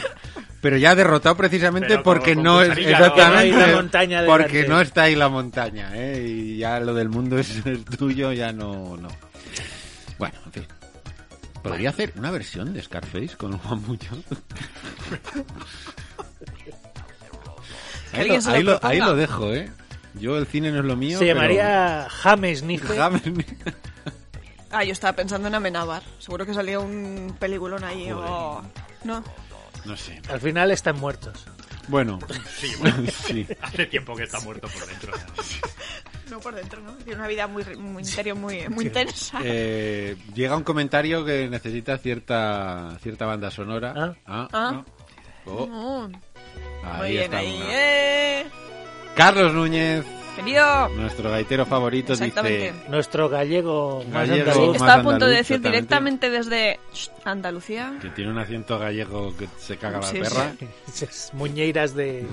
Speaker 1: Pero ya derrotado precisamente
Speaker 7: Pero con-
Speaker 1: porque
Speaker 7: con
Speaker 1: no es
Speaker 7: cucharilla, ¿no?
Speaker 1: exactamente
Speaker 3: Porque no hay la montaña delante.
Speaker 1: porque no está ahí la montaña, ¿eh? y ya lo del mundo es el tuyo, ya no no. Bueno, en fin. Podría hacer una versión de Scarface con Juan Muñoz. ahí,
Speaker 4: alguien
Speaker 1: lo,
Speaker 4: se lo
Speaker 1: ahí lo-
Speaker 4: proponga.
Speaker 1: ahí lo dejo, ¿eh? Yo el cine no es lo mío.
Speaker 3: Se
Speaker 1: pero-
Speaker 3: llamaría James Nice.
Speaker 1: Hammer-
Speaker 4: Ah, yo estaba pensando en Amenábar. Seguro que salía un peliculón ahí o... No.
Speaker 1: No sé.
Speaker 3: Al final están muertos.
Speaker 1: Bueno, sí.
Speaker 7: Hace tiempo que está muerto por dentro.
Speaker 4: No por dentro, ¿no? Tiene una vida muy, muy interior, muy, muy intensa.
Speaker 1: Eh, llega un comentario que necesita cierta cierta banda sonora.
Speaker 3: Ah.
Speaker 4: Ah,
Speaker 1: oh,
Speaker 4: mm, muy
Speaker 1: ahí
Speaker 4: bien
Speaker 1: está
Speaker 4: ahí,
Speaker 1: una.
Speaker 4: ¿eh?
Speaker 1: Carlos Núñez,
Speaker 4: Querido.
Speaker 1: nuestro gaitero favorito, dice...
Speaker 4: Exactamente.
Speaker 3: Nuestro gallego más
Speaker 1: Gallego.
Speaker 3: andaluz.
Speaker 1: Sí,
Speaker 4: Estaba a
Speaker 1: más
Speaker 4: punto de
Speaker 1: andaluz,
Speaker 4: decir
Speaker 1: exactamente.
Speaker 4: directamente desde Shh, Andalucía.
Speaker 1: Que tiene un acento gallego que se caga la
Speaker 4: Sí,
Speaker 1: perra.
Speaker 3: Esas Muñeiras de...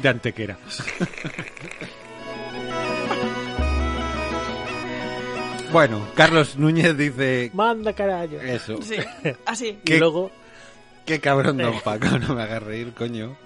Speaker 1: De Antequera. bueno, Carlos Núñez dice...
Speaker 3: Manda carajo.
Speaker 1: Eso.
Speaker 4: Sí, así.
Speaker 3: Y
Speaker 1: Eh, ¿Qué?
Speaker 3: luego,
Speaker 1: Qué cabrón, don Paco, no me hagas reír, coño.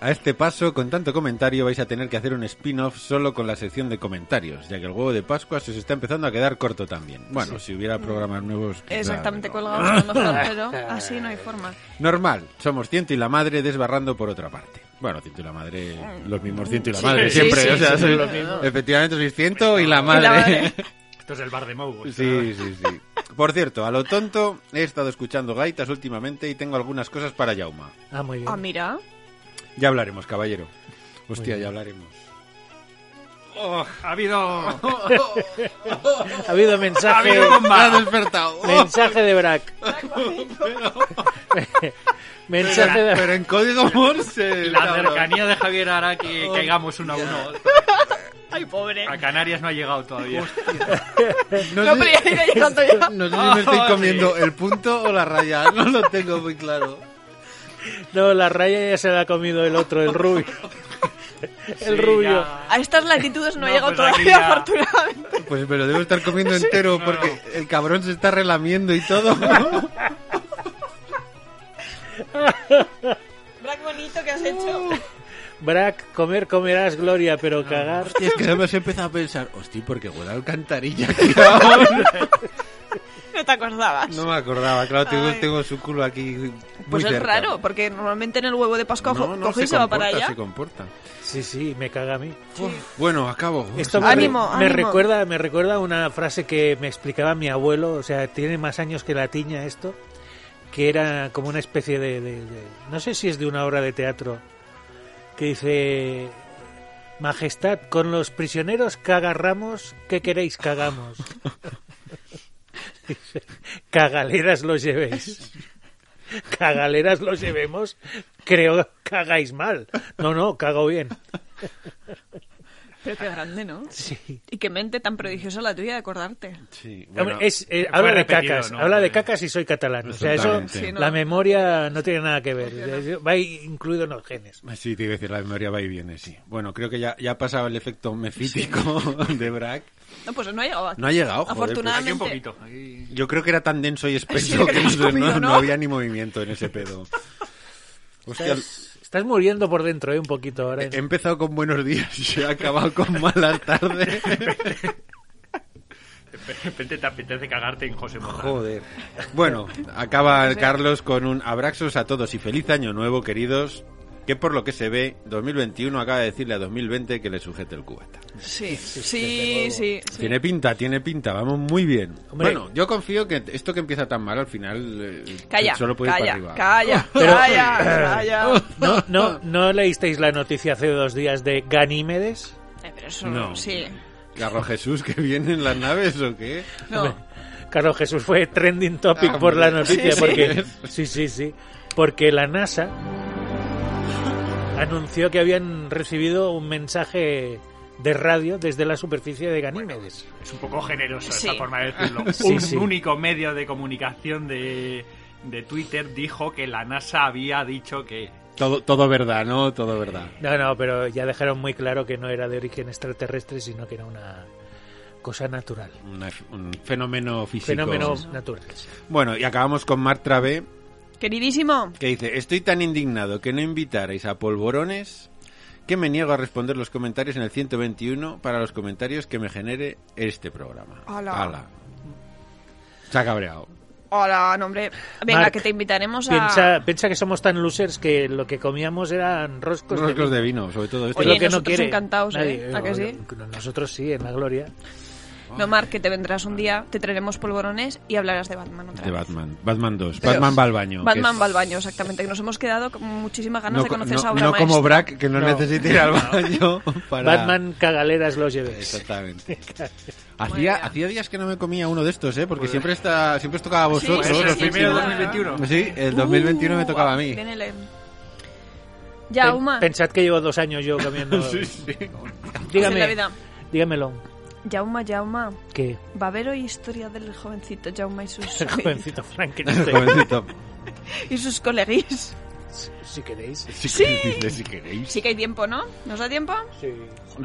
Speaker 1: A este paso, con tanto comentario, vais a tener que hacer un spin-off solo con la sección de comentarios, ya que el huevo de Pascua se os está empezando a quedar corto también. Bueno, si hubiera programas nuevos... quizá,
Speaker 4: Mm. Exactamente
Speaker 1: pero-
Speaker 4: colgados a lo mejor, pero así no hay forma.
Speaker 1: Normal, somos ciento y la madre desbarrando por otra parte. Bueno, ciento y la madre, los mismos ciento y la
Speaker 4: Mm. Sí,
Speaker 1: madre,
Speaker 4: sí,
Speaker 1: siempre.
Speaker 4: sí,
Speaker 1: o sea,
Speaker 4: sí,
Speaker 1: soy-
Speaker 4: sí, lo mismo.
Speaker 1: efectivamente sois ciento y la
Speaker 4: Y la
Speaker 1: madre.
Speaker 4: madre.
Speaker 7: Esto es el bar de Mou.
Speaker 1: Sí, sí, sí. Por cierto, a lo tonto, he estado escuchando gaitas últimamente y tengo algunas cosas para Yauma.
Speaker 3: ah, muy
Speaker 4: Ah,
Speaker 3: bien.
Speaker 4: mira.
Speaker 1: Ya hablaremos, caballero. Hostia, ya hablaremos.
Speaker 7: Oh, Ha habido...
Speaker 3: Ha habido mensaje,
Speaker 1: ha despertado.
Speaker 3: mensaje de Brack. mensaje de
Speaker 1: Pero en código Morse.
Speaker 7: La
Speaker 1: cabrón.
Speaker 7: cercanía de Javier hará que
Speaker 3: Oh.
Speaker 7: caigamos uno a uno.
Speaker 4: Ay, pobre.
Speaker 7: A Canarias no ha llegado todavía.
Speaker 1: No,
Speaker 4: No,
Speaker 1: sé,
Speaker 4: pero ya iba llegando ya. Oh,
Speaker 1: no sé si me estoy
Speaker 7: Ay.
Speaker 1: comiendo el punto o la raya. No lo tengo muy claro.
Speaker 3: No, la raya ya se la ha comido el otro, el rubio. El rubio.
Speaker 4: A estas latitudes no,
Speaker 7: No,
Speaker 4: he llegado
Speaker 7: pues aquí
Speaker 4: todavía,
Speaker 7: ya.
Speaker 4: afortunadamente.
Speaker 1: Pues me lo debo estar comiendo entero porque el cabrón se está relamiendo y todo.
Speaker 4: Brack bonito que has hecho.
Speaker 3: Brack, comer comerás gloria, pero cagar.
Speaker 1: Y es que no me he empezado a pensar, hostia, porque huele a alcantarilla.
Speaker 4: No te acordabas.
Speaker 1: No me acordaba, claro, tengo,
Speaker 4: Ay.
Speaker 1: tengo su culo aquí. Muy
Speaker 4: pues es
Speaker 1: cerca.
Speaker 4: raro, porque normalmente en el huevo de Pascua
Speaker 1: No, no,
Speaker 4: coge y
Speaker 1: se
Speaker 4: se va para
Speaker 1: comporta,
Speaker 4: allá.
Speaker 1: Se comporta.
Speaker 3: Sí, sí, me caga a mí.
Speaker 1: Bueno, acabo.
Speaker 3: Esto me,
Speaker 4: Ánimo,
Speaker 3: me
Speaker 4: ánimo.
Speaker 3: recuerda, me recuerda una frase que me explicaba mi abuelo, o sea, tiene más años que la tiña esto, que era como una especie de, de- de- no sé si es de una obra de teatro, que dice, Majestad, con los prisioneros cagarramos, ¿qué queréis cagamos? Dice, Cagaleras los llevéis. Cagaleras los llevemos, creo que cagáis mal. No, no, cago bien.
Speaker 4: Pero qué grande, ¿no?
Speaker 3: Sí.
Speaker 4: Y qué mente tan prodigiosa la tuya de acordarte.
Speaker 1: Sí,
Speaker 3: Hombre,
Speaker 1: bueno,
Speaker 3: es- eh, habla de
Speaker 7: repetido,
Speaker 3: cacas,
Speaker 7: ¿no?
Speaker 3: habla de cacas y soy catalán. O sea, eso,
Speaker 1: Totalmente. Sí,
Speaker 4: ¿no?
Speaker 3: la memoria no tiene nada que ver. Va incluido en los genes.
Speaker 1: Sí, te iba a decir, la memoria va y viene, sí. Bueno, creo que ya, ya ha pasado el efecto mefítico de Brack.
Speaker 4: No, pues no ha llegado.
Speaker 1: No ha llegado, joder,
Speaker 4: Afortunadamente.
Speaker 7: Aquí un poquito. aquí.
Speaker 1: Yo creo que era tan denso y espeso
Speaker 4: Sí,
Speaker 1: que
Speaker 4: que
Speaker 1: no,
Speaker 4: no has comido,
Speaker 1: no-
Speaker 4: ¿no?
Speaker 1: no había ni movimiento en ese pedo. Hostia,
Speaker 3: Estás, Estás muriendo por dentro, ¿eh? Un poquito ahora.
Speaker 1: He empezado con buenos días y he acabado con malas tardes.
Speaker 7: De repente te apetece cagarte en José Montana.
Speaker 1: Joder. Bueno, acaba Carlos con un abrazos a todos y feliz año nuevo, queridos. Que por lo que se ve, 2021 acaba de decirle a 2020 que le sujete el cubata.
Speaker 4: Sí, sí,
Speaker 3: desde
Speaker 4: sí. sí,
Speaker 1: Tiene pinta, tiene pinta, vamos muy bien.
Speaker 3: Hombre.
Speaker 1: Bueno, yo confío que esto que empieza tan mal al final eh,
Speaker 4: Calla,
Speaker 1: solo puede ir para arriba.
Speaker 4: calla, calla,
Speaker 3: Pero-
Speaker 4: calla, calla.
Speaker 3: No, no, ¿No leísteis la noticia hace dos días de Ganímedes?
Speaker 4: Eh, pero eso
Speaker 1: No.
Speaker 4: sí.
Speaker 1: Carro Jesús, que vienen las naves o qué?
Speaker 4: No.
Speaker 3: Carlos Jesús fue trending topic
Speaker 1: Ah,
Speaker 3: por la
Speaker 1: hombre.
Speaker 3: noticia
Speaker 1: Sí, sí.
Speaker 3: porque sí, sí, sí, porque la NASA anunció que habían recibido un mensaje de radio desde la superficie de Ganímedes.
Speaker 7: Es un poco generoso
Speaker 4: Sí.
Speaker 7: esa forma de decirlo.
Speaker 3: Sí,
Speaker 7: un
Speaker 3: sí.
Speaker 7: único medio de comunicación de, de Twitter dijo que la NASA había dicho que
Speaker 1: Todo, todo verdad, ¿no? Todo verdad.
Speaker 3: No, no, pero ya dejaron muy claro que no era de origen extraterrestre, sino que era una cosa natural,
Speaker 1: Una- un fenómeno físico.
Speaker 3: fenómeno natural.
Speaker 1: Bueno, y acabamos con Martra B,
Speaker 4: Queridísimo,
Speaker 1: que dice, estoy tan indignado que no invitarais a polvorones que me niego a responder los comentarios en el 121 para los comentarios que me genere este programa.
Speaker 4: Ala.
Speaker 1: Se ha cabreado.
Speaker 4: hola, no, hombre. Venga,
Speaker 3: Marc,
Speaker 4: que te invitaremos a.
Speaker 3: Piensa, piensa que somos tan losers que lo que comíamos eran roscos, de
Speaker 1: Roscos de vino, sobre todo este.
Speaker 3: Es
Speaker 4: Pues Oye,
Speaker 3: lo que no
Speaker 4: nosotros
Speaker 3: quiere
Speaker 4: encantados, ¿eh? ¿A que sí?
Speaker 3: No, Nosotros sí, en la gloria.
Speaker 4: No, Mar, que te vendrás un día, te traeremos polvorones y hablarás de Batman otra
Speaker 1: De
Speaker 4: vez.
Speaker 1: Batman. Batman 2.
Speaker 4: Pero-
Speaker 1: Batman va al baño. que
Speaker 4: Batman
Speaker 1: es-
Speaker 4: va al baño, exactamente. Que nos hemos quedado con muchísimas ganas
Speaker 1: no,
Speaker 4: de
Speaker 1: co-
Speaker 4: conocer
Speaker 1: no-
Speaker 4: esa obra
Speaker 1: no como
Speaker 4: maestra.
Speaker 1: Brack, que no,
Speaker 3: No.
Speaker 1: necesita ir al baño para...
Speaker 3: Batman cagaleras los lleves.
Speaker 1: Exactamente.
Speaker 4: Muy
Speaker 1: hacía,
Speaker 4: bien.
Speaker 1: hacía días que no me comía uno de estos, ¿eh? Porque siempre, está, siempre os tocaba a vosotros.
Speaker 4: Sí, sí,
Speaker 1: los
Speaker 4: sí,
Speaker 7: primero
Speaker 4: sí,
Speaker 1: últimos.
Speaker 7: 2021.
Speaker 1: Sí, el 2021 me
Speaker 4: Uh,
Speaker 1: tocaba a
Speaker 4: guau,
Speaker 1: mí.
Speaker 4: viene el- Ya,
Speaker 3: Pen-
Speaker 4: Uma.
Speaker 3: Pensad que llevo dos años yo comiendo.
Speaker 1: Sí, sí.
Speaker 4: Pues en la
Speaker 3: Dígame,
Speaker 4: vida.
Speaker 3: dígamelo.
Speaker 4: Yauma, Yauma.
Speaker 3: ¿Qué?
Speaker 4: Va a haber hoy historia del jovencito Yauma y sus,
Speaker 3: El jovencito Frankenstein.
Speaker 1: Jovencito.
Speaker 4: y sus coleguis.
Speaker 3: si queréis.
Speaker 1: Si queréis, si queréis.
Speaker 4: Sí que hay tiempo, ¿no? ¿Nos da tiempo?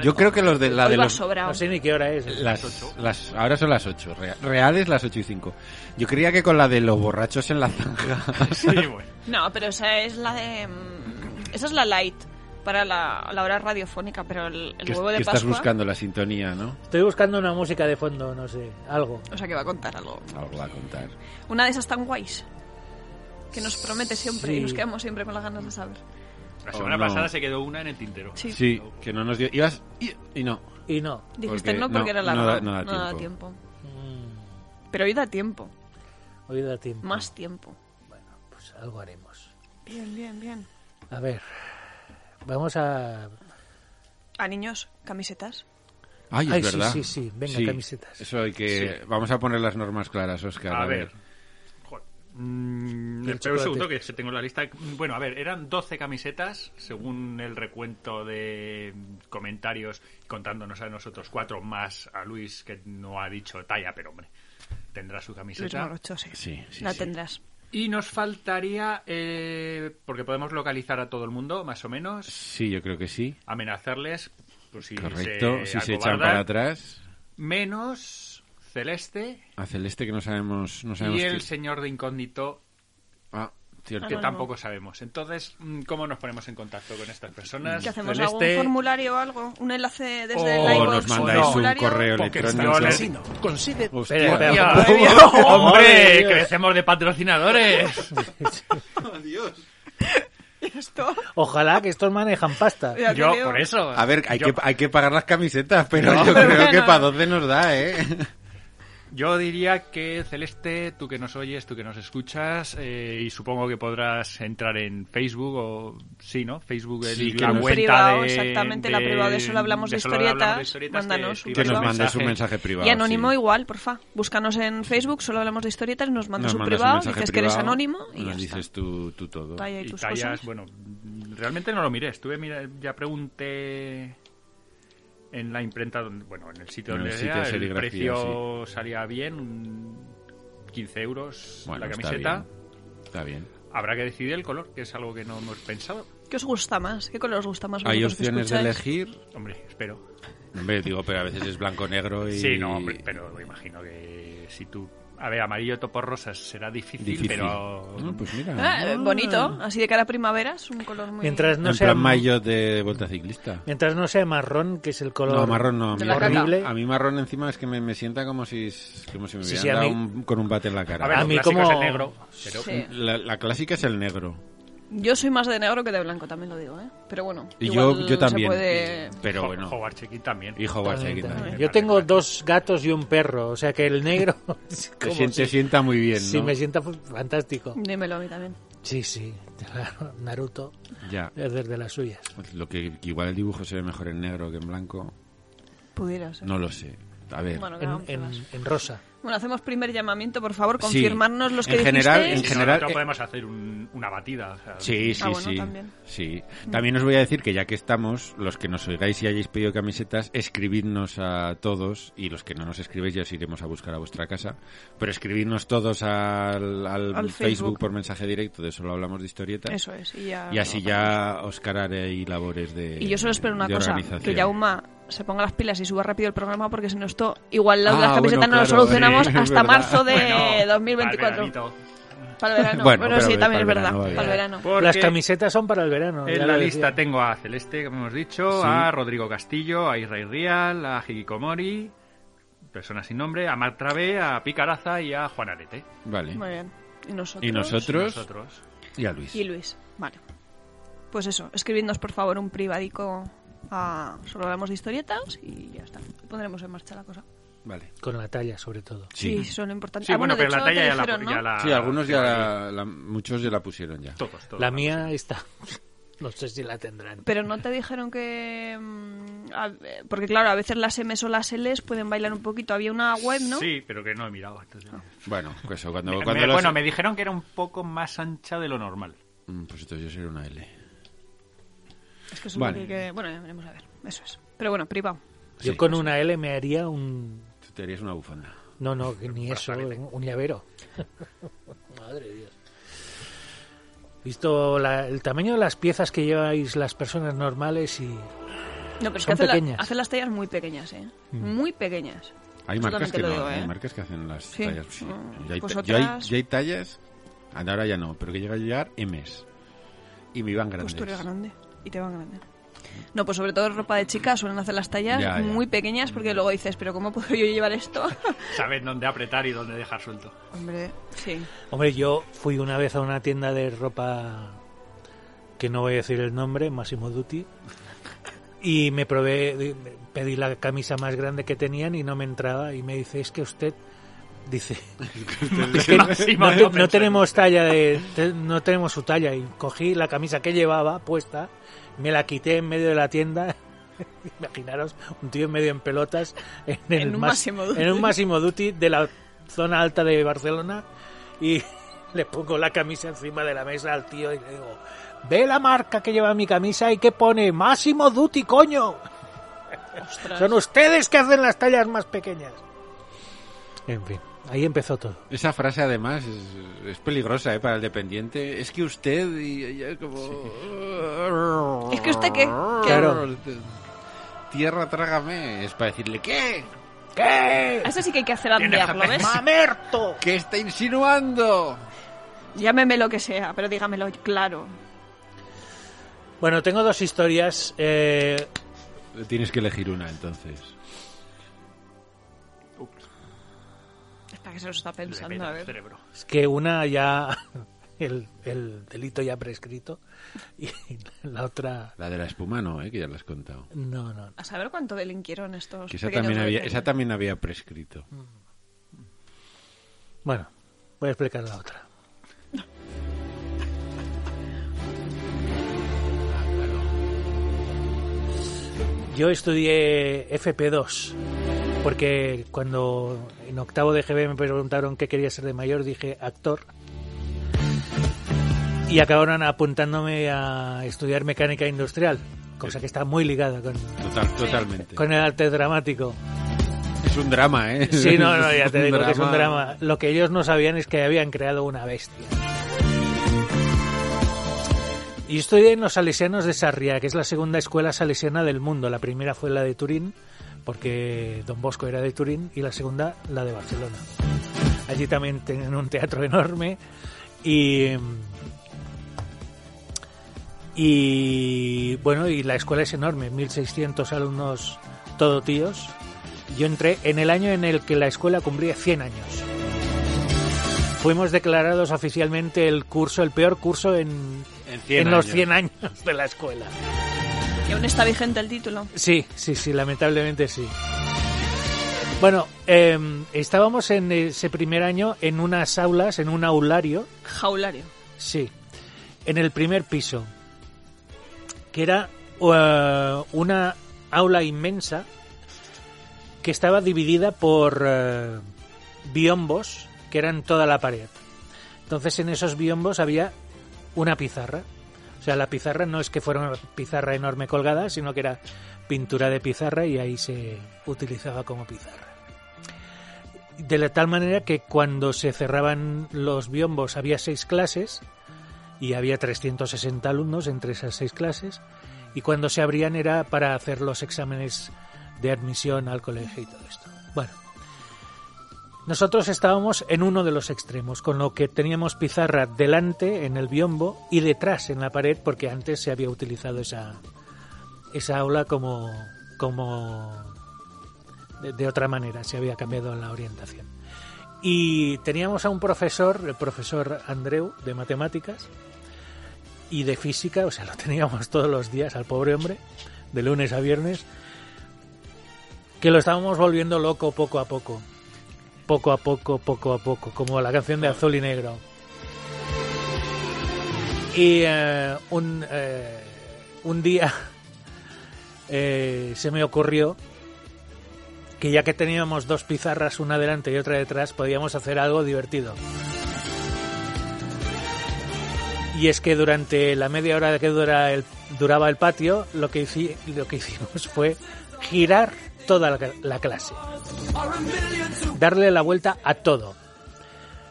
Speaker 1: Yo creo que los de la
Speaker 4: Hoy
Speaker 1: de
Speaker 4: va
Speaker 1: los.
Speaker 4: sobrado.
Speaker 3: No sé ni qué hora es.
Speaker 1: Las, las, ahora son las 8, reales las 8 y 5. Yo creía que con la de los borrachos en la zanja.
Speaker 7: sí, bueno.
Speaker 4: No, pero esa es la de... mm, Esa es la light para la, la hora radiofónica, pero el, el
Speaker 1: que
Speaker 4: huevo de
Speaker 1: que
Speaker 4: Pascua...
Speaker 1: estás buscando la sintonía, ¿no?
Speaker 3: Estoy buscando una música de fondo, no sé, algo.
Speaker 4: O sea que va a contar algo.
Speaker 1: Algo va a contar.
Speaker 4: Una de esas tan guays que nos promete siempre y
Speaker 3: Sí.
Speaker 4: nos quedamos siempre con las ganas de saber.
Speaker 7: La semana
Speaker 1: Oh, no.
Speaker 7: pasada se quedó una en el tintero.
Speaker 4: Sí.
Speaker 1: Sí, que no nos dio. Ibas y, y no.
Speaker 3: Y no.
Speaker 4: Dijiste
Speaker 1: Porque
Speaker 4: no porque
Speaker 1: no,
Speaker 4: era largo.
Speaker 1: no da- no da tiempo.
Speaker 4: tiempo.
Speaker 3: Mm,
Speaker 4: Pero hoy da tiempo.
Speaker 3: hoy da tiempo.
Speaker 4: Más tiempo.
Speaker 3: Pues algo haremos.
Speaker 4: Bien, bien, bien.
Speaker 3: A ver. Vamos a.
Speaker 4: A niños, camisetas.
Speaker 1: Ay, es
Speaker 3: Ay, sí,
Speaker 1: verdad.
Speaker 3: sí, sí. Venga, camisetas.
Speaker 1: Eso hay que. Vamos a poner las normas claras, Oscar.
Speaker 7: A ver. Joder. Mm,
Speaker 3: El
Speaker 7: espera un
Speaker 3: chocolate.
Speaker 7: segundo que se tengo la lista. Mm, Bueno, a ver, eran 12 camisetas, según el recuento de mm, comentarios, contándonos a nosotros cuatro más a Luis, que no ha dicho talla, pero hombre, tendrá su
Speaker 4: Luis
Speaker 7: camiseta.
Speaker 4: Morocho, sí.
Speaker 1: Sí, sí,
Speaker 4: La
Speaker 1: sí.
Speaker 4: tendrás.
Speaker 7: Y nos faltaría, eh, porque podemos localizar a todo el mundo, más o menos,
Speaker 1: Sí, yo creo que sí.
Speaker 7: amenazarles, pues si
Speaker 1: Correcto.
Speaker 7: se
Speaker 1: si se
Speaker 7: acobardan,
Speaker 1: echan para atrás.
Speaker 7: menos Celeste
Speaker 1: A Celeste que no sabemos. No sabemos
Speaker 7: y el
Speaker 1: qué-
Speaker 7: señor de incógnito
Speaker 1: Ah, cierto.
Speaker 7: que
Speaker 4: Anónimo.
Speaker 7: tampoco sabemos. Entonces, mm, ¿cómo nos ponemos en contacto con estas personas? este,
Speaker 4: ¿Qué hacemos?
Speaker 7: Celeste,
Speaker 4: ¿Algún formulario o algo? ¿Un enlace desde
Speaker 7: O
Speaker 4: el
Speaker 1: Pues este O
Speaker 4: iVoox?
Speaker 1: nos
Speaker 7: no.
Speaker 1: mandáis un
Speaker 4: formulario?
Speaker 1: correo
Speaker 7: Porque
Speaker 1: electrónico.
Speaker 7: yo le-
Speaker 5: Consigue
Speaker 1: Hostia.
Speaker 3: Espera, espera.
Speaker 7: ¡Hostia!
Speaker 3: Madre
Speaker 7: ¡Hombre!
Speaker 3: de Dios.
Speaker 7: ¡Crecemos de patrocinadores!
Speaker 4: ¿Esto?
Speaker 3: Ojalá que estos manejan pasta.
Speaker 4: Ya te
Speaker 7: Yo,
Speaker 4: digo.
Speaker 7: por eso.
Speaker 1: A ver, hay,
Speaker 7: yo,
Speaker 1: que, hay que pagar las camisetas, pero yo creo que para 12 nos da, ¿eh?
Speaker 7: yo diría que, Celeste, tú que nos oyes, tú que nos escuchas, eh, y supongo que podrás entrar en Facebook o... Sí, ¿no? Facebook es
Speaker 1: Sí, que
Speaker 7: la
Speaker 1: nos-
Speaker 7: cuenta
Speaker 4: Privado,
Speaker 7: de...
Speaker 4: exactamente, la privada de Solo hablamos de historietas, mándanos un
Speaker 1: Que nos
Speaker 4: Privado.
Speaker 1: mandes un mensaje privado.
Speaker 4: Y anónimo
Speaker 1: sí.
Speaker 4: igual, porfa. Búscanos en Facebook, solo hablamos de historietas, nos mandas
Speaker 1: Nos
Speaker 4: un
Speaker 1: mandas
Speaker 4: privado, dices
Speaker 1: mensaje
Speaker 4: que eres
Speaker 1: privado,
Speaker 4: anónimo y ya
Speaker 1: Nos
Speaker 4: está.
Speaker 1: dices tú, tú todo.
Speaker 4: Tú ahí hay
Speaker 7: Y
Speaker 4: tus
Speaker 7: tallas,
Speaker 4: cosas.
Speaker 7: bueno, mm, realmente no lo miré. Estuve, mira, ya pregunté en la imprenta, donde- bueno, en el sitio
Speaker 1: En el
Speaker 7: donde
Speaker 1: sitio
Speaker 7: era,
Speaker 1: de
Speaker 7: el
Speaker 1: serigrafía,
Speaker 7: precio salía bien, un 15 euros
Speaker 1: Bueno,
Speaker 7: la
Speaker 1: está
Speaker 7: camiseta.
Speaker 1: bien. Está bien.
Speaker 7: Habrá que decidir el color, que es algo que no hemos pensado.
Speaker 4: ¿Qué os gusta más? ¿Qué color os gusta más?
Speaker 1: Hay
Speaker 4: vosotros Pues que
Speaker 1: opciones de
Speaker 4: escucháis?
Speaker 1: elegir.
Speaker 7: Hombre, espero.
Speaker 1: Hombre, digo, pero a veces es blanco-negro y...
Speaker 7: Sí, no, hombre, pero imagino que si tú A ver, amarillo topo rosas será difícil,
Speaker 1: Difícil.
Speaker 7: pero.
Speaker 1: Ah, pues mira.
Speaker 4: Ah, eh, bonito, así de cara a primavera, es un color muy...
Speaker 3: Mientras no
Speaker 1: en
Speaker 3: sea
Speaker 1: plan
Speaker 4: mm.
Speaker 1: mayo de vuelta ciclista.
Speaker 3: mientras no sea marrón, que es el color
Speaker 1: No, marrón no. A
Speaker 4: De
Speaker 1: mí,
Speaker 4: la caca.
Speaker 1: horrible. a mí marrón encima es que me, me sienta como si, es- como si me
Speaker 3: Sí,
Speaker 1: hubieran
Speaker 3: sí, a
Speaker 1: dado
Speaker 3: mí-
Speaker 1: un- con un bate en la cara.
Speaker 7: A ver,
Speaker 3: A
Speaker 7: lo
Speaker 3: mí
Speaker 7: clásico
Speaker 3: como-
Speaker 7: es el negro. Pero...
Speaker 4: Sí.
Speaker 1: La, la clásica es el negro.
Speaker 4: Yo soy más de negro que de blanco, también lo digo, ¿eh? Pero bueno,
Speaker 1: Y
Speaker 4: igual
Speaker 1: yo, yo también.
Speaker 4: se puede...
Speaker 1: Pero
Speaker 7: Jo-
Speaker 1: bueno.
Speaker 7: Howard Chequín también.
Speaker 1: Y Howard Shaking también.
Speaker 3: Yo tengo dos gatos y un perro, o sea que el negro es
Speaker 1: Te
Speaker 3: como
Speaker 1: sien- te
Speaker 3: si-
Speaker 1: sienta muy bien, ¿no?
Speaker 3: sí, me sienta fu- fantástico.
Speaker 4: Dímelo a mí también.
Speaker 3: Sí, sí, claro, Naruto
Speaker 1: Ya.
Speaker 3: es desde las suyas.
Speaker 1: Lo que, que igual el dibujo se ve mejor en negro que en blanco.
Speaker 4: Pudiera ser.
Speaker 1: No lo sé. A ver.
Speaker 4: Bueno, que
Speaker 3: En,
Speaker 4: hagamos
Speaker 3: en-
Speaker 4: pruebas.
Speaker 3: en rosa.
Speaker 4: Bueno, hacemos primer llamamiento, por favor,
Speaker 1: Sí.
Speaker 4: confirmarnos los que
Speaker 1: En general,
Speaker 4: dijisteis.
Speaker 1: en
Speaker 7: En
Speaker 1: general,
Speaker 7: general.
Speaker 1: eh,
Speaker 7: podemos hacer un- una batida. o sea,
Speaker 1: Sí, sí,
Speaker 4: Ah, bueno,
Speaker 1: sí.
Speaker 4: también.
Speaker 1: Sí. También os voy a decir que ya que estamos, los que nos oigáis y hayáis pedido camisetas, escribidnos a todos y los que no nos escribéis ya os iremos a buscar a vuestra casa. Pero escribidnos todos al, al
Speaker 4: Al
Speaker 1: Facebook.
Speaker 4: Facebook.
Speaker 1: por mensaje directo, de eso lo hablamos de historietas.
Speaker 4: Eso es, y ya...
Speaker 1: Y así ya Oscar haré ahí labores de.
Speaker 4: Y yo solo espero una
Speaker 1: eh, de
Speaker 4: cosa,
Speaker 1: organización.
Speaker 4: que Yauma se ponga las pilas y suba rápido el programa porque si no esto, igual las,
Speaker 1: Ah,
Speaker 4: las camisetas
Speaker 1: bueno,
Speaker 4: no lo
Speaker 1: claro,
Speaker 4: solucionamos
Speaker 1: sí, es
Speaker 4: hasta
Speaker 1: verdad.
Speaker 4: marzo de
Speaker 7: bueno,
Speaker 4: 2024.
Speaker 7: al veranito.
Speaker 4: Para el verano.
Speaker 1: Bueno,
Speaker 4: Bueno,
Speaker 1: pero
Speaker 4: sí,
Speaker 1: para
Speaker 4: también
Speaker 1: el
Speaker 4: es verdad.
Speaker 1: verano,
Speaker 4: Para el
Speaker 1: vale.
Speaker 4: verano.
Speaker 7: Porque
Speaker 3: Las camisetas son para el verano. ya
Speaker 7: En
Speaker 3: lo
Speaker 7: la
Speaker 3: decía.
Speaker 7: lista tengo a Celeste, como hemos dicho,
Speaker 1: Sí.
Speaker 7: a Rodrigo Castillo, a Israel Rial, a Higikomori, persona sin nombre, a Marc Travé, a Picaraza y a Juan Arete.
Speaker 1: Vale.
Speaker 4: Muy bien. ¿Y nosotros?
Speaker 1: Y nosotros,
Speaker 7: Nosotros.
Speaker 1: y a Luis.
Speaker 4: Y Luis. Vale. Pues eso, escribidnos por favor un privadico a... Solo hablamos de historietas y ya está. Pondremos en marcha la cosa.
Speaker 1: Vale.
Speaker 3: Con la talla, sobre todo.
Speaker 1: Sí.
Speaker 4: Sí, son importantes.
Speaker 7: Sí, bueno, pero la talla ya, la, ya la-
Speaker 1: Sí, algunos
Speaker 7: Ah,
Speaker 1: ya la- la- muchos ya la pusieron ya.
Speaker 7: Todos, todos.
Speaker 3: La mía está... No sé si la tendrán.
Speaker 4: Pero no te dijeron que... mm, a- eh, Porque claro, a veces las M's o las L's pueden bailar un poquito. Había una web, ¿no?
Speaker 7: Sí, pero que no he mirado. entonces-
Speaker 1: Bueno, pues eso, cuando,
Speaker 7: Me-
Speaker 1: cuando
Speaker 7: me-
Speaker 1: los-
Speaker 7: Bueno, me dijeron que era un poco más ancha de lo normal.
Speaker 1: Mm, Pues entonces yo seré una L.
Speaker 4: Es que es un
Speaker 1: Vale.
Speaker 4: poquito que... Bueno, ya veremos a ver. Eso es. Pero bueno, privado.
Speaker 3: Yo
Speaker 1: Sí.
Speaker 3: con una L me haría un...
Speaker 1: Tú te harías una bufanda.
Speaker 3: No, no, que ni eso, un, un llavero. Madre de Dios. Visto la- el tamaño de las piezas que lleváis las personas normales y...
Speaker 4: No, pero es
Speaker 3: Son
Speaker 4: que hacen, la-
Speaker 3: pequeñas.
Speaker 4: hacen las tallas muy pequeñas, ¿eh?
Speaker 1: Mm.
Speaker 4: Muy pequeñas.
Speaker 1: Hay
Speaker 4: Yo
Speaker 1: marcas
Speaker 4: también te
Speaker 1: que
Speaker 4: lo
Speaker 1: no,
Speaker 4: digo,
Speaker 1: hay
Speaker 4: ¿eh?
Speaker 1: marcas que hacen las
Speaker 4: Sí.
Speaker 1: tallas. sí.
Speaker 4: Mm,
Speaker 1: Yo hay,
Speaker 4: pues
Speaker 1: ta- yo hay-
Speaker 4: otras-
Speaker 1: yo hay tallas, ahora ya no, pero que llega a llegar M's. Y me iban grandes.
Speaker 4: Pues tú eres grande y te van grande. No, pues sobre todo ropa de chicas suelen hacer las tallas
Speaker 1: Ya, ya.
Speaker 4: muy pequeñas porque luego dices, pero ¿cómo puedo yo llevar esto?
Speaker 7: Sabes dónde apretar y dónde dejar suelto.
Speaker 4: Hombre, sí.
Speaker 3: Hombre, yo fui una vez a una tienda de ropa que no voy a decir el nombre, Massimo Dutti, y me probé, pedí la camisa más grande que tenían y no me entraba y me dice, es que usted, dice, "Es ¿eh? que no,
Speaker 7: Máximo
Speaker 3: no te-
Speaker 7: defensor.
Speaker 3: no tenemos talla, de, te- no tenemos su talla y cogí la camisa que llevaba puesta, me la quité en medio de la tienda. Imaginaros, un tío en medio en pelotas en, el
Speaker 4: En un
Speaker 3: mas-
Speaker 4: Massimo Dutti.
Speaker 3: en un Massimo Dutti de la zona alta de Barcelona y le pongo la camisa encima de la mesa al tío y le digo, ve la marca que lleva mi camisa y que pone Máximo Duty, coño.
Speaker 4: Ostras.
Speaker 3: Son ustedes que hacen las tallas más pequeñas. En fin, ahí empezó todo.
Speaker 1: Esa frase además es, es peligrosa ¿eh? para el dependiente. Es que usted y ella es como...
Speaker 4: Es que usted qué.
Speaker 3: Claro.
Speaker 1: Tierra, trágame. Es para decirle, ¿qué?
Speaker 4: A eso sí que hay que hacer ampliarlo, ¿ves?
Speaker 3: ¡Mamerto!
Speaker 1: ¿Qué está insinuando?
Speaker 4: Llámeme lo que sea, pero dígamelo claro.
Speaker 3: Bueno, tengo dos historias. eh,
Speaker 1: Tienes que elegir una entonces.
Speaker 4: Espera que se lo está
Speaker 7: Le
Speaker 4: pensando,
Speaker 7: peta
Speaker 4: a
Speaker 7: el
Speaker 4: ver.
Speaker 7: cerebro.
Speaker 3: es que una ya. El, el delito ya prescrito. Y la otra.
Speaker 1: La de la espuma no, ¿eh? que ya la has contado.
Speaker 3: No, no.
Speaker 4: A saber cuánto delinquieron estos.
Speaker 1: Que esa
Speaker 4: pequeños
Speaker 1: también, había,
Speaker 4: adolescentes.
Speaker 1: esa también había prescrito.
Speaker 3: Bueno, voy a explicar la otra. Yo estudié FP2 porque cuando en octavo de GB me preguntaron qué quería ser de mayor dije actor y acabaron apuntándome a estudiar mecánica industrial, cosa que está muy ligada con,
Speaker 1: Total, Totalmente.
Speaker 3: con el arte dramático.
Speaker 1: Es un drama, ¿eh?
Speaker 3: Sí, no, no, ya te
Speaker 1: un
Speaker 3: digo que es un drama. Lo que ellos no sabían es que habían creado una bestia. Y estudié en los salesianos de Sarria, que es la segunda escuela salesiana del mundo. La primera fue la de Turín, porque Don Bosco era de Turín, y la segunda la de Barcelona. Allí también tienen un teatro enorme. Y. Y bueno, y la escuela es enorme, 1600 alumnos, todo tíos. Yo entré en el año en el que la escuela cumplía 100 años. Fuimos declarados oficialmente el curso, el peor curso en,
Speaker 1: En 100
Speaker 3: en los
Speaker 1: años.
Speaker 3: 100 años de la escuela.
Speaker 4: Y aún está vigente el título.
Speaker 3: Sí, sí, sí, lamentablemente sí. Bueno, eh, estábamos en ese primer año en unas aulas, en un aulario,
Speaker 4: Jaulario.
Speaker 3: sí, en el primer piso, que era eh, una aula inmensa que estaba dividida por eh, biombos que eran toda la pared. Entonces en esos biombos había una pizarra. O sea, la pizarra no es que fuera una pizarra enorme colgada, sino que era pintura de pizarra y ahí se utilizaba como pizarra. De la tal manera que cuando se cerraban los biombos había seis clases y había 360 alumnos entre esas seis clases y cuando se abrían era para hacer los exámenes de admisión al colegio y todo esto. Bueno, nosotros estábamos en uno de los extremos, con lo que teníamos pizarra delante en el biombo y detrás en la pared, porque antes se había utilizado esa, esa aula como, como de, de otra manera, se había cambiado la orientación. Y teníamos a un profesor, el profesor Andreu, de matemáticas y de física, o sea, lo teníamos todos los días al pobre hombre, de lunes a viernes, que lo estábamos volviendo loco poco a poco. Poco a poco, poco a poco, como la canción de Azul y Negro. Y eh, un, eh, un día eh, se me ocurrió que ya que teníamos dos pizarras, una delante y otra detrás, podíamos hacer algo divertido. Y es que durante la media hora que dura el- duraba el patio, lo que, hici- lo que hicimos fue girar toda la, la clase. Darle la vuelta a todo.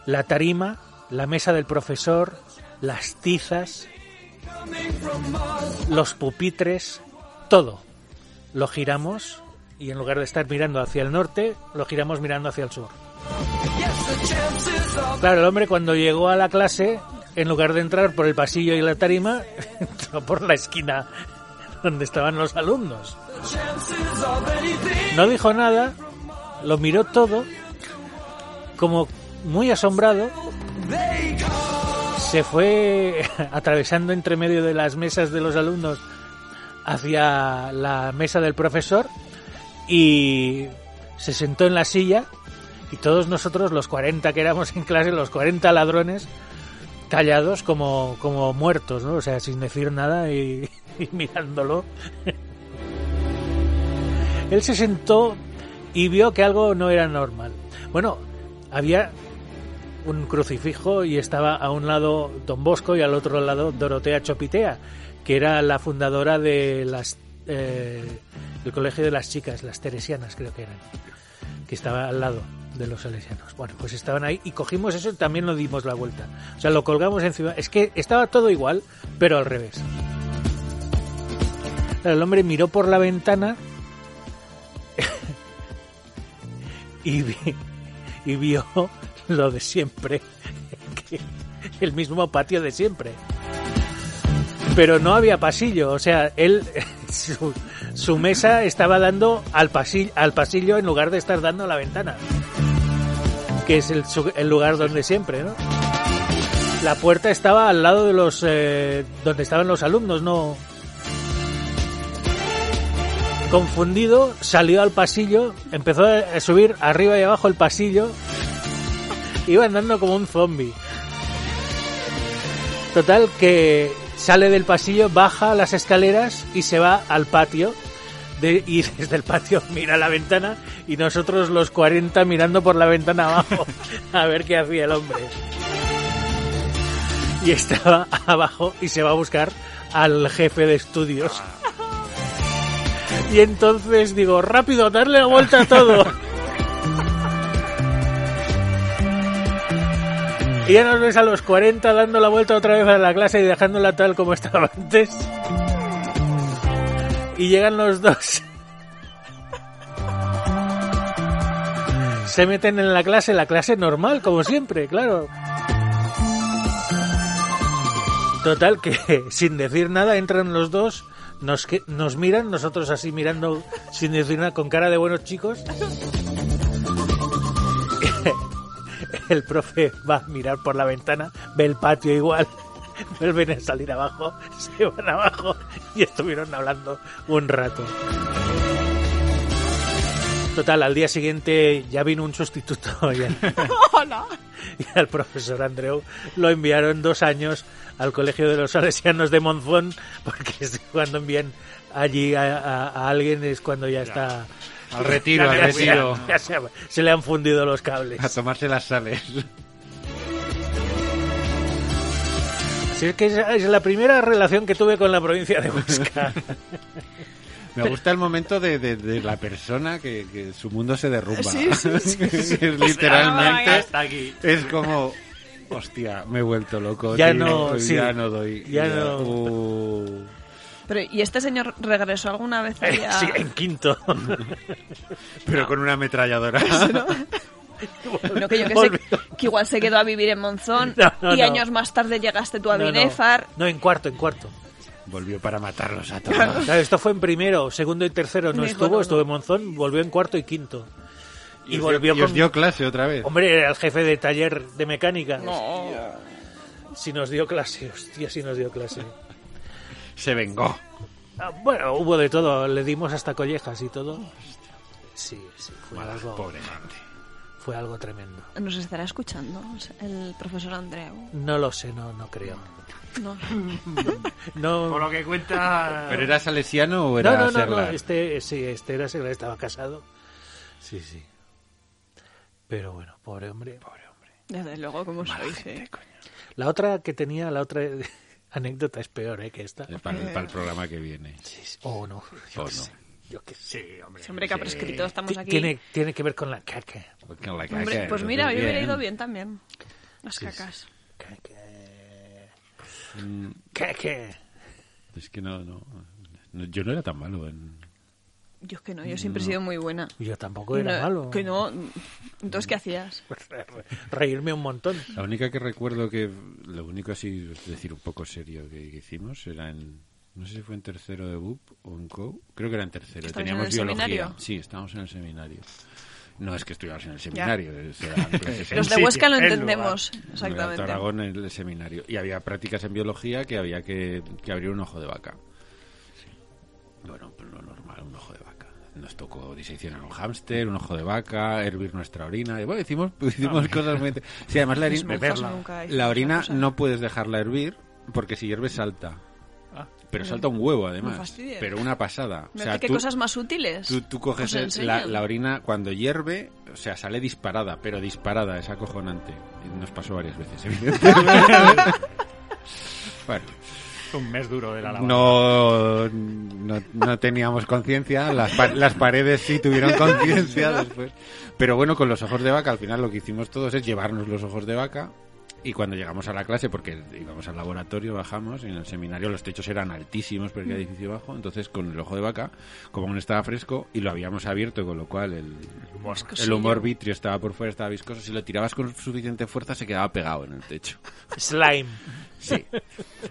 Speaker 3: La tarima, la mesa del profesor, las tizas, los pupitres, todo. Lo giramos y en lugar de estar mirando hacia el norte, lo giramos mirando hacia el sur. Claro, el hombre cuando llegó a la clase, en lugar de entrar por el pasillo y la tarima, entró por la esquina donde estaban los alumnos. No dijo nada, lo miró todo, como muy asombrado, se fue atravesando entre medio de las mesas de los alumnos hacia la mesa del profesor y se sentó en la silla y todos nosotros, los 40 que éramos en clase, los 40 ladrones, callados como, como muertos, ¿no? O sea, sin decir nada y, y mirándolo. Él se sentó y vio que algo no era normal. Bueno, había un crucifijo y estaba a un lado Don Bosco y al otro lado Dorotea Chopitea, que era la fundadora de las eh, del colegio de las chicas, las teresianas creo que eran, que estaba al lado de los salesianos. Bueno, pues estaban ahí y cogimos eso y también lo dimos la vuelta. O sea, lo colgamos encima. Es que estaba todo igual, pero al revés. Claro, El hombre miró por la ventana y vi- y vio lo de siempre, que- el mismo patio de siempre. Pero no había pasillo, o sea, él su, su mesa estaba dando al pasillo, al pasillo en lugar de estar dando a la ventana, que es el, su- el lugar donde siempre, ¿no? La puerta estaba al lado de los eh, donde estaban los alumnos, no. Confundido, salió al pasillo, empezó a subir arriba y abajo el pasillo, iba andando como un zombie. Total, que sale del pasillo, baja las escaleras y se va al patio. De- y desde el patio mira la ventana y nosotros los 40 mirando por la ventana abajo a ver qué hacía el hombre. Y estaba abajo y se va a buscar al jefe de estudios. Y entonces digo, rápido, darle la vuelta a todo. Y ya nos ves a los 40 dando la vuelta otra vez a la clase y dejándola tal como estaba antes. Y llegan los dos. Se meten en la clase, la clase normal, como siempre, claro. Total, que sin decir nada entran los dos, nos, que- nos miran, nosotros así mirando sin decir nada, con cara de buenos chicos. El profe va a mirar por la ventana, ve el patio igual, vuelven a salir abajo, se van abajo y estuvieron hablando un rato. Total, al día siguiente ya vino un sustituto y al,
Speaker 4: Hola.
Speaker 3: y al profesor Andreu lo enviaron dos años al Colegio de los Salesianos de Monzón, porque es cuando envían allí a, a- a alguien es cuando ya está...
Speaker 7: Al retiro, al
Speaker 3: ya se-
Speaker 7: retiro.
Speaker 3: ya se, se le han fundido los cables.
Speaker 1: A tomarse las sales.
Speaker 3: Así es que es, es la primera relación que tuve con la provincia de Huesca.
Speaker 1: Me gusta el momento de, de- de la persona que, que su mundo se derrumba.
Speaker 4: Sí, sí,
Speaker 1: Es
Speaker 4: Ah,
Speaker 1: Literalmente
Speaker 7: Hasta aquí.
Speaker 1: es como... Hostia, me he vuelto loco.
Speaker 3: Ya
Speaker 1: tío,
Speaker 3: no, sí.
Speaker 1: ya no doy.
Speaker 3: Ya no.
Speaker 1: Uh.
Speaker 4: Pero, ¿y este señor regresó alguna vez? ahí a-
Speaker 3: Eh, Sí, en quinto.
Speaker 1: Pero con una ametralladora.
Speaker 4: No, que yo que
Speaker 3: Volvió.
Speaker 4: sé, que igual se quedó a vivir en Monzón
Speaker 3: No, no,
Speaker 4: y
Speaker 3: no.
Speaker 4: años más tarde llegaste tú a
Speaker 3: No, no.
Speaker 4: Binefar.
Speaker 3: no, en cuarto, en cuarto.
Speaker 1: Volvió para matarlos a todos.
Speaker 3: Claro, esto fue en primero, segundo y tercero no
Speaker 4: Dijo,
Speaker 3: estuvo,
Speaker 4: no, no.
Speaker 3: estuvo en Monzón, volvió en cuarto y quinto. Y,
Speaker 1: os
Speaker 3: volvió
Speaker 1: dio- y os
Speaker 3: con... Oh.
Speaker 1: dio clase otra vez.
Speaker 3: Hombre, era el jefe de taller de mecánica.
Speaker 4: No.
Speaker 3: Si nos dio clase, hostia, si nos dio clase.
Speaker 1: Se vengó.
Speaker 3: Ah, bueno, hubo de todo, le dimos hasta collejas y todo. Sí, sí, fue algo,
Speaker 1: Pobre gente.
Speaker 3: fue algo tremendo.
Speaker 4: Nos estará escuchando el profesor Andreu.
Speaker 3: No lo sé, no, no creo.
Speaker 4: No.
Speaker 7: Por
Speaker 3: No,
Speaker 7: lo que cuenta.
Speaker 1: ¿Pero era salesiano o
Speaker 3: Ah. no,
Speaker 1: era
Speaker 3: no, no, no,
Speaker 1: serlar?
Speaker 3: este, sí, este era seglar, estaba casado. Sí, sí. Pero bueno, pobre hombre.
Speaker 4: Desde luego, como sois, eh.
Speaker 3: La otra que tenía, la otra anécdota es peor, ¿eh? Que esta.
Speaker 1: Para, el- para el programa que viene.
Speaker 3: Sí, sí. O no.
Speaker 1: O
Speaker 3: Yo qué
Speaker 1: no.
Speaker 3: sé, yo qué sé.
Speaker 7: Sí, hombre.
Speaker 4: Hombre, que ha prescrito, estamos
Speaker 3: Ti-
Speaker 4: aquí.
Speaker 3: Tiene, tiene que ver con la caca.
Speaker 1: Con la caca,
Speaker 4: Hombre, pues
Speaker 1: entonces,
Speaker 4: mira, yo hubiera ido bien también. Las
Speaker 3: Sí, sí.
Speaker 4: cacas.
Speaker 3: Caca. Caca.
Speaker 1: Es que no, no, no, Yo no era tan malo. En...
Speaker 4: Yo es que no, yo siempre he sido muy buena.
Speaker 3: Yo tampoco era
Speaker 4: No,
Speaker 3: malo.
Speaker 4: Que no. Entonces, ¿qué hacías?
Speaker 3: Reírme un montón.
Speaker 1: La única que recuerdo que. Lo único así, es decir, un poco serio que, que hicimos era en. No sé si fue en tercero de BUP o en CO. Creo que era en tercero.
Speaker 4: ¿Estabais
Speaker 1: Teníamos
Speaker 4: en el
Speaker 1: biología.
Speaker 4: seminario?
Speaker 1: Sí, estábamos en el seminario. No es que estuviéramos en el seminario. es- era antes.
Speaker 4: Los de
Speaker 7: sitio,
Speaker 4: Huesca lo
Speaker 7: el
Speaker 4: entendemos.
Speaker 1: En
Speaker 4: Exactamente.
Speaker 1: Aragón en el seminario. Y había prácticas en biología que había que, que abrir un ojo de vaca. Bueno, pues lo normal, un ojo de vaca. Nos tocó disección a un hámster, un ojo de vaca, hervir nuestra orina. Y bueno, hicimos, hicimos cosas muy... Sí, además la,
Speaker 4: Mis
Speaker 1: orin-
Speaker 4: monjas
Speaker 1: beberla.
Speaker 4: Ah, nunca hicieron
Speaker 1: la orina
Speaker 4: esa cosa.
Speaker 1: no puedes dejarla hervir porque si hierve salta.
Speaker 4: Ah.
Speaker 1: Pero salta un huevo
Speaker 4: No
Speaker 1: además.
Speaker 4: fastidies.
Speaker 1: Pero una pasada. O
Speaker 4: Mira
Speaker 1: sea,
Speaker 4: qué
Speaker 1: tú-
Speaker 4: cosas más útiles.
Speaker 1: Tú, tú coges
Speaker 4: Os
Speaker 1: el- la,
Speaker 4: enseñan.
Speaker 1: la orina cuando hierve, o sea, sale disparada, pero disparada, es acojonante. Y Nos pasó varias veces, evidentemente. bueno,
Speaker 7: Es un mes duro de la lavanda.
Speaker 1: no, no, no teníamos conciencia, las, pa- las paredes sí tuvieron conciencia después. Pero bueno, con los ojos de vaca, al final lo que hicimos todos es llevarnos los ojos de vaca. Y cuando llegamos a la clase, porque íbamos al laboratorio, bajamos, y en el seminario los techos eran altísimos porque era edificio bajo, entonces con el ojo de vaca, como aún estaba fresco, y lo habíamos abierto, con lo cual el, el humor vitrio estaba por fuera, estaba viscoso, si lo tirabas con suficiente fuerza se quedaba pegado en el techo.
Speaker 3: Slime.
Speaker 1: Sí.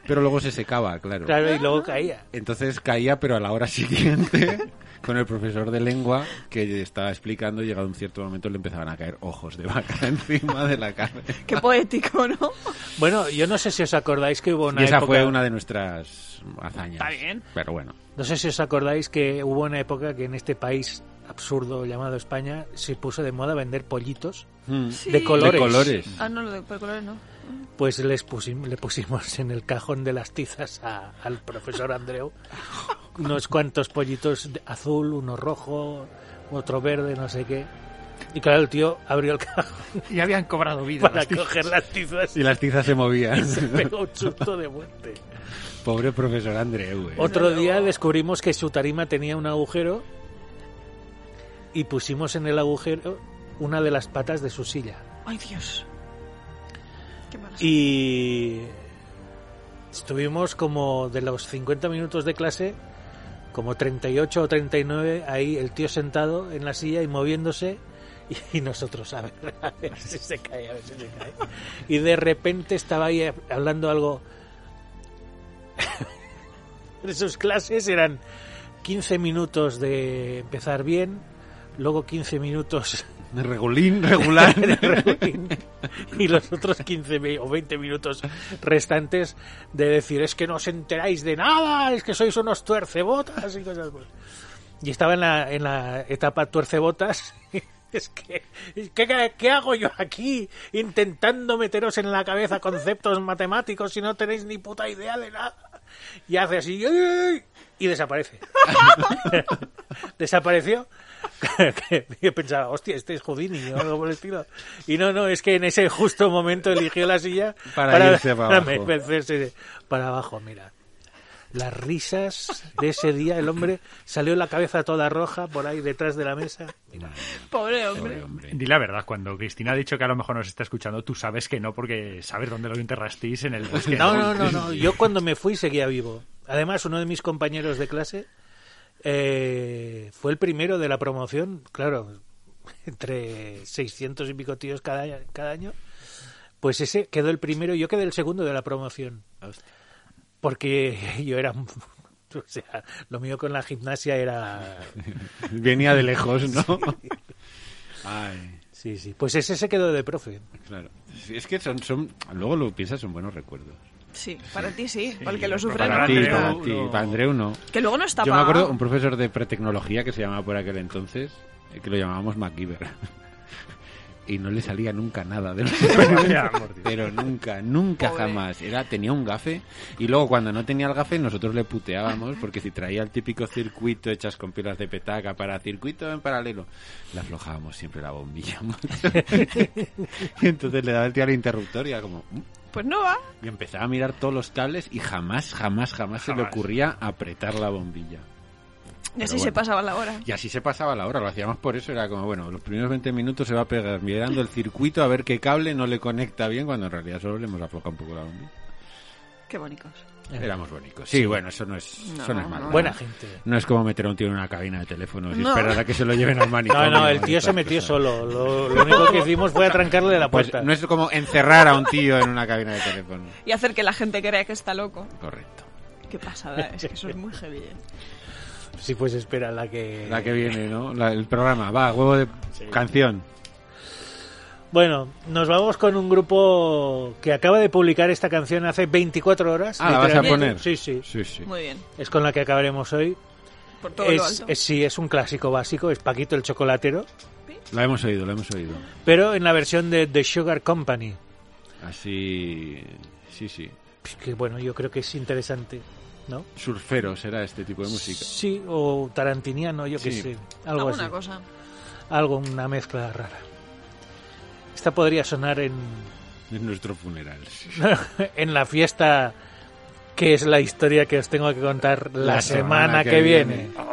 Speaker 1: Pero luego se secaba,
Speaker 3: Claro, y luego caía.
Speaker 1: entonces caía, pero a la hora siguiente, con el profesor de lengua que estaba explicando, llegado un cierto momento le empezaban a caer ojos de vaca encima de la cara.
Speaker 4: Qué poético, ¿no?
Speaker 3: Bueno, yo no sé si os acordáis que hubo una
Speaker 1: Y esa
Speaker 3: época...
Speaker 1: fue una de nuestras hazañas. Está bien. Pero bueno,
Speaker 3: No sé si os acordáis que hubo una época que en este país absurdo llamado España se puso de moda vender pollitos
Speaker 4: Hmm.
Speaker 3: de colores.
Speaker 1: de colores.
Speaker 4: Ah, no, lo de por colores no.
Speaker 3: Pues les pusim- le pusimos en el cajón de las tizas a- al profesor Andreu unos cuantos pollitos de azul, uno rojo, otro verde, no sé qué. Y claro, el tío abrió el cajón
Speaker 7: Y habían cobrado vida.
Speaker 3: para
Speaker 7: las tías.
Speaker 3: coger las tizas
Speaker 1: Y las tizas se movían.
Speaker 3: pegó un susto de muerte.
Speaker 1: Pobre profesor Andreu. eh.
Speaker 3: Otro día descubrimos que su tarima tenía un agujero y pusimos en el agujero una de las patas de su silla.
Speaker 4: Ay, Dios. Qué malas.
Speaker 3: Y estuvimos como de los 50 minutos de clase, como 38 o 39, ahí el tío sentado en la silla y moviéndose Y, y nosotros, a ver, a ver si se cae, a ver si se cae. Y de repente estaba ahí eh, hablando algo. De sus clases eran 15 minutos de empezar bien, luego 15 minutos
Speaker 1: De Regulín, regular.
Speaker 3: de Rewind y los otros 15 mi- o 20 minutos restantes de decir es que no os enteráis de nada, es que sois unos tuercebotas y cosas así. Y estaba en la, en la etapa tuercebotas. Es que, es que, ¿qué- ¿qué hago yo aquí intentando meteros en la cabeza conceptos matemáticos si no tenéis ni puta idea de nada? Y hace así ¡ay! y desaparece. Desapareció. Que Yo pensaba, hostia, este es Houdini o algo por el estilo. Y no, no, es que en ese justo momento eligió la silla
Speaker 1: Para irse para abajo.
Speaker 3: me- hacerse para abajo, mira. Las risas de ese día, el hombre salió la cabeza toda roja por ahí detrás de la mesa. Mira,
Speaker 4: Pobre hombre.
Speaker 1: Pobre hombre.
Speaker 7: Di la verdad, cuando Cristina ha dicho que a lo mejor nos está escuchando, tú sabes que no, porque sabes dónde lo enterrasteis en el bosque.
Speaker 3: No, no, no, no. Yo cuando me fui seguía vivo. Además, uno de mis compañeros de clase eh, fue el primero de la promoción, claro, entre 600 y pico tíos cada, cada año. Pues ese quedó el primero, yo quedé el segundo de la promoción. Porque yo era... un- O sea, lo mío con la gimnasia era...
Speaker 1: Venía de lejos, ¿no? Ay,
Speaker 3: Sí, sí. Pues ese se quedó de profe.
Speaker 1: claro. Sí, Es que son, son, luego lo piensas, son buenos recuerdos.
Speaker 4: Sí, para ti sí, para el que lo
Speaker 7: pero
Speaker 4: sufre.
Speaker 1: Para
Speaker 4: no.
Speaker 1: ti,
Speaker 7: Andreu
Speaker 1: para
Speaker 7: no.
Speaker 1: ti, para Andreu no.
Speaker 4: Que luego no está
Speaker 1: Yo me
Speaker 4: pagado.
Speaker 1: acuerdo un profesor de pretecnología que se llamaba por aquel entonces, eh, que lo llamábamos MacGyver. Y no le salía nunca nada de los
Speaker 7: Ya, por Dios.
Speaker 1: Pero nunca, nunca
Speaker 4: Pobre.
Speaker 1: jamás. Era, tenía un gafe y luego cuando no tenía el gafe nosotros le puteábamos porque si traía el típico circuito hechas con pilas de petaca para circuito en paralelo, le aflojábamos siempre la bombilla. y entonces le daba el tío al interruptor y era como... "Mm".
Speaker 4: Pues no va.
Speaker 1: Y empezaba a mirar todos los cables y jamás, jamás, jamás, se le
Speaker 7: Jamás.
Speaker 1: ocurría apretar la bombilla.
Speaker 4: Y
Speaker 1: Pero
Speaker 4: así se
Speaker 1: bueno.
Speaker 4: pasaba la hora.
Speaker 1: Y así se pasaba la hora, lo hacíamos por eso, era como, bueno, los primeros 20 minutos se va a pegar mirando el circuito a ver qué cable no le conecta bien, cuando en realidad solo le hemos aflojado un poco la bombilla.
Speaker 4: Qué bonitos.
Speaker 1: Éramos bonitos. Sí, bueno, eso no es,
Speaker 4: No,
Speaker 1: eso no es malo.
Speaker 4: no.
Speaker 3: Eh. Buena gente.
Speaker 1: No es como meter a un tío en una cabina de teléfono y
Speaker 4: No.
Speaker 1: esperar a que se lo lleven al manicomio.
Speaker 3: No, no, el
Speaker 1: y
Speaker 3: tío se
Speaker 1: estas
Speaker 3: metió
Speaker 1: cosas.
Speaker 3: solo. Lo, lo único que hicimos fue atrancarle la
Speaker 1: Pues
Speaker 3: puerta.
Speaker 1: no es como encerrar a un tío en una cabina de teléfono.
Speaker 4: Y hacer que la gente crea que está loco.
Speaker 1: Correcto.
Speaker 4: Qué pasada, es que eso es muy heavy. ¿eh?
Speaker 3: Si pues espera la que...
Speaker 1: La que viene, ¿no? La- el programa, va, huevo de canción.
Speaker 3: Bueno, nos vamos con un grupo que acaba de publicar esta canción hace 24 horas.
Speaker 1: Ah, ¿la vas a
Speaker 3: literalmente.
Speaker 1: poner?
Speaker 3: Sí, sí.
Speaker 1: Sí, sí.
Speaker 4: Muy bien.
Speaker 3: Es con la que acabaremos hoy.
Speaker 4: Por todo lo
Speaker 3: Es,
Speaker 4: alto.
Speaker 3: es- sí, es un clásico básico, es Paquito el Chocolatero,
Speaker 1: La hemos oído, la hemos oído.
Speaker 3: pero en la versión de The Sugar Company.
Speaker 1: Así... Sí, sí.
Speaker 3: Pues Que bueno, yo creo que es interesante, ¿no?
Speaker 1: Surferos era este tipo de música.
Speaker 3: Sí, o tarantiniano, yo qué
Speaker 1: Sí.
Speaker 3: sé. Algo
Speaker 4: Alguna
Speaker 3: así.
Speaker 4: cosa.
Speaker 3: Algo, una mezcla rara. Esta podría sonar en,
Speaker 1: En nuestro funeral.
Speaker 3: en la fiesta que es la historia que os tengo que contar la, semana, que, viene.